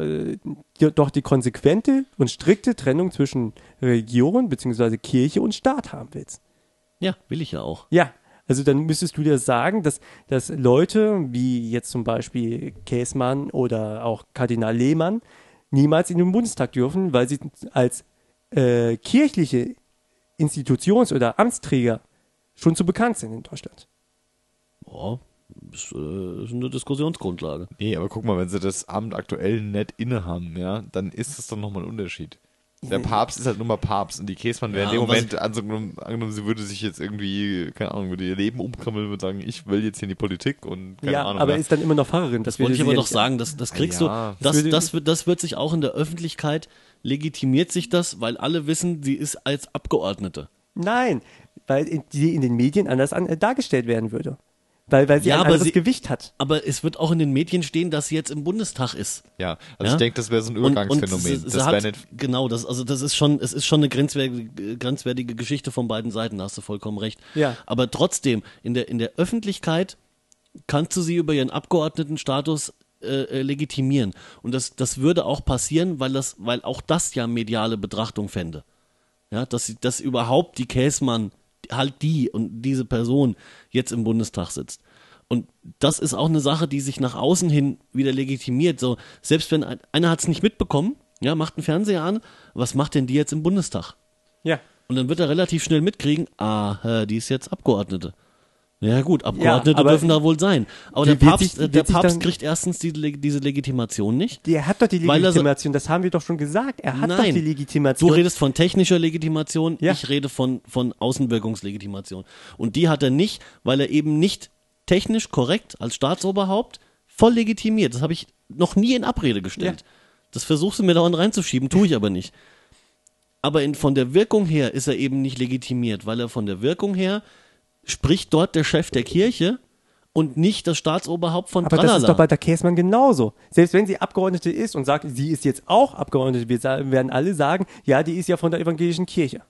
äh, dir doch die konsequente und strikte Trennung zwischen Religion bzw. Kirche und Staat haben willst.
Ja, will ich ja auch.
Ja, also dann müsstest du dir sagen, dass, dass Leute wie jetzt zum Beispiel Käßmann oder auch Kardinal Lehmann niemals in den Bundestag dürfen, weil sie als äh, kirchliche Institutions- oder Amtsträger schon zu bekannt sind in Deutschland.
Ja, ist, äh, ist eine Diskussionsgrundlage.
Nee, aber guck mal, wenn sie das Amt aktuell nicht innehaben, ja, dann ist das doch nochmal ein Unterschied. Der Papst ist halt nur mal Papst und die Käsmann wäre in
Ja,
dem
und was-
Moment angenommen, angenommen, sie würde sich jetzt irgendwie, keine Ahnung, würde ihr Leben umkrempeln und sagen, ich will jetzt hier in die Politik und keine
ja,
Ahnung. ne?
aber
ja.
ist dann immer noch Pfarrerin. Das,
Wollte ich aber
würde sie
noch
nicht-
sagen, das, das kriegst
Ja.
du, das,
würde-
das, wird, das wird sich auch in der Öffentlichkeit, legitimiert sich das, weil alle wissen, sie ist als Abgeordnete.
Nein, weil in- die in den Medien anders an, äh, dargestellt werden würde. Weil, weil sie
Ja,
ein
aber
anderes
sie-
Gewicht hat.
Aber es wird auch in den Medien stehen, dass sie jetzt im Bundestag ist.
ja, also
Ja?
ich denke, das wäre so ein
Und-
Übergangsphänomen.
Und sie, sie
das
hat,
wäre nicht,
genau, das, also das ist schon, es ist schon eine grenzwertige, grenzwertige Geschichte von beiden Seiten, da hast du vollkommen recht.
Ja.
Aber trotzdem, in der, in der Öffentlichkeit kannst du sie über ihren Abgeordnetenstatus äh, äh, legitimieren. Und das, das würde auch passieren, weil, das, weil auch das ja mediale Betrachtung fände. Ja, dass, sie- dass überhaupt die Käsmann, halt die und diese Person jetzt im Bundestag sitzt. Und das ist auch eine Sache, die sich nach außen hin wieder legitimiert. So, selbst wenn ein- einer hat es nicht mitbekommen, ja, macht einen Fernseher an, was macht denn die jetzt im Bundestag?
Ja.
Und dann wird er relativ schnell mitkriegen, ah, äh, die ist jetzt Abgeordnete. Ja gut, Abgeordnete
aber-
dürfen da wohl sein. Aber der
Wie wird
Papst,
sich- wie
äh, der
wird sich
Papst
dann-
kriegt erstens die, Leg- diese Legitimation nicht.
Der hat doch die
Weil er so-
Legitimation, das haben wir doch schon gesagt. Er hat doch
Nein.
die Legitimation.
Du redest von technischer Legitimation,
Ja.
ich rede von, von Außenwirkungslegitimation. Und die hat er nicht, weil er eben nicht technisch korrekt als Staatsoberhaupt voll legitimiert. Das habe ich noch nie in Abrede gestellt.
Ja.
Das versuchst du mir dauernd reinzuschieben, tue ich aber nicht. Aber in, von der Wirkung her ist er eben nicht legitimiert, weil er von der Wirkung her spricht dort der Chef der Kirche und nicht das Staatsoberhaupt von
Aber das
Tralala.
ist doch bei der Käsmann genauso. Selbst wenn sie Abgeordnete ist und sagt, sie ist jetzt auch Abgeordnete, wir sa- werden alle sagen, ja, die ist ja von der evangelischen Kirche.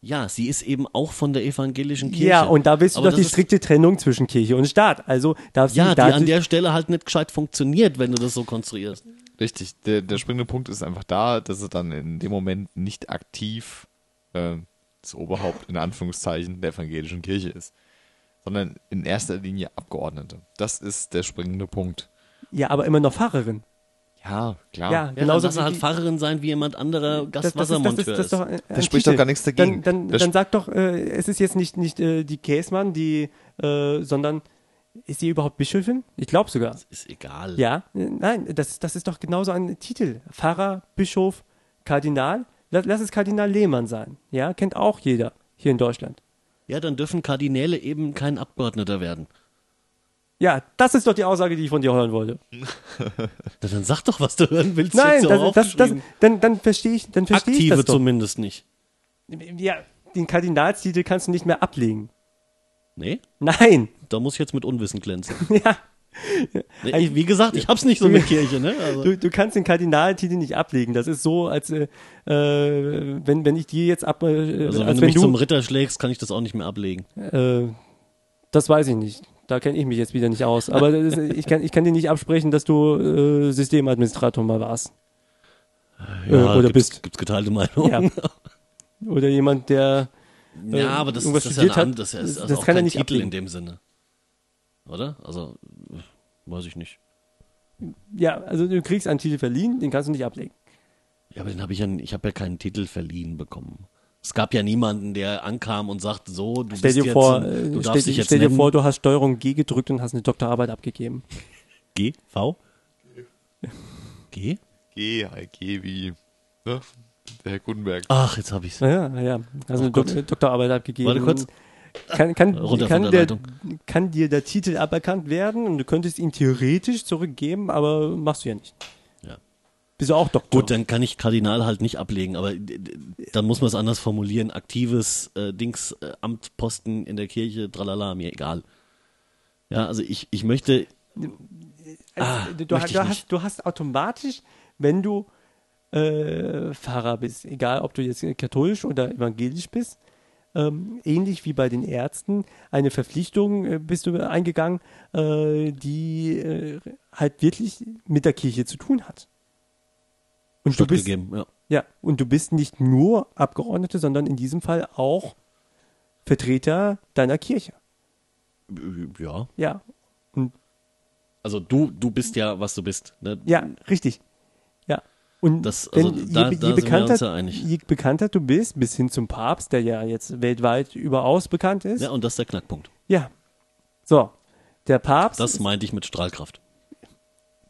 ja, sie ist eben auch von der evangelischen Kirche.
Ja, und da willst du
Aber
doch die
das ist-
strikte Trennung zwischen Kirche und Staat. Also darf sie
Ja,
nicht
die
da
an der Stelle halt nicht gescheit funktioniert, wenn du das so konstruierst.
richtig, der, der springende Punkt ist einfach da, dass sie dann in dem Moment nicht aktiv äh, das Oberhaupt in Anführungszeichen der evangelischen Kirche ist, sondern in erster Linie Abgeordnete. Das ist der springende Punkt.
ja, aber immer noch Pfarrerin.
Ja, klar.
Ja,
Ja, Genauso
genauso
dann darfst du halt
wie-
Pfarrerin sein, wie jemand anderer
das, das, ist, das, ist,
Gastwassermonteur
das, ist
ist.
doch ein, ein
Das spricht
Titel.
doch gar nichts dagegen.
Dann, dann,
Das
dann
sp-
sag doch, äh, es ist jetzt nicht, nicht äh, die Käsmann, die, äh, sondern ist sie überhaupt Bischöfin? Ich glaube sogar.
Ist egal.
Ja, äh, nein, das, das ist doch genauso ein Titel. Pfarrer, Bischof, Kardinal. Lass, lass es Kardinal Lehmann sein. Ja, kennt auch jeder hier in Deutschland.
Ja, dann dürfen Kardinäle eben kein Abgeordneter werden.
Ja, das ist doch die Aussage, die ich von dir hören wollte.
Na, dann sag doch, was du hören willst. jetzt
Nein,
so
das, das, das,
aufgeschrieben.
dann, dann verstehe ich, dann verstehe ich
Aktive
das doch.
zumindest nicht.
Ja, den Kardinalstitel kannst du nicht mehr ablegen.
Nee,
Nein, [LAUGHS]
da muss ich jetzt mit Unwissen glänzen.
ja.
Nee, ich, wie gesagt, ich hab's nicht so
[LAUGHS]
mit Kirche, ne? Also,
Du, du kannst den Kardinaltitel nicht ablegen. Das ist so, als äh, äh, wenn, wenn ich dir jetzt ab, äh,
also wenn
als
du mich zum Ritter schlägst, kann ich das auch nicht mehr ablegen.
Äh, das weiß ich nicht. Da kenne ich mich jetzt wieder nicht aus. Aber das ist, ich, kann, ich kann dir nicht absprechen, dass du äh, Systemadministrator mal warst. Äh, oder
gibt's,
bist.
Gibt's geteilte Meinungen. Ja,
Oder jemand, der. äh,
aber das,
irgendwas
das ist ja eine,
studiert hat.
andere- das ist
Das-
also
das
auch
kann er
kein
nicht
Titel
ablegen.
in dem Sinne. Oder? Also, äh, weiß ich nicht.
Ja, also du kriegst einen Titel verliehen, den kannst du nicht ablegen.
Ja, aber den habe ich ja, ich habe ja keinen Titel verliehen bekommen. Es gab ja niemanden, der ankam und sagte, so, du
Stell
bist
dir
jetzt,
vor, äh,
du
stell,
darfst dich
dir-
jetzt
stell dir
nennen.
vor, du hast Steuerung G gedrückt und hast eine Doktorarbeit abgegeben.
G, V, G.
G, G wie ne? der Herr Gutenberg.
Ach, jetzt habe ich's.
Ja, ja, ja. Hast eine Dok Doktorarbeit abgegeben.
Oh Warte kurz.
Kann, kann,
Runter von
kann,
der
der, kann dir der Titel aberkannt werden und du könntest ihn theoretisch zurückgeben, aber machst du ja nicht.
Ja.
Bist du auch Doktor?
Gut, dann kann ich Kardinal halt nicht ablegen, aber d- d- dann muss man es anders formulieren. Aktives äh, Dings, äh, Amt, Posten in der Kirche, tralala, mir egal. Ja, also ich, ich möchte,
Also, du,
Ah, möchte ich
du,
nicht.
hast, du hast automatisch, wenn du äh, Pfarrer bist, egal ob du jetzt katholisch oder evangelisch bist, ähm, ähnlich wie bei den Ärzten, eine Verpflichtung äh, bist du eingegangen, äh, die äh, halt wirklich mit der Kirche zu tun hat. Und du bist,
stattgegeben, ja.
ja, und du bist nicht nur Abgeordnete, sondern in diesem Fall auch Vertreter deiner Kirche.
Äh, Ja,
Ja,
also du, du bist ja, was du bist. Ne?
ja, richtig. Ja, Und
Das-
wenn-
also da-
je,
da
je,
sind wir
bekannter,
uns ja einig.
je bekannter du bist, bis hin zum Papst, der ja jetzt weltweit überaus bekannt ist.
Ja, und das ist der Knackpunkt.
Ja. So, der Papst.
Das meinte ich mit Strahlkraft.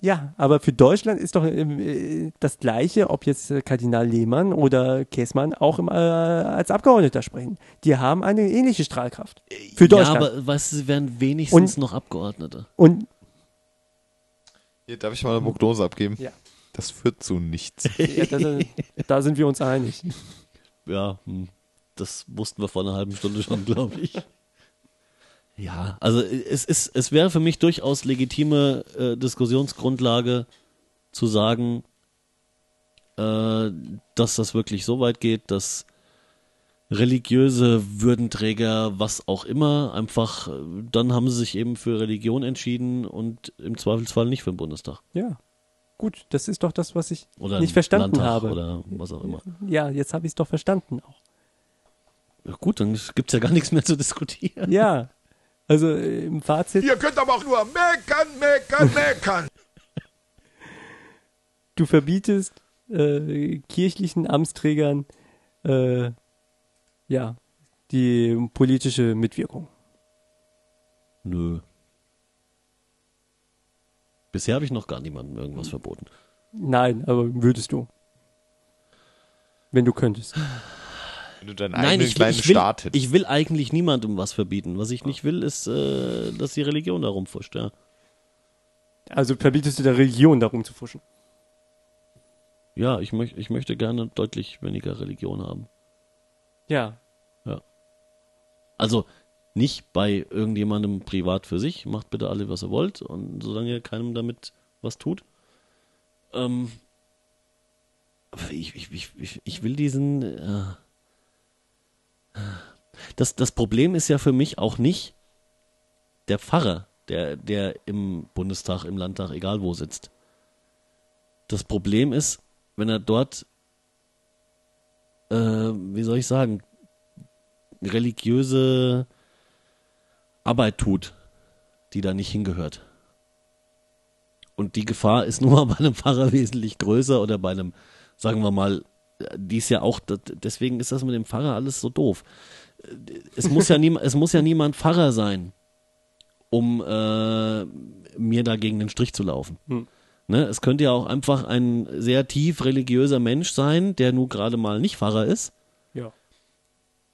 ja, aber für Deutschland ist doch ähm, äh, das Gleiche, ob jetzt äh, Kardinal Lehmann oder Käßmann auch im, äh, als Abgeordneter sprechen. Die haben eine ähnliche Strahlkraft. Für
Ja,
Deutschland.
aber weißt du, sie wären wenigstens
Und-
noch Abgeordnete.
Und
Hier, darf ich mal eine Prognose abgeben?
Ja.
Das führt zu nichts.
ja, das, da sind wir uns einig.
Ja, hm, das wussten wir vor einer halben Stunde schon, glaube ich. [LAUGHS] Ja, also es, ist, es wäre für mich durchaus legitime äh, Diskussionsgrundlage zu sagen, äh, dass das wirklich so weit geht, dass religiöse Würdenträger, was auch immer, einfach, äh, dann haben sie sich eben für Religion entschieden und im Zweifelsfall nicht für den Bundestag.
Ja. Gut, das ist doch das, was ich
Oder
nicht verstanden
Landtag
habe.
Oder was auch immer.
Ja, jetzt habe ich es doch verstanden auch.
Ja, gut, dann gibt es ja gar nichts mehr zu diskutieren.
Ja. Also äh, im
[LAUGHS]
Fazit,
Ihr könnt aber auch nur meckern, meckern, meckern.
du verbietest äh, kirchlichen Amtsträgern äh, ja die politische Mitwirkung.
Nö. Bisher habe ich noch gar niemandem irgendwas verboten.
Nein, aber würdest du. Wenn du könntest.
Wenn du deinen
Nein,
eigenen
ich, will-
kleinen
ich, will,
Staat hättest.
ich will eigentlich niemandem was verbieten. Was ich nicht will, ist, äh, dass die Religion da rumfuscht. Ja.
Also verbietest du der Religion darum zu fuschen.
Ja, ich, möch, ich möchte gerne deutlich weniger Religion haben.
Ja.
Also nicht bei irgendjemandem privat für sich. Macht bitte alle, was ihr wollt. Und solange ihr keinem damit was tut. Ähm, aber ich, ich, ich, ich, ich will diesen. Äh, das, das Problem ist ja für mich auch nicht der Pfarrer, der, der im Bundestag, im Landtag, egal wo sitzt. Das Problem ist, wenn er dort, äh, wie soll ich sagen, religiöse Arbeit tut, die da nicht hingehört. Und die Gefahr ist [LAUGHS] nun mal bei einem Pfarrer wesentlich größer oder bei einem, sagen wir mal, äh, die ist ja auch, das- deswegen ist das mit dem Pfarrer alles so doof. Äh, Es muss ja, niem, es muss ja niemand Pfarrer sein, um äh, mir da gegen den Strich zu laufen. Ne? Es könnte ja auch einfach ein sehr tief religiöser Mensch sein, der nun gerade mal nicht Pfarrer ist,
Ja.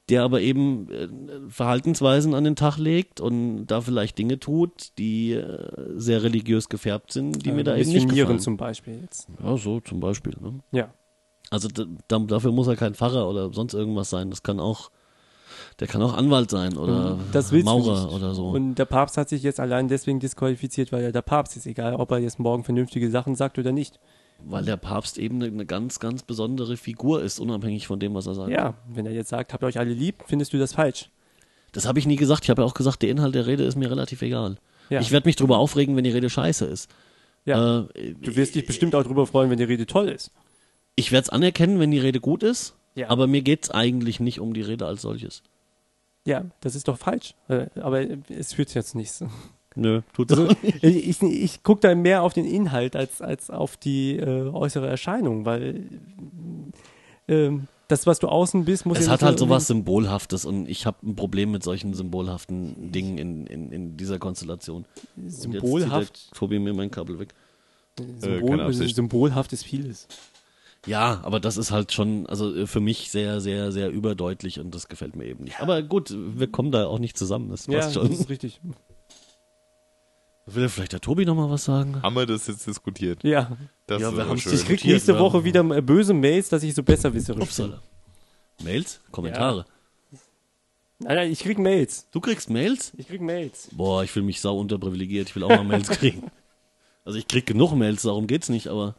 der aber eben äh, Verhaltensweisen an den Tag legt und da vielleicht Dinge tut, die äh, sehr religiös gefärbt sind, die mir da eben nicht gefallen.
Äh, zum Beispiel jetzt.
ja, so zum Beispiel. Ne?
Ja.
Also d- da- dafür muss er kein Pfarrer oder sonst irgendwas sein. Das kann auch, der kann auch Anwalt sein oder
Mhm. das willst du
Äh, Maurer
nicht.
oder so.
Und der Papst hat sich jetzt allein deswegen disqualifiziert, weil er der Papst ist, egal ob er jetzt morgen vernünftige Sachen sagt oder nicht.
weil der Papst eben eine, eine ganz, ganz besondere Figur ist, unabhängig von dem, was er sagt.
Ja, wenn er jetzt sagt, habt euch alle lieb, findest du das falsch.
Das habe ich nie gesagt. Ich habe ja auch gesagt, der Inhalt der Rede ist mir relativ egal.
Ja.
Ich werde mich darüber aufregen, wenn die Rede scheiße ist.
Ja.
Äh,
du wirst dich bestimmt auch darüber freuen, wenn die Rede toll ist.
ich werde es anerkennen, wenn die Rede gut ist,
Ja.
aber mir geht es eigentlich nicht um die Rede als solches.
Ja, das ist doch falsch. Äh, Aber es führt jetzt zu
[LAUGHS]
nichts.
Nö, tut
Also, ich ich gucke da mehr auf den Inhalt als, als auf die äh, äußere Erscheinung, weil ähm, das, was du außen bist, muss
Es
ja
hat
nicht
halt
nur-
sowas Symbolhaftes und ich habe ein Problem mit solchen symbolhaften Dingen in, in, in dieser Konstellation. Und jetzt zieht der
symbolhaft.
Tobi mir mein Kabel weg.
Symbol,
keine Absicht.
symbolhaft ist vieles.
Ja, aber das ist halt schon, also äh, für mich sehr, sehr, sehr überdeutlich und das gefällt mir eben nicht. Aber gut, wir kommen da auch nicht zusammen, das
Ja,
passt
das
schon.
ist richtig.
Will ja vielleicht der Tobi nochmal was sagen?
Haben wir das jetzt diskutiert?
Ja.
Das
Ja,
ist
wir
aber
haben-
schön.
Ich krieg
Notiert,
nächste
ne?
Woche wieder äh, böse Mails, dass ich so besserwisserisch bin.
Upsala. Mails? Kommentare?
Nein, nein, ich krieg Mails.
Du kriegst Mails?
Ich krieg Mails.
Boah, ich fühle mich sau unterprivilegiert. Ich will auch mal
[LAUGHS]
Mails kriegen. Also ich krieg genug Mails, darum geht's nicht, aber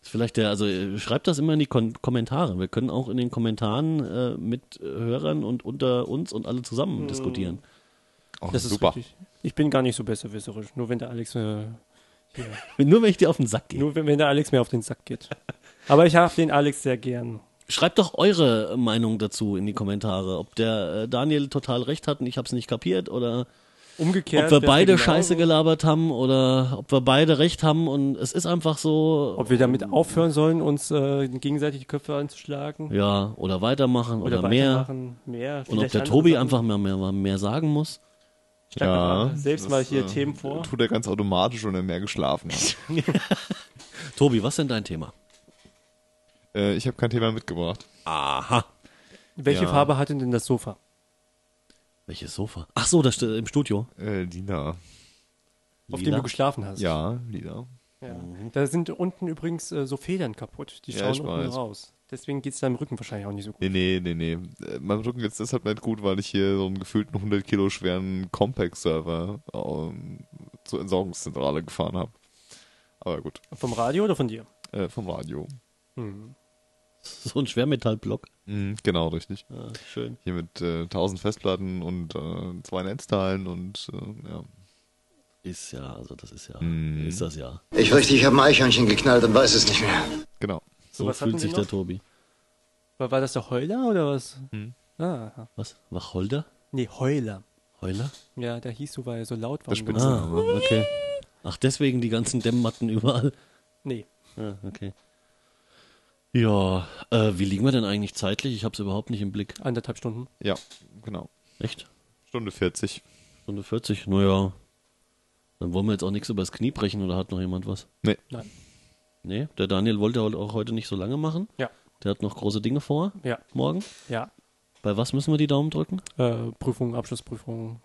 ist vielleicht der, also äh, schreibt das immer in die Kon Kommentare. Wir können auch in den Kommentaren äh, mit äh, Hörern und unter uns und alle
Hm.
zusammen diskutieren.
Oh,
Das ist
super.
richtig. Ich bin gar nicht so besserwisserisch. Nur wenn der Alex, äh,
Nur wenn ich dir auf den Sack gehe.
nur wenn, wenn der Alex mir auf den Sack geht. Aber ich habe den Alex sehr gern.
Schreibt doch eure Meinung dazu in die Kommentare, ob der äh, Daniel total recht hat und ich hab's nicht kapiert oder Ob
Umgekehrt.
wir
wär's genau, ja
beide
genauso,
Scheiße gelabert haben oder ob wir beide recht haben und es ist einfach so,
Ob wir damit aufhören sollen, uns äh, gegenseitig die Köpfe anzuschlagen
ja, oder weitermachen oder,
oder,
mehr.
weitermachen. Mehr.
Und ob
vielleicht
der
andere
Tobi
Sachen.
einfach mehr, mehr, mehr sagen muss.
Ich schlage
Ja,
mal selbst
das,
mal hier
äh,
Themen vor.
Tut er ganz automatisch, wenn er mehr geschlafen hat.
Tobi, was ist denn dein Thema?
äh, ich habe kein Thema mitgebracht.
Aha.
Welche
ja.
Farbe hatte denn das Sofa?
Welches Sofa? Ach so, das steht im Studio.
Äh, Lina.
Auf
Lila?
dem du geschlafen hast.
Ja, Lina.
Ja. Da sind unten übrigens äh, so Federn kaputt. Die
Ja,
schauen
ich
unten
weiß.
raus. Deswegen geht es deinem Rücken wahrscheinlich auch nicht so gut.
Nee, nee, nee, nee. Äh, Meinem Rücken geht's deshalb nicht gut, weil ich hier so einen gefühlten 100 Kilo schweren Compact-Server ähm, zur Entsorgungszentrale gefahren habe. Aber gut,
Vom Radio oder von dir?
äh, vom Radio.
[LAUGHS] Hm. So ein Schwermetallblock.
Mhm, genau, richtig.
Ah,
Ja, schön.
Hier mit äh, 1000 Festplatten und äh, zwei Netzteilen und äh, ja.
Ist ja, also das ist ja,
Mhm.
ist das ja.
Ich fürchte, ich habe ein Eichhörnchen geknallt und weiß es nicht mehr.
Genau.
So
was
fühlt
hatten wir
sich der
noch?
Tobi.
War, war das der Heuler oder was?
Hm.
Mhm.
Ah, aha.
Was? Wacholder?
nee, Heuler.
Heuler?
Ja, der hieß so, weil er so laut war.
Der
und-
Spitzname.
Ah, okay. Ach, deswegen die ganzen Dämmmatten überall.
Nee.
Ja, okay. Ja, äh, wie liegen wir denn eigentlich zeitlich? Ich hab's überhaupt nicht im Blick.
Anderthalb Stunden.
Ja, genau.
Echt?
Stunde 40.
Stunde 40? Naja. Dann wollen wir jetzt auch nichts übers Knie brechen oder hat noch jemand was?
Nee.
Nein.
Nee, der Daniel wollte halt auch heute nicht so lange machen.
Ja.
Der hat noch große Dinge vor.
Ja.
Morgen.
Ja.
Bei was müssen wir die Daumen drücken?
Äh, Prüfung, Abschlussprüfung.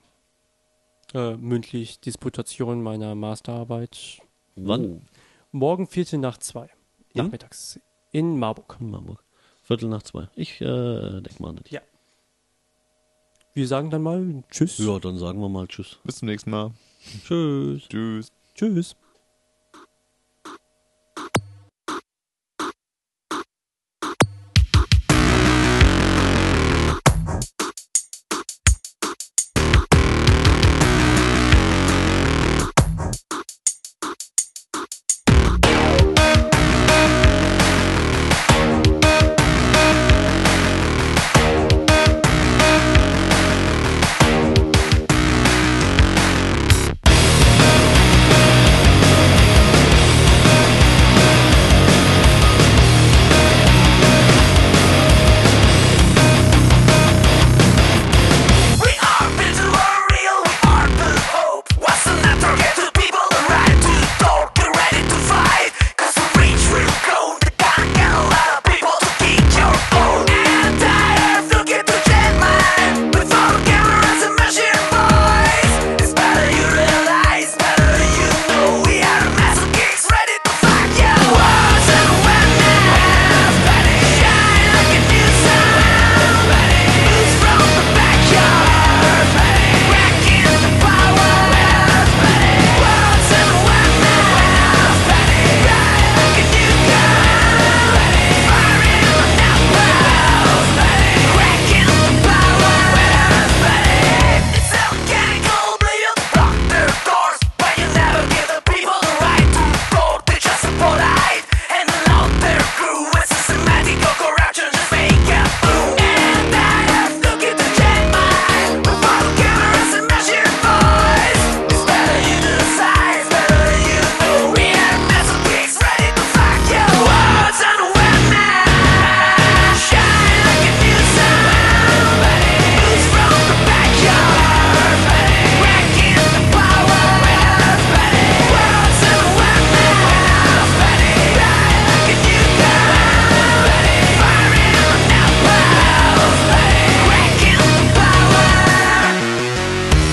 Äh, mündlich Disputation meiner Masterarbeit.
Wann?
Morgen Viertel nach zwei.
In?
Nachmittags. In Marburg.
In Marburg. Viertel nach zwei. Ich äh, denk mal an dich.
Ja. Wir sagen dann mal Tschüss.
Ja, dann sagen wir mal Tschüss.
Bis zum nächsten Mal.
Tschüss.
Tschüss.
Tschüss.
We are bitter or real, we are the hope. What's the matter? Get to people and ready to talk, be ready to fight. Cause we reach, we'll go. The gun get a lot of people to kick your phone. And tired of looking to gentlemen. With all the cameras and machine boys. It's better you realize, better you know. We are a mess of kicks, ready to fight your wars and wellness. Ready to shine like a new sun. Ready to lose from the backyard. Ready to wreck in the power. Ready to wars and wellness. Ready to ride like a new gun. Ready to fire in the knuckles. Ready to wreck in the power. It's alchemical, bleed up, lock their doors. But you never give the people the right to vote. They just support hide and allow their crew. It's systematic corruption, just make it blue. And I have looking to check mine. With bottle cameras and measured voice. It's better you decide, it's better you know. We have massive kicks ready to fuck your words and women. Shine like a new sun. Who's from the backyard? Wrecking the power. World's in the wilderness. Ride like a new gun. Firing on outlaws. Wrecking the power.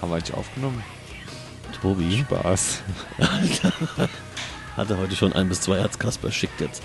Haben wir eigentlich aufgenommen?
Obi
Spaß.
hatte heute schon ein bis zwei Herz Kasper schickt jetzt.